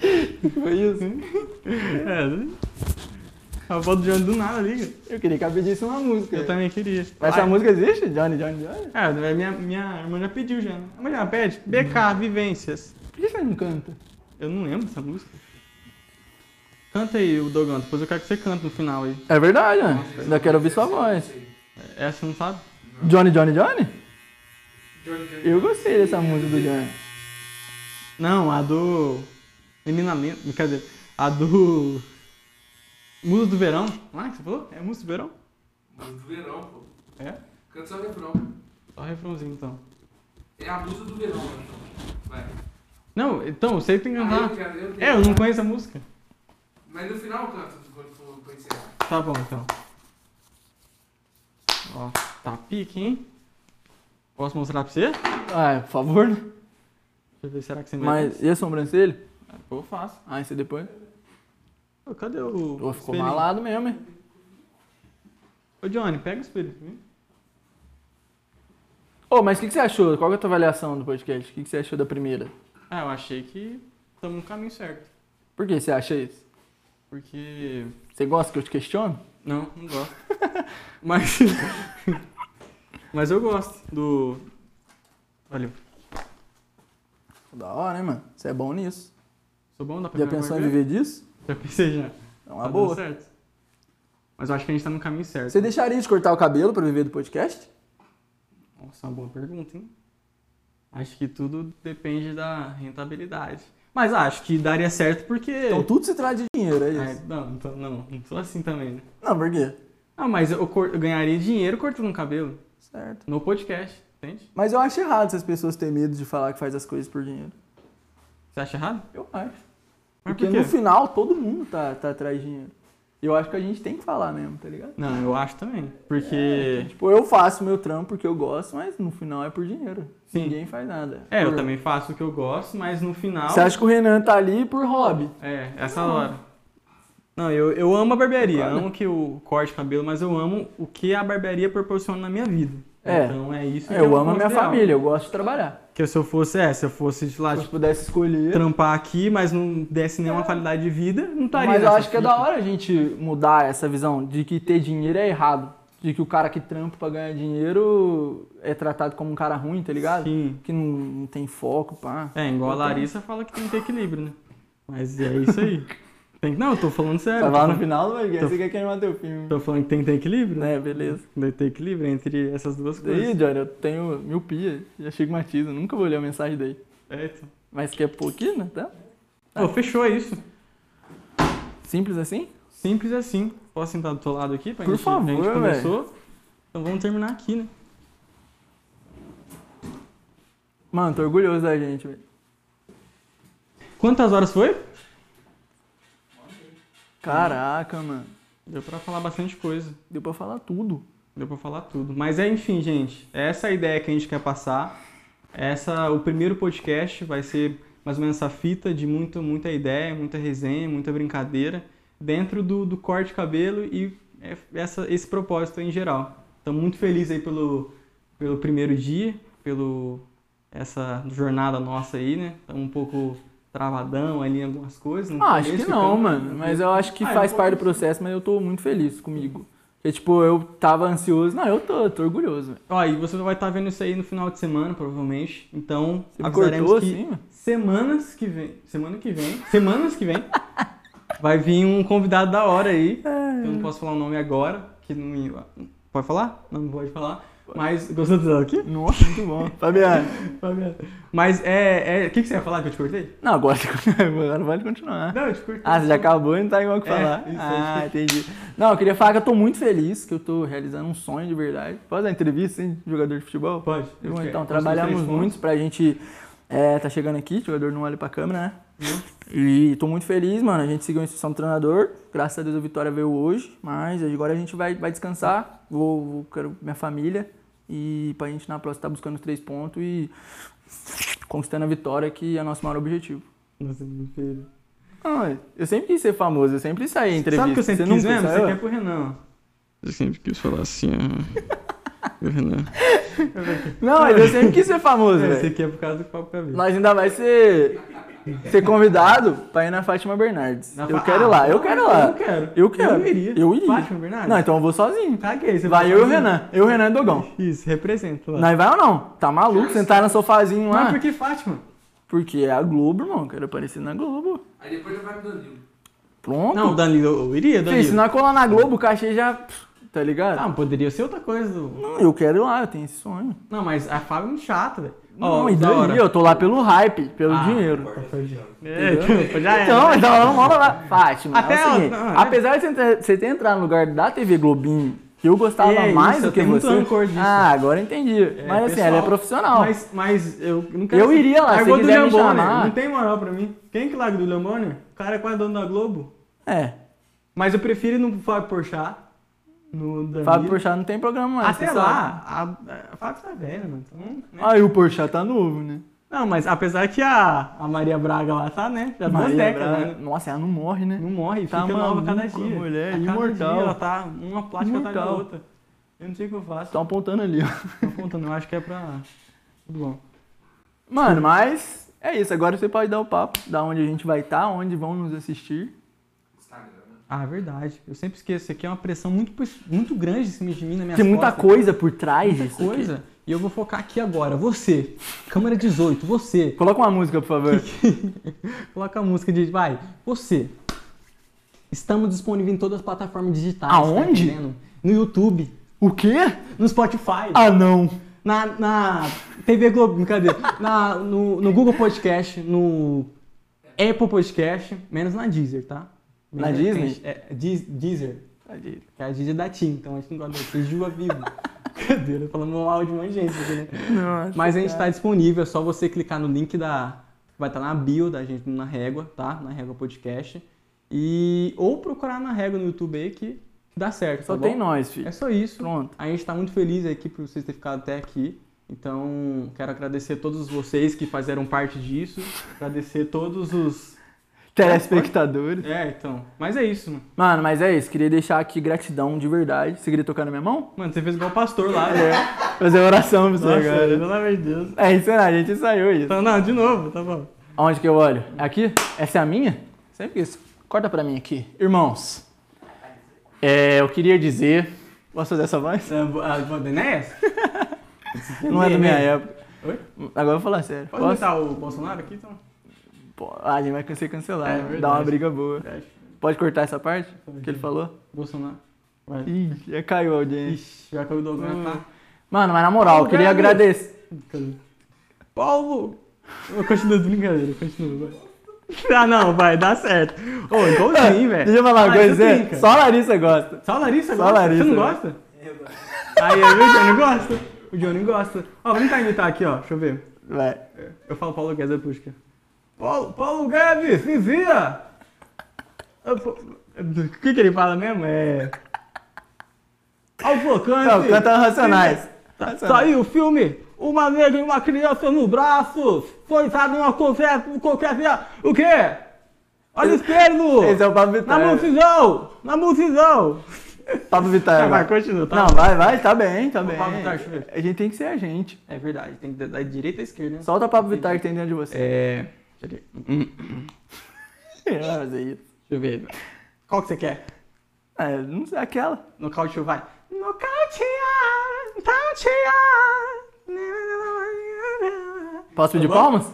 Jesus. Foi isso. É. A voz do Johnny do nada liga. Eu queria que ela pedisse uma música. Eu também queria. É. Essa Ai, música existe? Johnny, Johnny, Johnny? É, minha, minha irmã já pediu já. né? A mãe já pede. BK, Vivências. Por que você não canta? Eu não lembro dessa música. Canta aí, o Dogão. Depois eu quero que você cante no final aí. É verdade, Johnny. Ainda quero ouvir sua voz. Essa você não sabe? Johnny, Johnny, Johnny? Johnny, Johnny. Eu gostei dessa música do Johnny. Não, a do. Menina Lenta. Brincadeira. A do. Musa do Verão. Não é que você falou? É Musa do Verão? Musa do verão, pô. É? Canta só o refrão. Só o refrãozinho então. É a musa do verão, né, então. Vai. Não, então, você tem que Ah, cantar. eu quero, eu quero. É, eu não conheço a música. Mas no final eu canto quando for pra encerrar. Tá bom então. Ó, tá pique, hein? Posso mostrar pra você? Deixa Ah, por favor, né? eu ver, será que você me Mas e a sobrancelha? Eu faço. Ah, isso é depois. Ô, cadê o. Pô, ficou espelhinho? malado mesmo, hein? Ô, Johnny, pega o espelho. pra mim. Ô, mas o que, que você achou? Qual que é a tua avaliação do podcast? O que, que você achou da primeira? Ah, eu achei que estamos no caminho certo. Por que você acha isso? Porque. Você gosta que eu te questiono? Não, não gosto. Mas. Mas eu gosto do. Olha, Da hora, hein, mano? Você é bom nisso. sou bom da Já pensou em viver disso? Já pensei já. É Tá uma dando boa. certo. Mas eu acho que a gente tá no caminho certo. Você deixaria de cortar o cabelo pra viver do podcast? Nossa, é uma boa pergunta, hein? Acho que tudo depende da rentabilidade. Mas acho que daria certo porque. Então tudo se trata de dinheiro, é Ah, isso. não, então, não, não sou assim também, né? Não, por quê? Ah, mas eu, cor- eu ganharia dinheiro cortando o cabelo. Certo. No podcast, entende? Mas eu acho errado essas pessoas terem medo de falar que faz as coisas por dinheiro. Você acha errado? Eu acho. Mas Porque por quê? no final todo mundo tá, tá atrás de dinheiro. E eu acho que a gente tem que falar mesmo, tá ligado? Não, eu acho também. É, Porque. tipo, eu faço meu trampo porque eu gosto, mas no final é por dinheiro. Sim. Ninguém faz nada. É, eu Por- também faço o que eu gosto, mas no final. Você acha que o Renan tá ali por hobby? É, essa hora. Não, eu, eu amo a barbearia. Claro. Amo que o corte de cabelo, mas eu amo o que a barbearia proporciona na minha vida. É. Então é isso que eu amo a gosto minha de alma. família, eu gosto de trabalhar. Que se eu fosse, é, se eu fosse de lá Se eu tipo, pudesse escolher. trampar aqui, mas não desse nenhuma qualidade de vida, não estaria. Mas eu nessa acho que é fita. da hora a gente mudar essa visão de que ter dinheiro é errado. De que o cara que trampa pra ganhar dinheiro é tratado como um cara ruim, tá ligado? Sim. Que não, não tem foco, pá. É, tá. igual a Larissa fala que tem que ter equilíbrio, né? Mas é isso aí. Tem que- Não, É, eu tô falando sério. Vai tô, Tá lá no falando- final, vai ver. Você quer queimar teu filme. tô falando que tem que ter equilíbrio, né? Né, beleza. Tem que ter equilíbrio entre essas duas coisas. Daí, Johnny, eu tenho miopia, já estigmatiza, nunca vou ler a mensagem daí. É, então. Mas quer pouquinho, né? Tá? Pô, fechou é isso. Simples assim? Simples assim. Posso sentar do teu lado aqui? Pra Por gente, a gente favor, começou. Então vamos terminar aqui, né? Mano, tô orgulhoso da gente, velho. Quantas horas foi? Caraca, mano. Deu pra falar bastante coisa. Deu pra falar tudo. Deu pra falar tudo. Mas é, enfim, gente. é Essa a ideia que a gente quer passar. Essa, o primeiro podcast vai ser mais ou menos essa fita de muito, muita ideia, muita resenha, muita brincadeira dentro do, do corte de cabelo e é- essa, esse propósito em geral. Estou muito feliz aí pelo, pelo primeiro dia, pelo essa jornada nossa aí, né? Estamos um pouco travadão ali em algumas coisas. né? no Ah, acho começo, que não, ficamos- mano. Mas eu acho que Ah, eu faz vou- parte do processo, mas eu tô muito feliz comigo. Porque, tipo, eu tava ansioso. Não, eu tô, tô orgulhoso, velho. Ó, e você vai estar vendo isso aí no final de semana, provavelmente. Então, Você me avisaremos cortou que assim, mano? semanas que vem, semana que vem, semanas que vem, vai vir um convidado da hora aí. Eu não posso falar o nome agora, que não me... Pode falar? Não, não pode falar. Mas, gostou do aqui? Nossa, muito bom. Fabiano. Mas, é... é- O que, que você ia falar que eu te cortei? Não, agora, agora vale continuar. Não, eu te cortei. Ah, você já acabou e não tá igual o que É, falar. isso, ah, entendi. Não, eu queria falar que eu tô muito feliz, que eu tô realizando um sonho de verdade. Pode dar entrevista, hein, jogador de futebol? Pode. Bom, Ok. então, Vamos nos trabalhamos três pontos. muito pra gente. É, tá chegando aqui, o jogador não olha pra câmera, né? Uhum. E tô muito feliz, mano. A gente seguiu a instrução do treinador. Graças a Deus a vitória veio hoje. Mas agora a gente vai, vai descansar. Vou, vou- quero minha família. E pra gente na próxima tá buscando os três pontos e conquistando a vitória, que é o nosso maior objetivo. Nossa, meu filho. Ah, eu sempre quis ser famoso, eu sempre saí em entrevista. Sabe o que eu sempre Você quis nunca mesmo? Você saiu? quer pro Renan. Eu sempre quis falar assim, o Renan. Não, mas eu sempre quis ser famoso, Esse velho. aqui é por causa do papo cabeça. Nós ainda vai ser ser convidado pra ir na Fátima Bernardes. Na eu Fa- quero ir Ah, lá, eu quero ir lá. Eu quero. Eu quero. Eu iria. Eu iria. Fátima Bernardes? Não, então eu vou sozinho. Caguei, você Vai vai eu e o sozinho. Renan. Eu, Renan e Dogão. Isso, representa lá. Nós vai ou não? Tá maluco? Sentar no sofazinho lá. Mas por que Fátima? Porque é a Globo, irmão. Quero aparecer na Globo. Aí depois eu vai pro Danilo. Pronto. Não, Danilo, eu iria, Fih, se Danilo. nós colar na Globo, o cachê já. pff, Tá ligado? Ah, poderia ser outra coisa. do- Não, eu quero ir lá, eu tenho esse sonho. Não, mas a Fábio é muito chata, velho. não, e daí? Eu tô lá pelo hype, pelo Ah, dinheiro. É, tipo, já é. Então, então vamos lá. Fátima, Até é o ela- seguinte, não, é. apesar de você ter, você ter entrado no lugar da TV Globinho, que eu gostava É isso, mais do eu que tenho muito você. rancor disso. Ah, agora eu entendi. mas assim, ela é pessoal, profissional. Mas, mas eu não Eu iria lá, se Largou do quiser me Leon Bonner, chamar. Não tem moral pra mim. Quem que larga do Leon Bonner? O cara é quase dono da Globo. É, Mas eu prefiro ir no Fábio Porchat. No Danilo. Fábio Porchat não tem programa mais. Até você sabe. lá, né? a, a Fábio tá velha, mano. Então, né? Aí o Porchat tá novo, né? Não, mas apesar que a, a Maria Braga lá tá, né? Já duas Maria décadas, Braga- né? é Nossa, ela não morre, né? Não morre, Tá fica nova cada maluca, dia. mulher, A cada imortal. dia ela tá uma plástica atrás da Imortal. outra. Eu não sei o que eu faço. Estão apontando ali, ó. Tô apontando, eu acho que é pra. Tudo bom. Mano, mas é isso. Agora você pode dar o papo da onde a gente vai estar, onde vão nos assistir. Instagram, né? Ah, verdade. Eu sempre esqueço. Isso aqui é uma pressão muito, muito grande em cima de mim, na minha Tem muita coisa por trás disso. aqui. coisa. E eu vou focar aqui agora. Você. Câmera 18, você. Coloca uma música, por favor. Coloca a música de. Vai. Você. Estamos disponíveis em todas as plataformas digitais. Aonde? Tá entendendo? no YouTube. o quê? No Spotify. Ah, não. Na, na TV Globo, brincadeira. Na, no, no Google Podcast, no Apple Podcast, menos na Deezer, tá? Na Menos- Disney? É, é, Deez- Deezer. Tadinho. Que a Disney é da TIM, então a gente não gosta da TIM, Juba Vivo. Brincadeira, falando mal de um monte de gente aqui, né? Nossa, Mas a gente tá disponível, é só você clicar no link da. Vai estar na bio da gente na régua, tá? Na régua podcast. E. Ou procurar na régua no YouTube aí que dá certo. Só tá tem bom? nós, É filho. só isso. Pronto. A gente tá muito feliz aqui por vocês terem ficado até aqui. Então, quero agradecer a todos vocês que fizeram parte disso. Agradecer todos os. Telespectadores. É, então. Mas é isso, mano. Mano, mas é isso. Queria deixar aqui gratidão de verdade. Você queria tocar na minha mão? Mano, você fez igual o pastor lá, né? Fazer oração pra você Nossa, agora. Pelo amor de Deus. É isso aí, a gente saiu isso. Então, não, de novo, tá bom. Aonde que eu olho? É Aqui? Essa é a minha? Sempre isso. Corta pra mim aqui. Irmãos, é, eu queria dizer... Posso fazer essa voz? É, bo- A bo- não é essa? Não é da minha Né? época. Oi? Agora eu vou falar sério. Pode Posso? botar o Bolsonaro aqui, então? Pô, ah, a gente vai ser cancelado. É Dá uma verdade. briga boa. Pode cortar essa parte que ele falou? Bolsonaro. Vai. Ih, já caiu a audiência. Ixi, já que o Douglas Hum. tá. Mano, mas na moral, eu queria Obrigado. agradecer. Paulo! Eu continuo de brincadeira, continua, vai. Ah, não, vai, dá certo. Ô, igualzinho, velho. Deixa eu falar uma Ah, coisa, isso Zé, brinca. só a Larissa gosta. Só a Larissa Só a gosta? Larissa, Você não velho. gosta? Aí, eu, o Johnny gosta. O Johnny gosta. Ó, vamos tentar imitar aqui, ó. Deixa eu ver. Vai. Eu falo Paulo Guedes, é Pusca. Paulo, Paulo Guedes, me via! Eu- O que que ele fala mesmo? É... Alfocante. Não, canta Racionais. Sa- Saiu Tá o filme Uma Negra e uma Criança no Braço, forçado em uma conversa, qualquer via. O quê? Olha o esquerdo! Esse é o Pablo Na Vittar. multidão! Na multidão! Pablo Tá, Vittar. vai, vai. continua, tá? Não, vai, vai, tá bem, tá Ô, bem. Pablo Vittar, deixa eu ver. A gente tem que ser a gente. É verdade, tem que dar da direita à esquerda, né? Solta o Pablo Vittar que tem dentro de você. É. Deixa eu ver. Hum, Ele vai fazer isso. deixa eu ver. Qual que você quer? É, não sei, aquela. Nocaute vai. Nocautear, nocautear. Posso pedir Tá bom? palmas?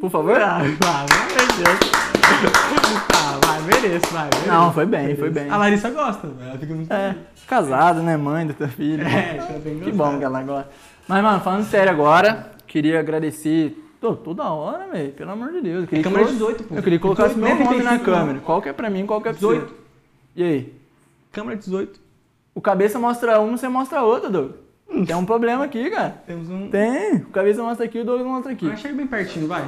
Por favor? Ah, vai, vai, meu Deus. Ah, vai, mereço, vai. Mereço. Não, foi bem, foi bem. A Larissa gosta, ela fica muito. É, casada, né? Mãe da tua filha. É, tá Então, Que bem gostado. bom que ela agora. Mas, mano, falando sério agora, queria agradecer. Tô, toda hora, velho. Pelo amor de Deus. Eu queria câmera que colo- 18, pô. Eu queria que colocasse 18, meu né? nome na 35, câmera. Qual que é pra mim, qual que é pra 18. você? E aí? Câmera 18. O cabeça mostra um, você mostra outro, Doug. Tem um problema aqui, cara. Temos um. Tem. O cabeça mostra aqui, o Doug mostra aqui. Ah, chega bem pertinho, vai.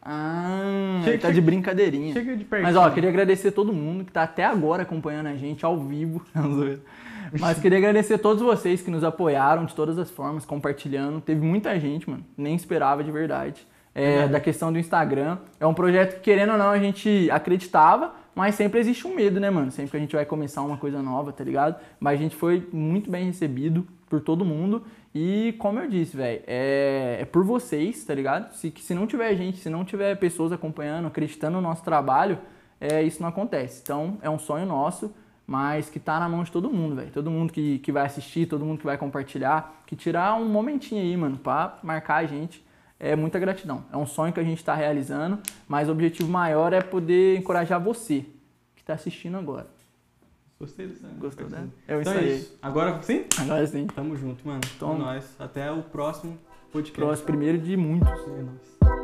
Ah, Chega- ele tá chega- de brincadeirinha. Chega de pertinho. Mas ó, queria agradecer todo mundo que tá até agora acompanhando a gente ao vivo. Não, zoeira. Mas queria agradecer todos vocês que nos apoiaram de todas as formas, compartilhando. Teve muita gente, mano. Nem esperava de verdade. é, da questão do Instagram. É um projeto que, querendo ou não, a gente acreditava, mas sempre existe um medo, né, mano? Sempre que a gente vai começar uma coisa nova, tá ligado? Mas a gente foi muito bem recebido por todo mundo. E como eu disse, velho, é, é por vocês, tá ligado? Se, que se não tiver gente, se não tiver pessoas acompanhando, acreditando no nosso trabalho, é, isso não acontece. Então, é um sonho nosso, mas que tá na mão de todo mundo, velho. Todo mundo que, que vai assistir, todo mundo que vai compartilhar, que tirar um momentinho aí, mano, pra marcar a gente. É muita gratidão. É um sonho que a gente tá realizando, mas o objetivo maior é poder encorajar você que tá assistindo agora. Gostei dessa. Gostou, dessa? né? Eu então é ensaiei. isso. Agora sim? Agora sim. Tamo junto, mano. Então, Tamo. nós. Até o próximo podcast. Próximo primeiro de muitos. É nóis.